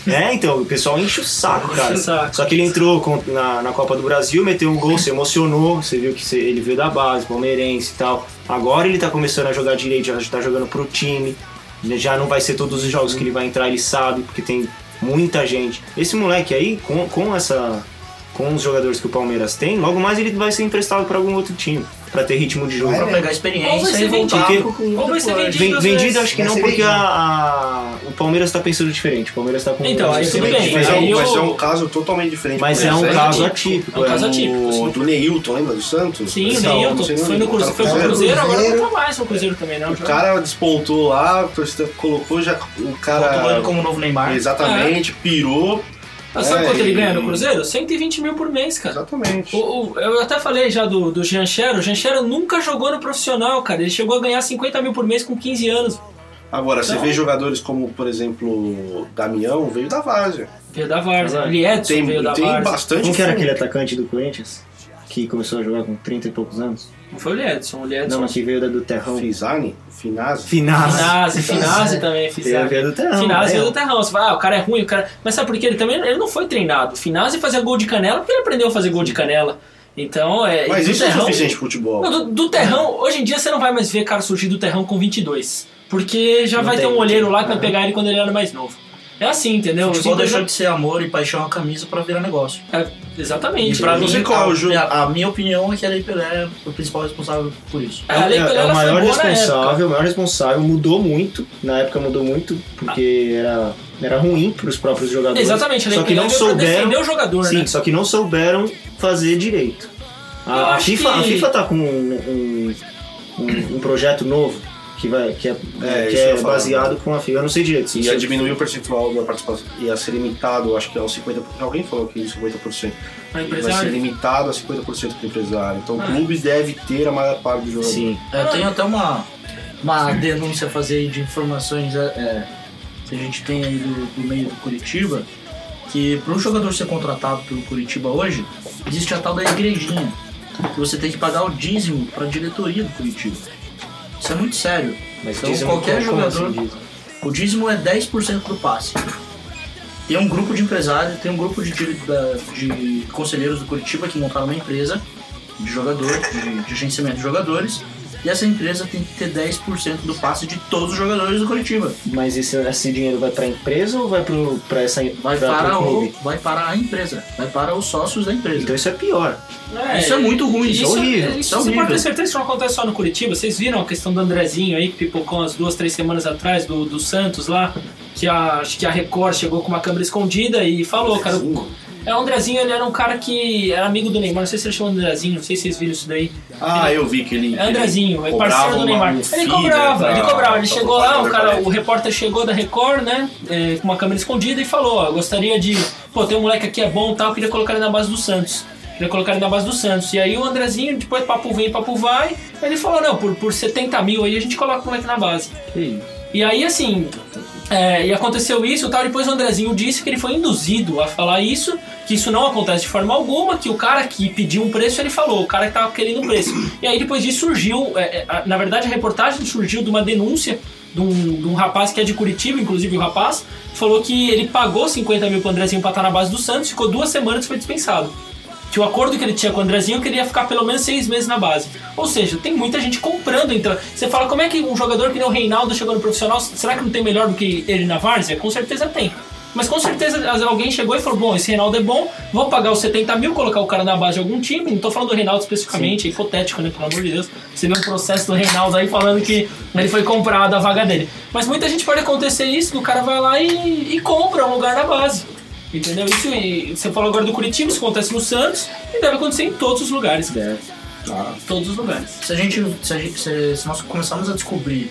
A: é, então, o pessoal enche o saco, cara.
C: o saco.
A: Só que ele entrou com- na, na Copa do Brasil, meteu um gol, se emocionou, você viu que se- ele veio da base, palmeirense e tal. Agora ele tá começando a jogar direito, já tá jogando pro time. Já não vai ser todos os jogos que ele vai entrar, ele sabe, porque tem muita gente. Esse moleque aí, com, com essa. Com os jogadores que o Palmeiras tem, logo mais ele vai ser emprestado pra algum outro time, pra ter ritmo de jogo.
B: Vai
H: é,
D: Pra pegar
C: Ou vai
D: experiência
C: ser
D: e voltar
A: vendido.
D: pro clube
C: Ou vai ser
D: depois.
A: Ven-
C: Vendido, às vezes.
A: vendido acho que
B: Vai
A: não,
B: ser
A: porque
B: vendido.
A: a- a- o Palmeiras tá pensando diferente. O Palmeiras tá com
C: Então, aí tudo bem,
A: Mas
H: Mas,
A: é
H: é
A: um-
C: aí
H: um,
C: eu-
H: mas é um caso totalmente diferente.
A: Mas
H: pro
A: é um
H: Brasil.
A: caso atípico.
C: É um caso atípico,
H: O
C: sim.
H: do Neilton, lembra do Santos?
C: Sim,
H: Não,
C: o Neilton.
H: não sei
C: Foi
H: onde.
C: no Cruzeiro, foi
H: O
C: pro
H: cara-
C: Cruzeiro, agora não
B: Cruzeiro.
C: tá mais no Cruzeiro também, não.
H: O cara despontou lá, a torcida colocou já o
D: Botou ele
H: cara.
D: como novo Neymar.
C: é.
H: Exatamente, pirou.
C: Mas Sabe
H: É,
C: quanto ele
H: e-
C: ganha no Cruzeiro? 120 mil por mês, cara.
H: Exatamente.
C: O- o- eu até falei já do, do Jean Chero. O Jean Chero nunca jogou no profissional, cara. Ele chegou a ganhar 50 mil por mês com 15 anos.
H: Agora, você
C: Então-
H: vê jogadores como, por exemplo, Damião, veio da Várzea.
C: Veio da Varsa. Ele Edson
H: Tem,
C: veio da
H: tem
C: Varsa.
H: bastante.
A: Quem que era
H: filme.
A: aquele atacante do Corinthians? Que começou a jogar com 30 e poucos anos?
C: Não foi o Edson. O Edson.
A: Não, mas que veio da do Terrão.
H: Fizani? Finazzi?
A: Finazzi.
C: Finazzi, Finazzi também,
A: Ele
C: Finazzi.
A: veio do Terrão.
C: Finazzi
A: né?
C: veio do Terrão. Você fala, ah, o cara é ruim, o cara. Mas sabe por quê? Ele também ele não foi treinado. Finazzi fazia gol de canela porque ele aprendeu a fazer gol de canela. Então, é.
H: Mas
C: e do
H: isso é
C: Terrão-
H: suficiente pro futebol.
C: Não, do, do terrão, hoje em dia você não vai mais ver cara surgir do terrão com 22. Porque já vai ter um olheiro lá que
A: Uhum.
C: vai pegar ele quando ele era mais novo. É assim, entendeu?
D: O futebol
C: Sim,
D: deixou de ser amor e paixão à camisa pra virar negócio.
C: é,
D: E
C: Exatamente.
D: pra
H: não
D: mim,
H: sei qual é o
D: a-
H: jogo.
D: a, a minha opinião é que a Lei Pelé é o principal responsável por isso.
C: A Lei Pelé
A: É, é
C: ela
A: o
C: foi
A: maior
C: boa na época.
A: responsável, o maior responsável mudou muito. Na época mudou muito, porque era, era ruim pros próprios jogadores.
C: Exatamente, a Lei
A: só que
C: Pelé
A: não
C: veio pra
A: souberam.
C: defender o jogador,
A: Sim,
C: né?
A: só que não souberam fazer direito.
C: Eu
A: A, a
C: acho
A: FIFA,
C: que-
A: a FIFA tá com um, um, um- um projeto novo que, vai, que é,
H: É,
A: que
H: isso
A: é
H: eu ia falar.
A: baseado com a FIFA. Eu não sei direito se isso
H: Ia
A: é
H: diminuir o percentual da participação. Ia ser limitado, acho que é aos 50%. Alguém falou que é 50%.
C: Pra
H: Vai ser
C: empresário. Ah.
H: limitado a 50% do empresário. Então o clube deve ter a maior parte do jogador.
A: Sim.
D: É, Eu tenho até uma, uma denúncia a fazer aí de informações é, é, que a gente tem aí do, do meio do Curitiba, que para um jogador ser contratado pelo Curitiba hoje, existe a tal da igrejinha, que você tem que pagar o dízimo para a diretoria do Curitiba. Isso é muito sério.
A: Mas
D: Então,
A: dizem
D: qualquer
A: como assim
D: jogador-
A: dizem?
D: O dízimo é 10% do passe. Tem um grupo de empresários, tem um grupo de, dire- da- de conselheiros do Curitiba que montaram uma empresa de jogador, de, de agenciamento de jogadores, e essa empresa tem que ter 10% do passe de todos os jogadores do Curitiba.
A: Mas esse, esse dinheiro vai pra empresa ou vai pro, pra essa
D: Vai
A: pra,
D: para,
A: pro
D: o,
A: clube?
D: vai para a empresa, vai para os sócios da empresa.
A: Então isso é pior.
D: Isso é muito ruim, isso é horrível,
C: Isso,
D: isso é
C: você pode
D: horrível.
C: ter certeza que não acontece só no Curitiba. Vocês viram a questão do Andrezinho aí, que pipocou umas duas, três semanas atrás, do, do Santos lá, que a, acho que a Record chegou com uma câmera escondida e falou, cara. o- É, o Andrezinho ele era um cara que era amigo do Neymar, não sei se ele chama Andrezinho, não sei se vocês viram isso daí.
H: Ah, eu vi que ele.
C: É Andrezinho, é
H: cobrava
C: parceiro do
H: uma-
C: Neymar.
H: um
C: Ele
H: fee,
C: cobrava,
H: né,
C: ele
H: pra-
C: cobrava. Ele
H: pra
C: chegou lá, o,
H: propaganda
C: cara,
H: pra
C: o repórter chegou da Record, né? é, com uma câmera escondida e falou: ó, gostaria de. Pô, tem um moleque aqui é bom e tal, queria colocar ele na base do Santos. Queria colocar ele na base do Santos. E aí o Andrezinho, depois papo vem, papo vai. Ele falou: não, por, por 70 mil aí a gente coloca o moleque na base. E aí, assim, é, e aconteceu isso e tal. Depois o Andrezinho disse que ele foi induzido a falar isso, que isso não acontece de forma alguma, que o cara que pediu um preço, ele falou, o cara que tava querendo um preço. E aí depois disso surgiu, é, é, a- na verdade a reportagem surgiu de uma denúncia de um, de um rapaz que é de Curitiba, inclusive o rapaz, falou que ele pagou 50 mil pro Andrezinho pra estar na base do Santos, ficou duas semanas e foi dispensado. Que o acordo que ele tinha com o Andrezinho queria ficar pelo menos seis meses na base. Ou seja, tem muita gente comprando. Então, você fala, como é que um jogador que nem o Reinaldo chegou no profissional, será que não tem melhor do que ele na Várzea? Com certeza tem. Mas com certeza as- alguém chegou e falou: bom, esse Reinaldo é bom, vou pagar os 70 mil, colocar o cara na base de algum time. Não tô falando do Reinaldo especificamente, é hipotético, né? Pelo amor de Deus. Você vê um processo do Reinaldo aí falando que ele foi comprado a vaga dele. Mas muita gente pode acontecer isso, que o cara vai lá e, e compra um lugar na base.
D: É.
C: Entendeu? Isso e você falou agora do Curitiba, isso acontece no Santos e deve acontecer em todos os lugares.
A: Deve.
I: Claro.
C: Todos os lugares.
D: Se a gente. Se, a gente- se- se nós começarmos a descobrir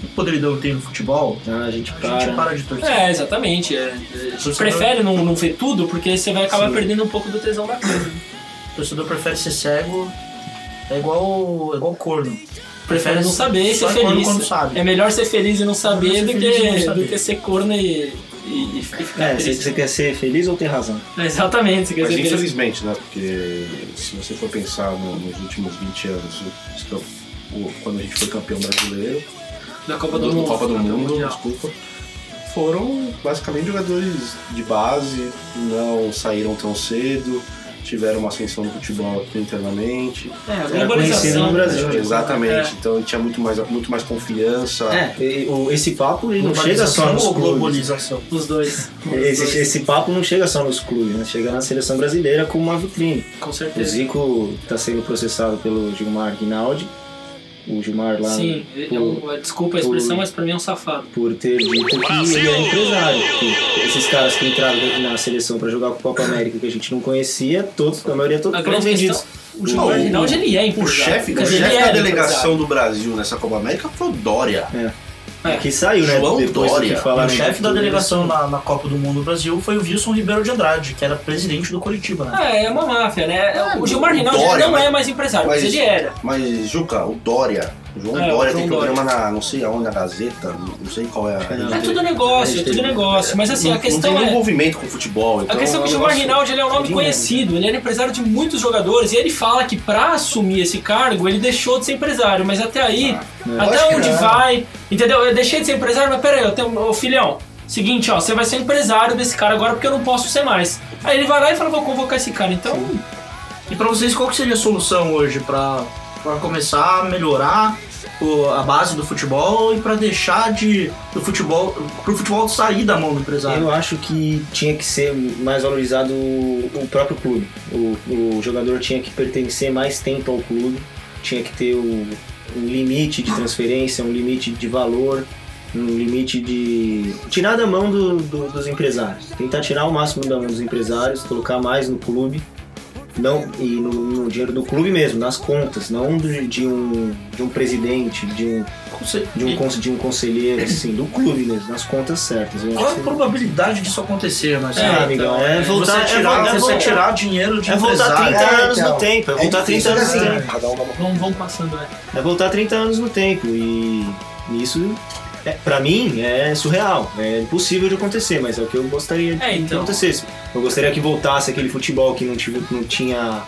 D: que podridão tem no futebol,
A: Ah, a gente
D: a
A: para.
D: gente para de torcer.
C: É, exatamente. É. A gente prefere não, não ver tudo, porque aí você vai acabar perdendo um pouco do tesão da coisa.
D: O torcedor prefere ser cego. É igual, é igual corno.
C: Prefere não saber e
D: só
C: ser
D: é corno
C: feliz.
D: quando sabe.
C: É melhor ser feliz e não saber,
D: ser
C: do,
D: feliz e não
C: que,
D: saber.
C: do que ser corno e, e, e ficar
A: É, você,
C: triste.
A: você quer ser feliz ou ter razão?
C: Exatamente, você quer
H: Mas
C: ser feliz.
H: infelizmente, né? Porque se você for pensar no- nos últimos 20 anos, o- isso que eu- o- quando a gente foi campeão brasileiro,
C: Da Copa do
H: do,
C: Mundo. É,
H: Copa do Mundo, É
C: Mundial.
H: desculpa,
C: Foram.
H: basicamente jogadores de base, não saíram tão cedo, tiveram uma ascensão no futebol aqui internamente. Né,
C: É, a
A: Era conhecido
C: globalização. né?
A: no Brasil.
C: É.
H: Exatamente, então tinha muito mais, muito mais confiança.
A: É, e- o- esse papo ele não chega só nos
D: Globalização ou
A: clubes.
D: globalização?
C: É, Os dois.
A: Esse, esse papo não chega só nos clubes, né? Chega na seleção brasileira como uma vitrine.
C: Com
A: O
C: certeza.
A: Zico está sendo processado pelo Gilmar Rinaldi, o Gilmar lá,
C: Sim, eu- eu- desculpa a expressão, mas pra mim é um safado.
A: por ter dito que ele é empresário. que esses caras que entraram na seleção para jogar com Copa América que a gente não conhecia, todos, a maioria todos
C: A
A: foram
C: grande
A: vendidos.
C: O Gilmar
H: o-
C: Rinaldi, ele é
H: O
C: empresário.
H: chefe,
C: Quer
H: o
C: dizer, ele
H: chefe da
C: era
H: delegação
C: empresário.
H: do Brasil nessa Copa América foi o Dória.
C: É.
A: Que saiu, né?
H: João
A: Depois do que
H: Dória,
A: falaram
D: o chefe
A: de
D: da
A: tudo. né?
D: delegação na, na Copa do Mundo do Brasil foi o Wilson Ribeiro de Andrade, que era presidente do Curitiba, né?
C: Ah, é uma máfia, né? o Gilmar Rinaldi
H: Dória,
C: não
H: mas-
C: é mais empresário, mas,
H: mas-
C: ele era.
H: Mas, Juca, o Dória, o João
C: É, o
H: Dória
C: João
H: tem
C: Dória.
H: programa na, não sei aonde, na Gazeta, não não sei qual é a...
C: É tudo negócio, é tudo negócio. Mas assim, a questão
H: não tem
C: é.
H: envolvimento com futebol.
C: A
H: Então
C: questão é que o Gilmar Rinaldi ele é um nome conhecido, ele era empresário de muitos jogadores, e ele fala que pra assumir esse cargo ele deixou de ser empresário, mas até aí,
B: Lógico
C: até
B: que
C: onde
B: não.
C: vai, entendeu? Eu deixei de ser empresário, mas peraí, eu tenho, ô filhão, seguinte, ó, você vai ser empresário desse cara agora porque eu não posso ser mais. Aí ele vai lá e fala, vou convocar esse cara, então.
D: E pra vocês, qual que seria a solução hoje pra pra começar a melhorar o- a base do futebol e pra deixar de do futebol pro futebol sair da mão do empresário?
A: Eu acho que tinha que ser mais valorizado o o próprio clube. O, o jogador tinha que pertencer mais tempo ao clube, tinha que ter o- um limite de transferência, um limite de valor, um limite de. tirar da mão do- do- dos empresários. Tentar tirar o máximo da mão dos empresários, colocar mais no clube. Não, e no, no dinheiro do clube mesmo, nas contas, não do- de, um, de um presidente, de um,
D: Conce-
A: de, um,
D: e
A: conse- de um conselheiro, assim, do clube mesmo, nas contas certas. Eu
D: Qual
A: acho
D: a
A: que-
D: probabilidade disso acontecer, mas
A: É, amigão, é voltar-
D: você tirar,
A: é voltar-
D: você
A: é
D: tirar dinheiro de
A: É voltar
D: empresário.
A: 30
B: É,
A: anos
B: então.
A: no tempo. É
B: É
A: voltar 30
B: difícil,
A: anos né?
B: mas
A: no
B: assim,
A: tempo.
H: Cada um dá uma...
C: Vamos, vamos passando, né?
A: É voltar 30 anos no tempo. E isso, é, pra mim, é surreal. É impossível de acontecer, mas é o que eu gostaria de
C: É,
A: que
C: então.
A: acontecesse. Eu gostaria que voltasse aquele futebol que não, tive, não tinha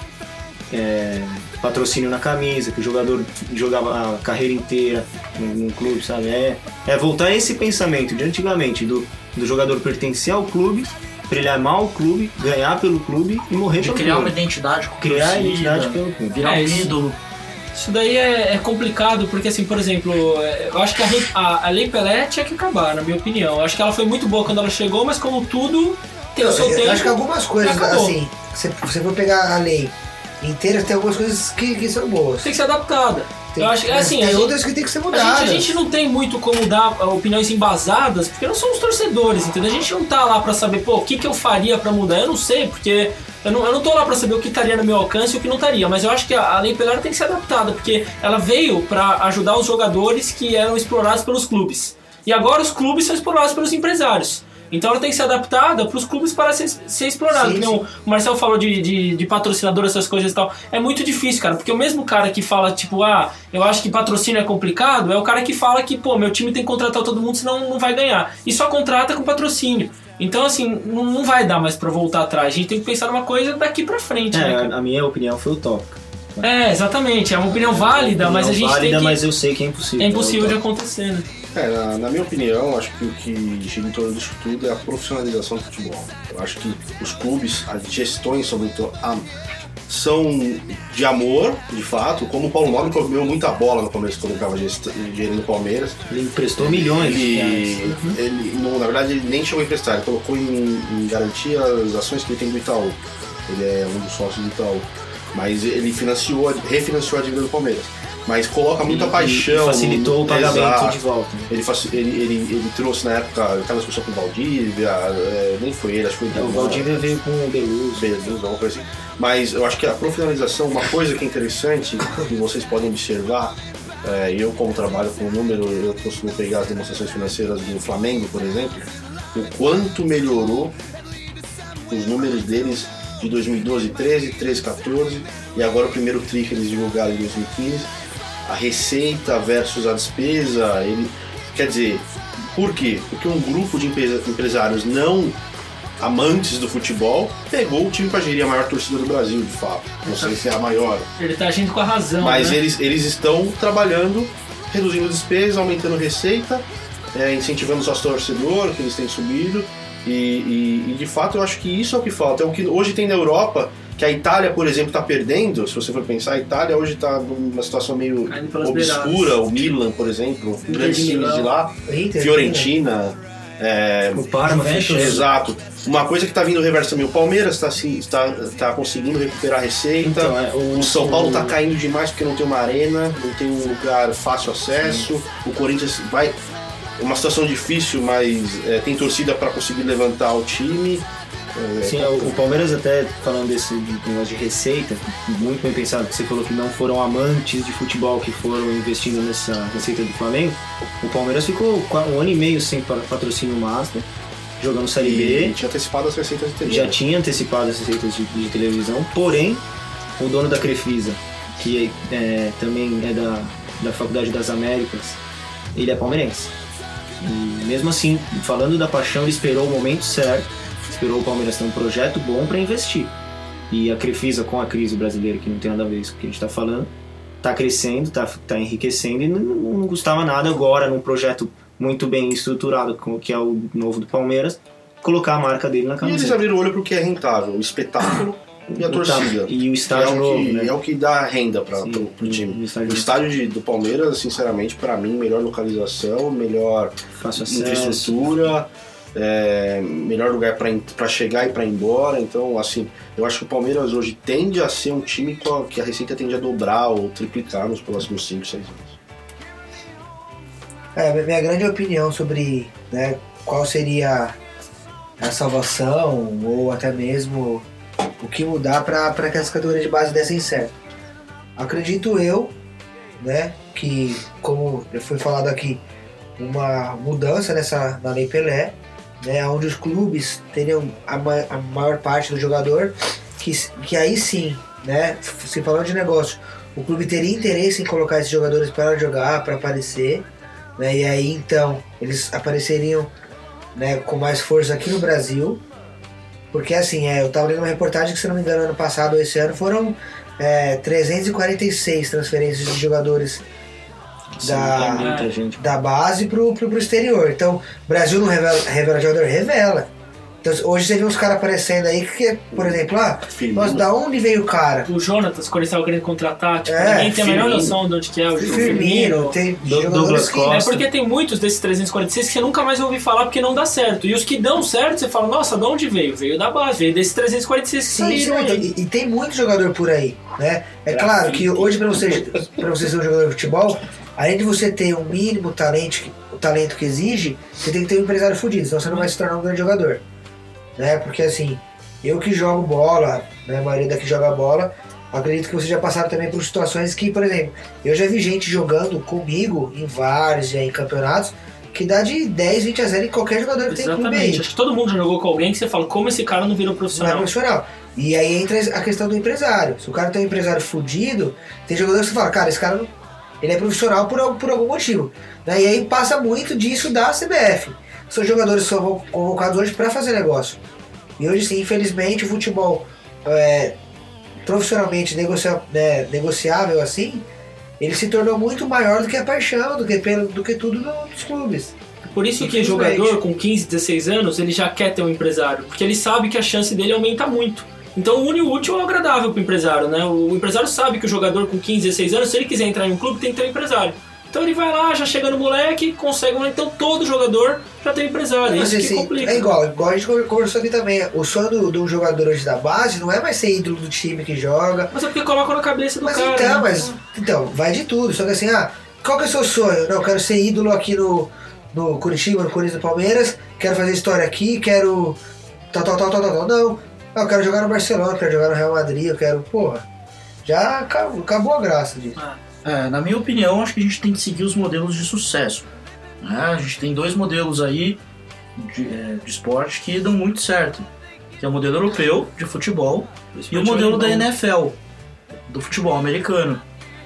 A: é, patrocínio na camisa, que o jogador jogava a carreira inteira num, num clube, sabe? É, é voltar esse pensamento de antigamente, do, do jogador pertencer ao clube, brilhar mal o clube, ganhar pelo clube e morrer
D: De
A: pelo
D: criar um uma
A: clube.
D: identidade com a
A: Criar a
D: torcida,
A: identidade pelo clube.
D: virar
C: É
D: um
C: isso.
D: ídolo.
C: Isso daí é, é complicado, porque assim, por exemplo, é, eu acho que a, Rei- a, a Lei Pelé tinha que acabar, na minha opinião. Eu acho que ela foi muito boa quando ela chegou, mas como tudo, tem o
B: Eu,
C: seu tempo.
B: acho que algumas coisas,
C: acabou.
B: assim, se você for pegar a lei inteira, tem algumas coisas que, que são boas.
C: Tem que ser adaptada.
B: Tem-
C: eu acho que,
B: mas
C: assim,
B: tem
C: a gente-
B: outras que tem que ser
C: A gente,
B: mudadas.
C: a gente não tem muito como dar ah, opiniões embasadas, porque não somos torcedores, entendeu? A gente não tá lá pra saber, pô, o que, que eu faria pra mudar? Eu não sei, porque eu não, eu não tô lá pra saber o que estaria no meu alcance e o que não estaria. Mas eu acho que a, a Lei Pelé tem que ser adaptada, porque ela veio pra ajudar os jogadores que eram explorados pelos clubes. E agora os clubes são explorados pelos empresários. Então ela tem que ser adaptada pros clubes para ser, ser explorado.
B: Sim,
C: que nem
B: sim.
C: o- o Marcel falou de, de, de patrocinador, essas coisas e tal. É muito difícil, cara, porque o mesmo cara que fala, tipo, ah, eu acho que patrocínio é complicado, é o cara que fala que, pô, meu time tem que contratar todo mundo, senão não vai ganhar. E só contrata com patrocínio. Então, assim, não, não vai dar mais pra voltar atrás. A gente tem que pensar numa coisa daqui pra frente,
A: É,
C: né, cara?
A: a- a minha opinião foi utópica.
C: É, exatamente. É uma opinião válida,
A: Não
C: mas a gente
A: válida,
C: tem que...
A: mas eu sei que é impossível.
C: É impossível de
A: Então,
C: acontecer, né?
H: É, na, na minha opinião, acho que o que gira em torno disso tudo é a profissionalização do futebol. Eu acho que os clubes, as gestões, sobretudo, a- são de amor, de fato, como o Paulo Nobre comeu muita bola no começo quando ele estava gerindo o Palmeiras.
A: Ele emprestou milhões.
H: Ele,
A: Uhum.
H: ele não, na verdade, ele nem chegou a emprestar, ele colocou em, em garantia as ações que ele tem do Itaú. Ele é um dos sócios do Itaú. Mas ele financiou, a- refinanciou a dívida do Palmeiras. mas coloca muita
A: E-
H: paixão.
A: e facilitou o pagamento
H: Exato.
A: de volta.
H: Ele, faci- ele, ele, ele trouxe na época, aquela discussão com o Valdívia, é, nem foi ele, acho que foi
A: É, o Valdívia veio com o Beluso.
H: Beluso, alguma coisa assim. Mas eu acho que a profissionalização, uma coisa que é interessante, que vocês podem observar, é, eu como trabalho com número, eu costumo pegar as demonstrações financeiras do Flamengo, por exemplo, o quanto melhorou os números deles de 2012, 13, 13, 14 e agora o primeiro tri que eles divulgaram em 2015, a receita versus a despesa, ele quer dizer, por quê? Porque um grupo de empresa- empresários não amantes do futebol pegou o time para gerir a maior torcida do Brasil, de fato. Não sei se é a maior,
C: Ele tá agindo com a razão.
H: mas
C: né?
H: eles, eles estão trabalhando, reduzindo despesas, aumentando receita, é, incentivando o sócio torcedor, que eles têm subido. E, e- e, de fato eu acho que isso é o que falta. É o que hoje tem na Europa, que a Itália, por exemplo, está perdendo. Se você for pensar, a Itália hoje está numa situação meio
I: Caindo Tá pelas
H: obscura.
I: beiradas.
H: O Milan, por exemplo,
I: de
H: grandes times
I: Milão.
H: de lá,
B: Inter,
H: Fiorentina. é,
A: O Parma fechou.
H: Exato. Uma coisa que está vindo reverso também, o Palmeiras está tá, tá conseguindo recuperar a receita.
A: Então, é, o-
H: o São Paulo tá está
A: o-
H: caindo demais porque não tem uma arena, não tem um lugar fácil acesso. O Corinthians vai. é Uma situação difícil, mas é, tem torcida para conseguir levantar o time. É,
A: Sim, o, o Palmeiras até falando desse de- um negócio de receita, muito bem pensado, que você falou que não foram amantes de futebol que foram investindo nessa receita do Flamengo. O Palmeiras ficou qua- um ano e meio sem pa- patrocínio master, jogando Série
H: e
A: B,
H: tinha antecipado as receitas de TV.
A: já tinha antecipado as receitas de, de televisão, porém, o dono da Crefisa, que é, é, também é da, da Faculdade das Américas, ele é palmeirense. E mesmo assim, falando da paixão, ele esperou o momento certo, esperou o Palmeiras ter um projeto bom para investir. E a Crefisa, com a crise brasileira, que não tem nada a ver com o que a gente está falando, está crescendo, está tá enriquecendo e não, não custava nada agora, num projeto muito bem estruturado, como que é o novo do Palmeiras, colocar a marca dele na
H: E eles
A: camiseta.
H: abriram o olho para o que é rentável, o espetáculo e a
A: O
H: torcida.
A: tá- E o estádio
H: é o
A: novo,
H: que,
A: né?
H: é o que dá renda para
A: Sim,
H: o time.
A: o estádio-
H: O estádio de- do Palmeiras, sinceramente, para mim, melhor localização, melhor
A: Fácil acesso.
H: infraestrutura, é, melhor lugar para chegar e para ir embora. Então, assim, eu acho que o Palmeiras hoje tende a ser um time com a- que a receita tende a dobrar ou triplicar nos próximos 5, 6 anos.
B: É, minha grande opinião sobre né, qual seria a salvação ou até mesmo o que mudar para que as categorias de base dessem certo. Acredito eu né, que, como já foi falado aqui, uma mudança nessa, na Lei Pelé, né, onde os clubes teriam a, ma- a maior parte do jogador, que, s- que aí sim, né, se falando de negócio, o clube teria interesse em colocar esses jogadores para jogar, para aparecer, né? E aí então eles apareceriam, né, com mais força aqui no Brasil, porque assim, é, eu tava lendo uma reportagem que se não me engano ano passado ou esse ano foram é, 346 transferências de jogadores da,
A: Sim, é muita gente.
B: da base pro, pro, pro exterior. Então, Brasil não revela, revela jogador, revela. Então, hoje você vê uns caras aparecendo aí que, por exemplo, ah,
H: Firmino.
B: nossa, da onde veio o cara?
C: O Jonatas, quando eles estavam querendo contratar, tipo,
B: É,
C: ninguém tem a menor
H: Firmino.
C: noção de onde que é o
B: Firmino, tem jogadores
A: Douglas
B: que...
C: É
A: Costa.
C: porque tem muitos desses 346 que você nunca mais ouvi falar porque não dá certo. E os que dão certo, você fala, nossa, de onde veio? Veio da base, veio desses 346 que
B: Sim, sim,
C: saíram aí.
B: e, e tem muito jogador por aí, né? É
A: Grafite.
B: claro que hoje para você, pra você ser um jogador de futebol, além de você ter o mínimo talento, que- o talento que exige, você tem que ter um empresário fudido, senão você não vai se tornar um grande jogador. Né? Porque assim, eu que jogo bola, né, a maioria daqui joga bola, acredito que vocês já passaram também por situações que, por exemplo, eu já vi gente jogando comigo em vários, em campeonatos, que dá de 10, 20 a 0 em qualquer jogador que tem clube
A: um
B: aí
C: Exatamente. Acho que todo mundo já jogou com alguém que você fala, como esse cara não virou
B: não é
C: profissional?
B: profissional. E aí entra a questão do empresário. Se o cara tem um empresário fudido, tem jogador que você fala, cara, esse cara não- ele é profissional por, al- por algum motivo. né? E aí passa muito disso da CBF. São jogadores que são convocados hoje para fazer negócio. E hoje, sim, infelizmente, o futebol é, profissionalmente negocia- né, negociável assim, ele se tornou muito maior do que a paixão, do que, pelo, do que tudo no- dos clubes.
C: Por isso que
B: Infelizmente.
C: jogador com 15, 16 anos, ele já quer ter um empresário, porque ele sabe que a chance dele aumenta muito. Então une o útil ao agradável pro empresário, né? O empresário sabe que o jogador com 15, 16 anos, se ele quiser entrar em um clube, tem que ter um empresário. Então ele vai lá, já chega no moleque, consegue. Então todo jogador já tem um empresário.
B: Mas,
C: isso que
B: assim,
C: complica. né?
B: é igual, igual a gente conversou aqui também. O sonho do, do jogador hoje da base não é mais ser ídolo do time que joga.
C: Mas é porque colocam na cabeça do
B: Mas
C: cara.
B: então,
C: né?
B: mas. Então, vai de tudo. Só que assim, ah, qual que é o seu sonho? Não, eu quero ser ídolo aqui no, no Curitiba, no Corinthians, no Palmeiras, quero fazer história aqui, quero. Tal, tal, tal, tal, tal, tal. Não. Ah, eu quero jogar no Barcelona, eu quero jogar no Real Madrid, eu quero. Porra. Já acabou, acabou a graça disso.
D: É, na minha opinião, acho que a gente tem que seguir os modelos de sucesso. né? A gente tem dois modelos aí de, é, de esporte que dão muito certo. Que é o modelo europeu de futebol e o modelo da NFL, do futebol americano.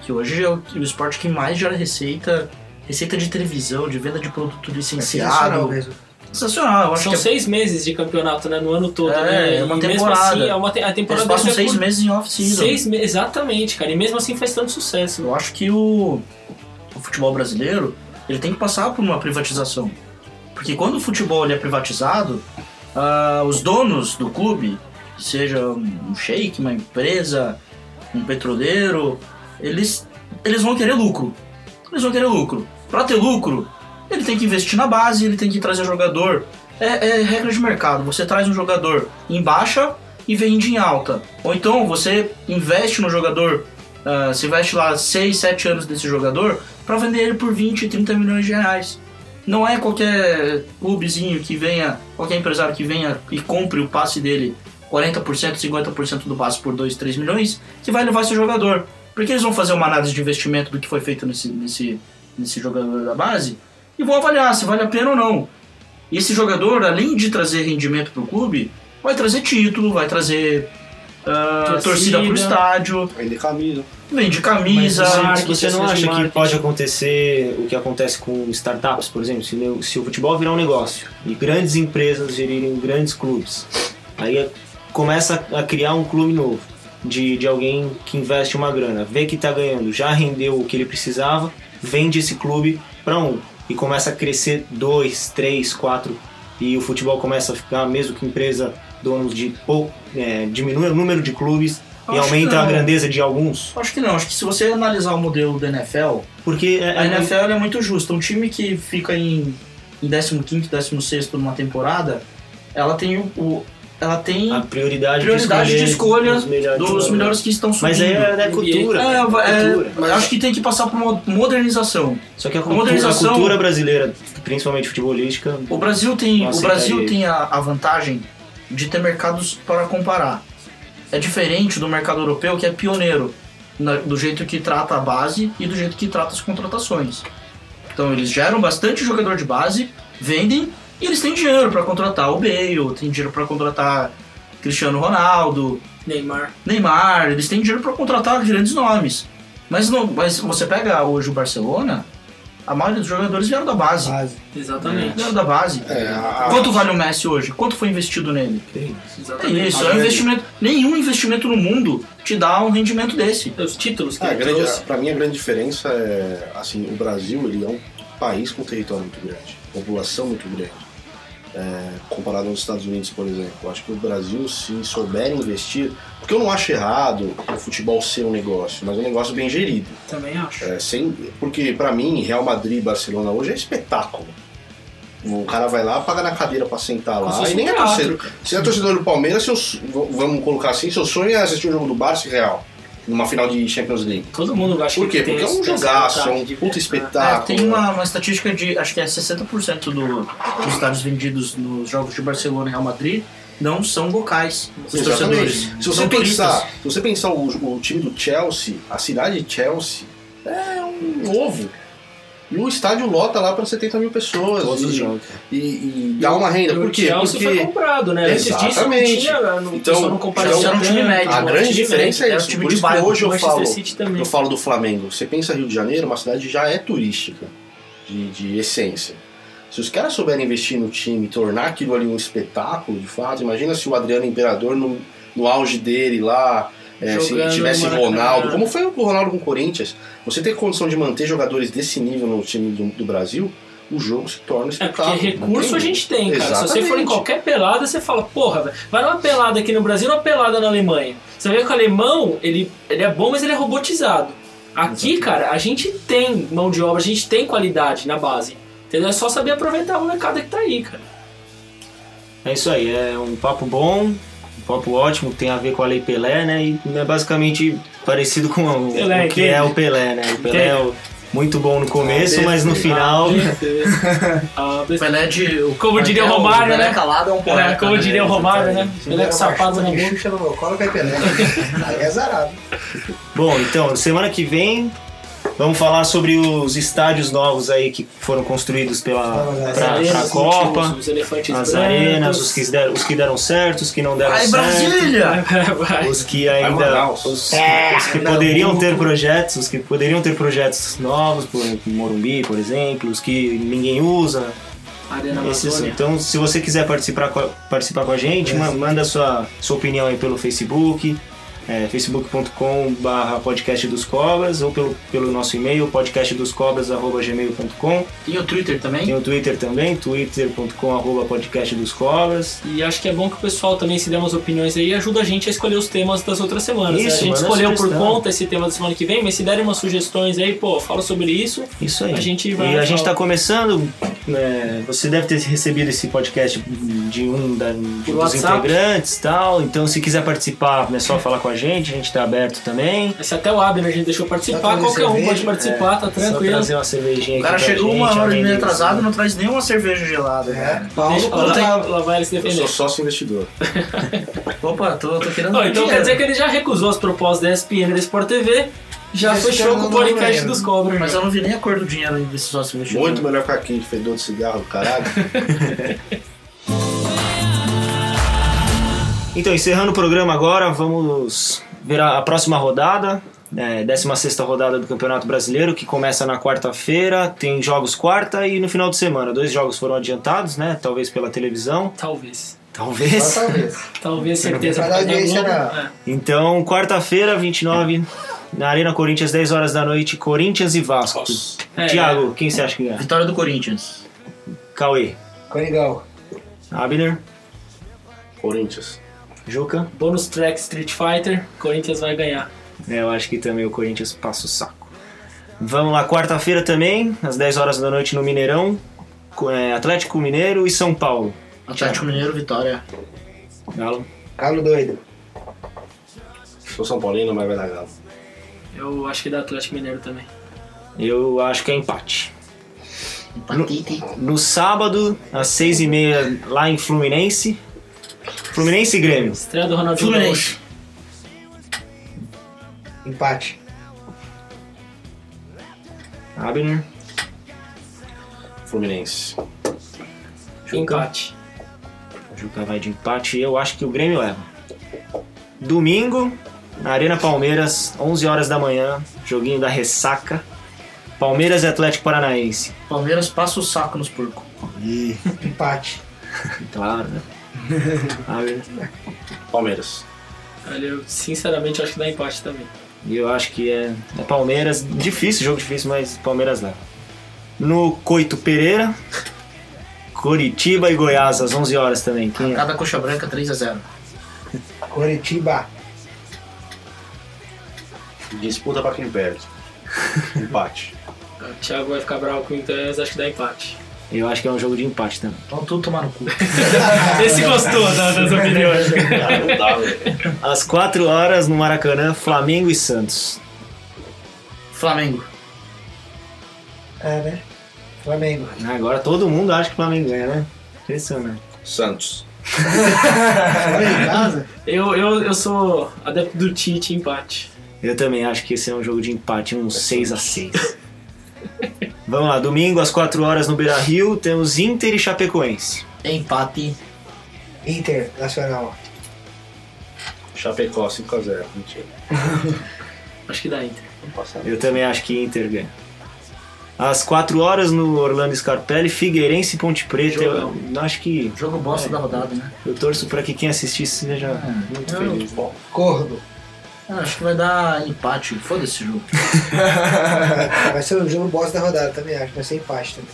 D: Que hoje é o, o esporte que mais gera receita, receita de televisão, de venda de produto
B: Sensacional
D: licenciado.
B: é mesmo.
D: sensacional, eu É né? acho
C: São
D: que é-
C: seis meses de campeonato, né? No ano todo,
D: É,
C: né?
D: é uma
C: E
D: temporada.
C: Mesmo assim, é uma te- a
D: um- eles
C: temporada
D: passam
C: deve ser
D: seis
C: por-
D: meses em off-season.
C: Seis meses, exatamente, cara. E mesmo assim faz tanto sucesso.
D: Eu acho que o, o futebol brasileiro ele tem que passar por uma privatização. Porque quando o futebol ele é privatizado, ah, os donos do clube, que seja um um sheik, uma empresa, um petroleiro, eles, eles vão querer lucro. Eles vão querer lucro. Pra ter lucro, ele tem que investir na base, ele tem que trazer jogador. É, é regra de mercado. Você traz um jogador em baixa e vende em alta. Ou então você investe no jogador, ah, você investe lá 6, 7 anos desse jogador pra vender ele por 20, 30 milhões de reais. Não é qualquer clubezinho que venha, qualquer empresário que venha e compre o passe dele 40%, 50% do passe por 2, 3 milhões que vai levar esse jogador. Porque eles vão fazer uma análise de investimento do que foi feito nesse, nesse, nesse jogador da base e vão avaliar se vale a pena ou não. E esse jogador, além de trazer rendimento para o clube, vai trazer título, vai trazer ah, torcida
C: Torcida.
D: para o estádio,
H: Vender camisa.
D: vende camisa.
C: Mas
A: Mas assim,
C: marketing,
A: você não
C: essas
A: acha que
C: marketing.
A: pode acontecer o que acontece com startups, por exemplo? Se, o- se o futebol virar um negócio e grandes empresas gerirem grandes clubes, aí é- começa a criar um clube novo de, de alguém que investe uma grana, vê que está ganhando, já rendeu o que ele precisava, vende esse clube para um e começa a crescer dois, três, quatro e o futebol começa a ficar, mesmo que empresa donos de pouco, é, diminui o número de clubes e
D: Acho que
A: aumenta a
D: não.
A: grandeza de alguns.
D: Acho que não, acho que se você analisar o modelo da NFL,
A: Porque é-
D: A
A: é-
D: NFL é muito justa. Um time que fica em, em 15º, 16º numa temporada, ela tem o, o- ela tem
A: A prioridade,
D: prioridade de escolha
A: dos melhores.
D: dos melhores que estão subindo.
A: Mas aí é da cultura.
D: É, é,
A: cultura.
D: acho que tem que passar por uma modernização.
A: Só que a cultura, a
D: modernização-
A: cultura brasileira, principalmente futebolística,
D: O Brasil tem,
A: Nossa,
D: o Brasil
A: cara,
D: tem a, a vantagem de ter mercados para comparar. É diferente do mercado europeu que é pioneiro na- do jeito que trata a base e do jeito que trata as contratações. Então eles geram bastante jogador de base, vendem e eles têm dinheiro para contratar o Bale, tem dinheiro para contratar Cristiano Ronaldo,
C: Neymar.
D: Neymar, eles têm dinheiro para contratar grandes nomes. Mas não, mas você pega hoje o Barcelona, a maioria dos jogadores vieram da base.
B: Base.
C: Exatamente.
D: Vieram da base.
H: É, a-
D: Quanto vale o Messi hoje? Quanto foi investido nele? É
C: Exatamente.
D: isso, é um investimento. Nenhum investimento no mundo te dá um rendimento desse.
C: Os títulos que
H: Ah, a
C: ele
H: grande,
C: trouxe.
H: pra mim a grande diferença é, assim, o Brasil ele é um país com território muito grande, população muito grande. É, comparado aos Estados Unidos, por exemplo. Eu acho que o Brasil, se souber investir, porque eu não acho errado o futebol ser um negócio, mas um negócio bem gerido.
C: Também acho.
H: É, sem, porque pra mim, Real Madrid e Barcelona hoje é espetáculo. O cara vai lá, paga na cadeira pra sentar
C: Como se
H: lá.
C: fosse
H: E nem
C: um
H: é
C: teatro,
H: torcedor. Se é torcedor do Palmeiras, seu, s- v- vamos colocar assim, seu sonho é assistir o jogo do Barça e Real, numa final de Champions League.
C: Todo mundo acha
H: Por quê?
C: que tem
H: Porque é um
C: esse- essa
H: jogaço, é
C: vontade
H: um
C: de
H: puta
C: ver.
D: É,
H: espetáculo.
D: tem uma, uma estatística de acho que é 60% do, dos estádios vendidos nos jogos de Barcelona e Real Madrid não são locais. Os torcedores.
H: Exatamente. Se você,
D: São
H: pensar,
D: turistas.
H: se você pensar o, o time do Chelsea, a cidade de Chelsea é um ovo. E o estádio lota lá pra 70 mil pessoas.
A: todos os
H: e,
A: jogos.
H: e, e dá uma renda.
C: E
H: Por
C: o
H: quê?
C: Chelsea
H: Porque
C: foi comprado, né? Antes disso,
H: Exatamente.
C: não tinha, não,
H: Então,
C: só não comparecia
H: então,
D: era um time
C: tanto.
D: médio,
H: A
D: Não,
H: grande
D: time
H: diferença
D: médio,
H: é
D: era
H: isso.
D: time
H: Por
D: de
H: isso que
D: bairro,
H: hoje eu
C: Manchester
H: falo,
C: City também.
H: eu falo do Flamengo. Você pensa Rio de Janeiro, uma cidade já é turística, de, de essência. Se os caras souberem investir no time, tornar aquilo ali um espetáculo, de fato, imagina se o Adriano Imperador, no, no auge dele lá, é, se
C: Jogando
H: tivesse
C: no Maracanã.
H: Ronaldo, como foi o Ronaldo com o Corinthians, você ter condição de manter jogadores desse nível no time do, do Brasil, o jogo se torna um
C: É porque
H: espetáculo.
C: recurso
H: entende?
C: a gente tem, cara. Se você for em
H: Exatamente.
C: qualquer pelada, você fala, porra, velho, vai numa pelada aqui no Brasil ou uma pelada na Alemanha. Você vê que o alemão, ele, ele é bom, mas ele é robotizado. Aqui, cara, a gente tem mão de obra, a gente tem qualidade na base. Entendeu? É só saber aproveitar a molecada que tá aí, cara.
A: É isso aí, é um papo bom, um papo ótimo, tem a ver com a Lei Pelé, né? E é basicamente parecido com o,
C: Pelé,
A: o que é
C: entende?
A: o Pelé, né? O Pelé é o- muito bom no começo,
I: Ah,
A: mas no
I: desse-
A: final.
C: Ah,
I: O Pelé de. o-
C: Como diria o
I: até
C: Romário,
I: Pelé
C: né?
I: Calado é um poeta.
C: É, como
I: né?
C: diria o Romário, né? Ele é com sapato na
B: de
C: boca.
B: Xuxa no meu colo, cai Pelé. Aí é zarado.
A: Bom, então, semana que vem vamos falar sobre os estádios novos aí que foram construídos pela
B: As
A: pra,
C: arenas,
A: pra
D: é
C: os últimos,
A: Copa.
C: Os elefantes
A: As
C: brancos.
A: arenas, os que, deram, os que deram certo, os que não deram
I: Ai,
A: certo.
I: Brasília!
C: É, Vai.
A: Os que ainda.
H: Manaus.
A: Os, que- os que poderiam ter projetos, os que poderiam ter projetos novos, por exemplo, Morumbi, por exemplo, os que ninguém usa.
C: Arena
A: Esses-
C: Amazônia.
A: então, se você quiser participar com a, participar com a gente, ma- manda sua, sua opinião aí pelo Facebook, é, facebook.com podcast dos cobras, ou pelo, pelo nosso e-mail, podcastdoscobras.gmail.com.
I: Tem o Twitter também.
A: Tem o Twitter também, twitter.com arroba podcast dos cobras.
C: E acho que é bom que o pessoal também se dê umas opiniões aí e ajuda a gente a escolher os temas das outras semanas. né?
A: Isso,
C: A gente
A: manda
C: escolheu por
A: sugestão.
C: conta esse tema da semana que vem, mas se derem umas sugestões aí, pô, fala sobre isso.
A: Isso aí.
C: A gente vai-
A: e a gente está começando. né, você deve ter recebido esse podcast de um da- de
C: Por
A: um dos
C: WhatsApp.
A: integrantes tal. Então, se quiser participar, é só falar com a gente. A gente está aberto também.
C: Se é até o Abner a gente deixou participar,
B: Tá com
C: qualquer um
B: cerveja,
C: pode participar, tá
A: Só
C: tranquilo.
A: trazer uma cervejinha
I: O cara
A: aqui pra
I: chegou
A: gente,
I: uma hora e
A: além
I: meia
A: disso.
I: atrasado
D: né?
I: e não traz nenhuma cerveja gelada, cara.
C: Deixa,
B: Paulo, tá-
C: lá, vai, lá vai ele se
H: Eu sou
C: defender.
H: sócio investidor.
I: Opa, tô, tô querendo.
C: Ó, então
I: dinheiro.
C: quer dizer que ele já recusou as propostas da ESPN e da Sport TV, já
B: Esse
C: fechou
B: cara
C: com
B: não
C: o podcast
B: lembra.
C: dos cobras.
I: Mas
C: né?
I: eu não vi nem a cor do dinheiro aí desse sócio investidor.
H: Muito melhor que a Kid, fedor de cigarro, caralho.
A: Então, encerrando o programa agora, vamos ver a, a próxima rodada. É, 16 rodada do Campeonato Brasileiro, que começa na quarta-feira, tem jogos quarta e no final de semana. Dois jogos foram adiantados, né? Talvez pela televisão.
C: Talvez.
I: tá
A: Talvez.
B: talvez.
C: Talvez certeza.
B: Vai dar
C: por causa da
B: audiência
C: Globo.
B: na-
A: Então, quarta-feira, 29, na Arena Corinthians, 10 horas da noite, Corinthians e Vasco.
C: É.
A: Thiago, quem você acha que ganha?
I: Vitória do Corinthians.
A: Cauê,
B: Coringão.
A: Abner,
H: Corinthians.
A: Juca.
C: Bônus track Street Fighter, Corinthians vai ganhar.
A: É, eu acho que também o Corinthians passa o saco. Vamos lá, quarta-feira também, às 10 horas da noite no Mineirão. co- é, Atlético Mineiro e São Paulo.
I: Atlético Mineiro, Vitória.
A: Galo.
B: Carlos doido.
H: Sou São Paulino, mas vai dar galo.
C: Eu acho que dá Atlético Mineiro também.
A: Eu acho que é empate.
I: Empatite.
A: No sábado, às 6 e meia, lá em Fluminense. Fluminense e Grêmio.
C: Estreia do Ronaldinho
I: Fluminense.
C: Gaúcho.
B: Empate.
A: Abner.
H: Fluminense.
C: Empate.
A: Juca vai de empate. Eu acho que o Grêmio leva. Domingo, na Arena Palmeiras, 11 horas da manhã. Joguinho da ressaca. Palmeiras e Atlético Paranaense.
I: Palmeiras passa o saco nos porcos.
B: Empate.
A: Claro, né? Abner.
H: Palmeiras.
C: Olha, eu sinceramente acho que dá empate também.
A: E eu acho que é, é Palmeiras. Difícil, jogo difícil, mas Palmeiras leva. No Coito Pereira, Coritiba e Goiás, às 11 horas também. Quem é?
I: Cada coxa branca 3x0.
B: Coritiba.
H: Disputa pra quem perde. Empate.
C: O Thiago vai ficar bravo com o Inter, mas acho que dá empate.
A: Eu acho que é um jogo de empate também.
I: Então tudo tomar no cu.
C: Esse gostou da- das opiniões.
H: Ah, não dá, velho.
A: Às 4 horas, no Maracanã, Flamengo e Santos.
I: Flamengo.
B: É, né? Flamengo.
A: Né, Agora todo mundo acha que o Flamengo ganha, né? Impressionante.
H: Santos.
B: Fora de casa.
C: Eu, eu, eu sou adepto do Tite empate.
A: Eu também acho que esse é um jogo de empate, um 6 a 6 Vamos lá, domingo às 4 horas no Beira Rio, temos Inter e Chapecoense.
I: Empate.
B: Internacional.
H: Chapecó, 5x0. Mentira.
C: Acho que dá Inter.
H: Não passa nada.
A: Eu também acho que Inter ganha. Às 4 horas no Orlando Scarpelli, Figueirense e Ponte Preta. Eu, eu acho que
I: Jogo bosta da rodada, né?
A: eu torço para que quem assistir seja muito feliz.
H: Bom,
B: Corno.
I: Ah, acho que vai dar empate. Foda-se esse jogo.
B: Vai ser o jogo bosta da rodada também, acho. Vai ser empate também.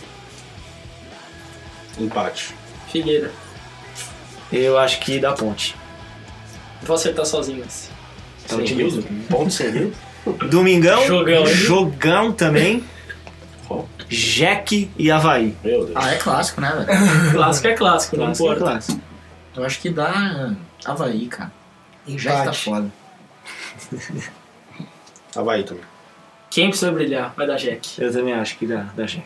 H: empate.
C: Figueira. É.
A: Eu acho que dá Ponte.
C: Vou acertar sozinho esse.
A: Tá otimismo?
H: Ponto sem
A: Domingão,
C: Jogão, hein?
A: Jogão também. Jack e Havaí.
H: Meu Deus.
I: Ah, é clássico, né, velho?
C: Clássico é clássico, não
A: Clássico,
C: importa.
A: clássico.
I: Eu acho que dá Havaí, cara. Já tá
B: Empate.
I: foda.
H: Ah. Havaí também.
C: Quem precisa brilhar vai dar Jack.
A: Eu também acho que dá, dá Jack.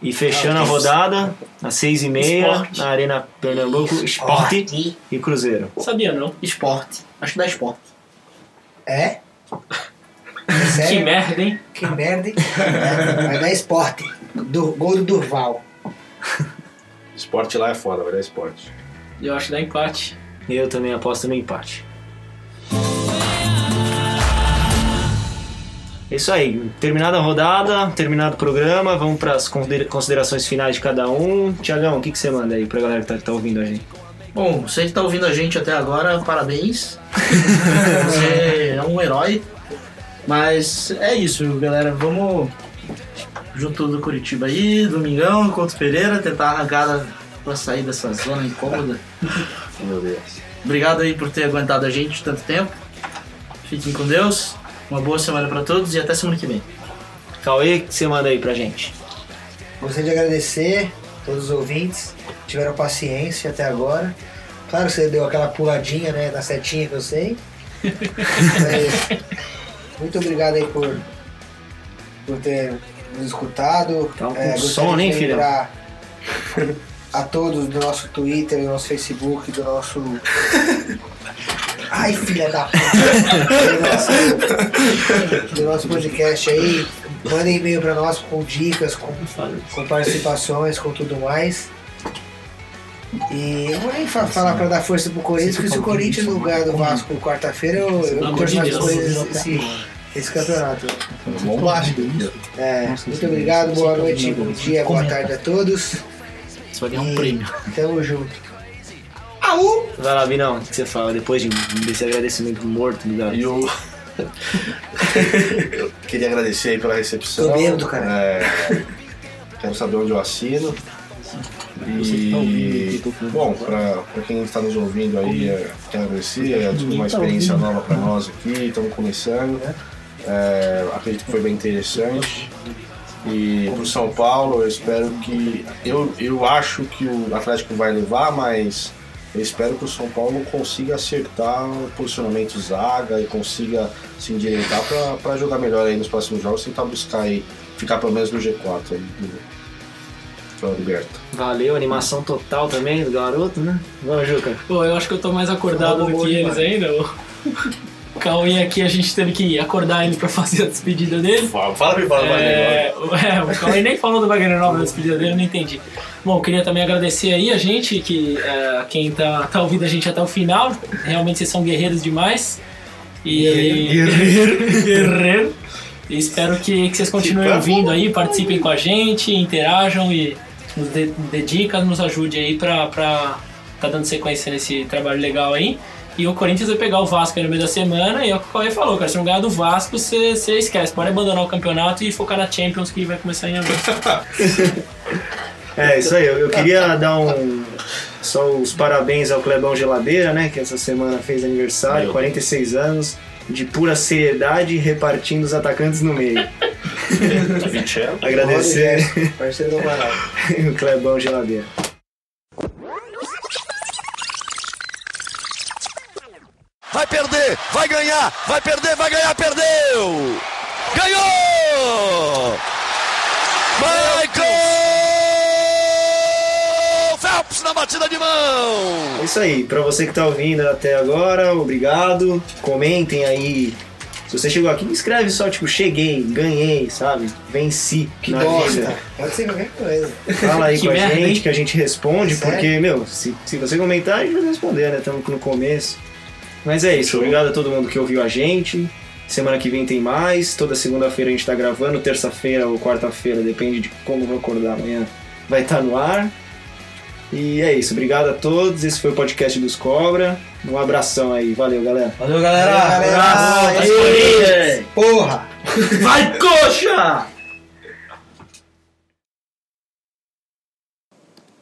A: E fechando a rodada, às seis e meia,
I: Sport.
A: na Arena Pernambuco, Sport e Cruzeiro.
C: Sabia não?
I: Esporte. Acho que dá esporte.
B: É? É sério?
C: Que merda, hein?
B: Que merda, hein? É, Vai dar esporte. Do, gol do Durval.
H: Esporte lá é foda, velho. É esporte.
C: Eu acho que dá empate.
A: E eu também aposto no empate. É Isso aí, terminada a rodada, terminado o programa, vamos para as considerações finais de cada um. Tiagão, o que, que você manda aí pra galera que tá, tá ouvindo a gente?
I: Bom, você que tá ouvindo a gente até agora, parabéns. você é um herói. Mas é isso, galera. Vamos junto do Curitiba aí, Domingão, Couto Pereira, tentar arrancar da- pra sair dessa zona incômoda.
H: Meu Deus.
I: Obrigado aí por ter aguentado a gente tanto tempo. Fiquem com Deus. Uma boa semana pra todos e até semana que vem.
A: Cauê, o que você manda aí pra gente?
B: Gostaria de agradecer a todos os ouvintes que tiveram paciência até agora. Claro que você deu aquela puladinha, né, na setinha que eu sei. Mas, muito obrigado aí por, por ter nos escutado. É,
A: Tá com
B: gostaria
A: sono, hein,
B: de
A: filhão?
B: lembrar A todos do nosso Twitter, do nosso Facebook, do nosso. Ai, filha da puta! Do nosso- do nosso podcast aí. Mandem e-mail pra nós com dicas, com com participações, com tudo mais. E eu vou nem fa- falar pra dar força pro Corinthians, porque se o Corinthians no lugar
A: é
B: do Vasco quarta-feira, eu,
C: Pelo
B: eu
C: amor de
B: corto as
C: Deus.
B: coisas esse, esse campeonato.
A: um
H: Bom plástico.
B: É, muito obrigado, boa noite, bom dia, boa tarde a todos.
I: Você vai ganhar um
B: E
I: prêmio.
B: Tamo junto.
A: Vai lá, Vinão, o que você fala depois de, desse agradecimento morto do Gabi?
H: E o. eu queria agradecer aí pela recepção.
B: Tô bêbado, cara.
H: É, Quero saber onde eu assino. tá E, bom, pra, pra quem está nos ouvindo aí, é, quero agradecer. É tudo uma experiência nova pra nós aqui, estamos começando. É, acredito que foi bem interessante. E pro São Paulo, eu espero que. Eu, eu acho que o Atlético vai levar, mas eu espero que o São Paulo consiga acertar o posicionamento zaga e consiga se endireitar para jogar melhor aí nos próximos jogos, tentar buscar aí, ficar pelo menos no G4 aí do, pra Liberta.
A: Valeu, animação total também do garoto, né? Vamos, Juca.
C: Pô, eu acho que eu tô mais acordado do que eles ainda. ô. O Cauê aqui, a gente teve que acordar ele pra fazer a despedida dele.
H: Fala, fala me fala
C: É, o- é, o Cauê nem falou do Wagner Nova na despedida dele, eu não entendi. Bom, eu queria também agradecer aí a gente, que é, quem tá, tá ouvindo a gente até o final. Realmente vocês são guerreiros demais. E. Guerreiro! Guerreiro! E espero que, que vocês continuem
A: Tipo, é
H: Que
C: ouvindo aí,
A: né?
C: participem com a gente, interajam e nos dê, dê dicas, nos ajude aí pra, pra tá dando sequência nesse trabalho legal aí. E o Corinthians vai pegar o Vasco aí no meio da semana e é o que o Cauê falou, cara, se não ganhar do Vasco, você você esquece. Pode abandonar o campeonato e focar na Champions que vai começar em agosto.
A: É, isso aí. Eu, eu queria dar um. Só os parabéns ao Clebão Geladeira, né? Que essa semana fez aniversário, 46 anos, de pura seriedade, repartindo os atacantes no meio. tá um. Agradecer
B: Parceiro do Amaral.
A: o Clebão Geladeira.
F: Vai perder, vai ganhar, vai perder, vai ganhar, perdeu! Ganhou! Michael Phelps na batida de mão!
A: É isso aí. Pra você que tá ouvindo até agora, obrigado. Comentem aí. Se você chegou aqui, escreve só, tipo, cheguei, ganhei, sabe? Venci.
B: Que
A: na
B: bosta.
A: vida.
B: Pode ser qualquer coisa.
A: Fala aí
C: Que
A: com a
C: merda,
A: gente,
C: hein?
A: que a gente responde,
B: Sério?
A: porque, meu, se, se você comentar, a gente vai responder, né? Estamos no começo. Mas é isso, obrigado a todo mundo que ouviu a gente. Semana que vem tem mais. Toda segunda-feira a gente tá gravando, terça-feira ou quarta-feira, depende de como eu vou acordar amanhã, vai estar no ar. E é isso, obrigado a todos. Esse foi o podcast dos Cobra. Um abração aí, valeu, galera.
I: Valeu, galera!
B: Valeu, galera.
I: Abraço! Aê!
B: Porra!
I: Vai, coxa!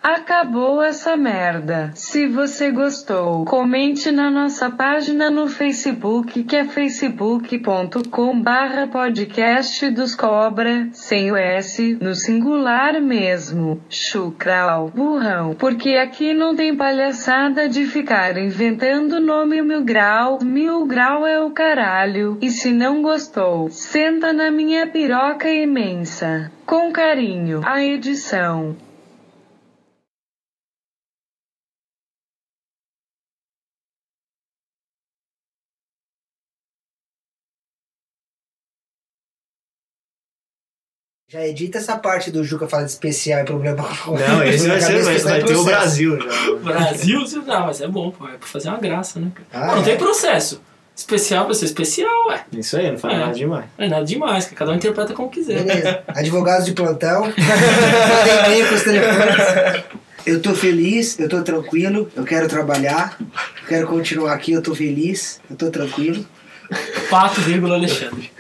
E: Acabou essa merda. Se você gostou, comente na nossa página no Facebook que é facebook.com barra podcast dos cobra, sem o S, no singular mesmo. Chucral, burrão, porque aqui não tem palhaçada de ficar inventando nome mil grau, mil grau é o caralho. E se não gostou, senta na minha piroca imensa. Com carinho, a edição.
B: Já edita essa parte do Juca falando especial e problema com
A: Não, esse vai ser, vai,
B: Cabeça, tá
A: vai ter o
B: processo.
A: Brasil já.
C: Brasil, você- não, mas é bom, pô. É pra fazer uma graça, né? cara?
A: Ah,
C: não, não
A: é.
C: tem processo. Especial vai ser especial, ué.
A: Isso aí, não faz
C: É.
A: nada demais.
C: Não é nada demais, cara. Cada um interpreta como quiser.
B: Beleza. Advogados de plantão, mandem e-mail com os telefones. Eu tô feliz, eu tô tranquilo, eu quero trabalhar, eu quero continuar aqui, eu tô feliz, eu tô tranquilo.
C: Pato, vírgula, Alexandre.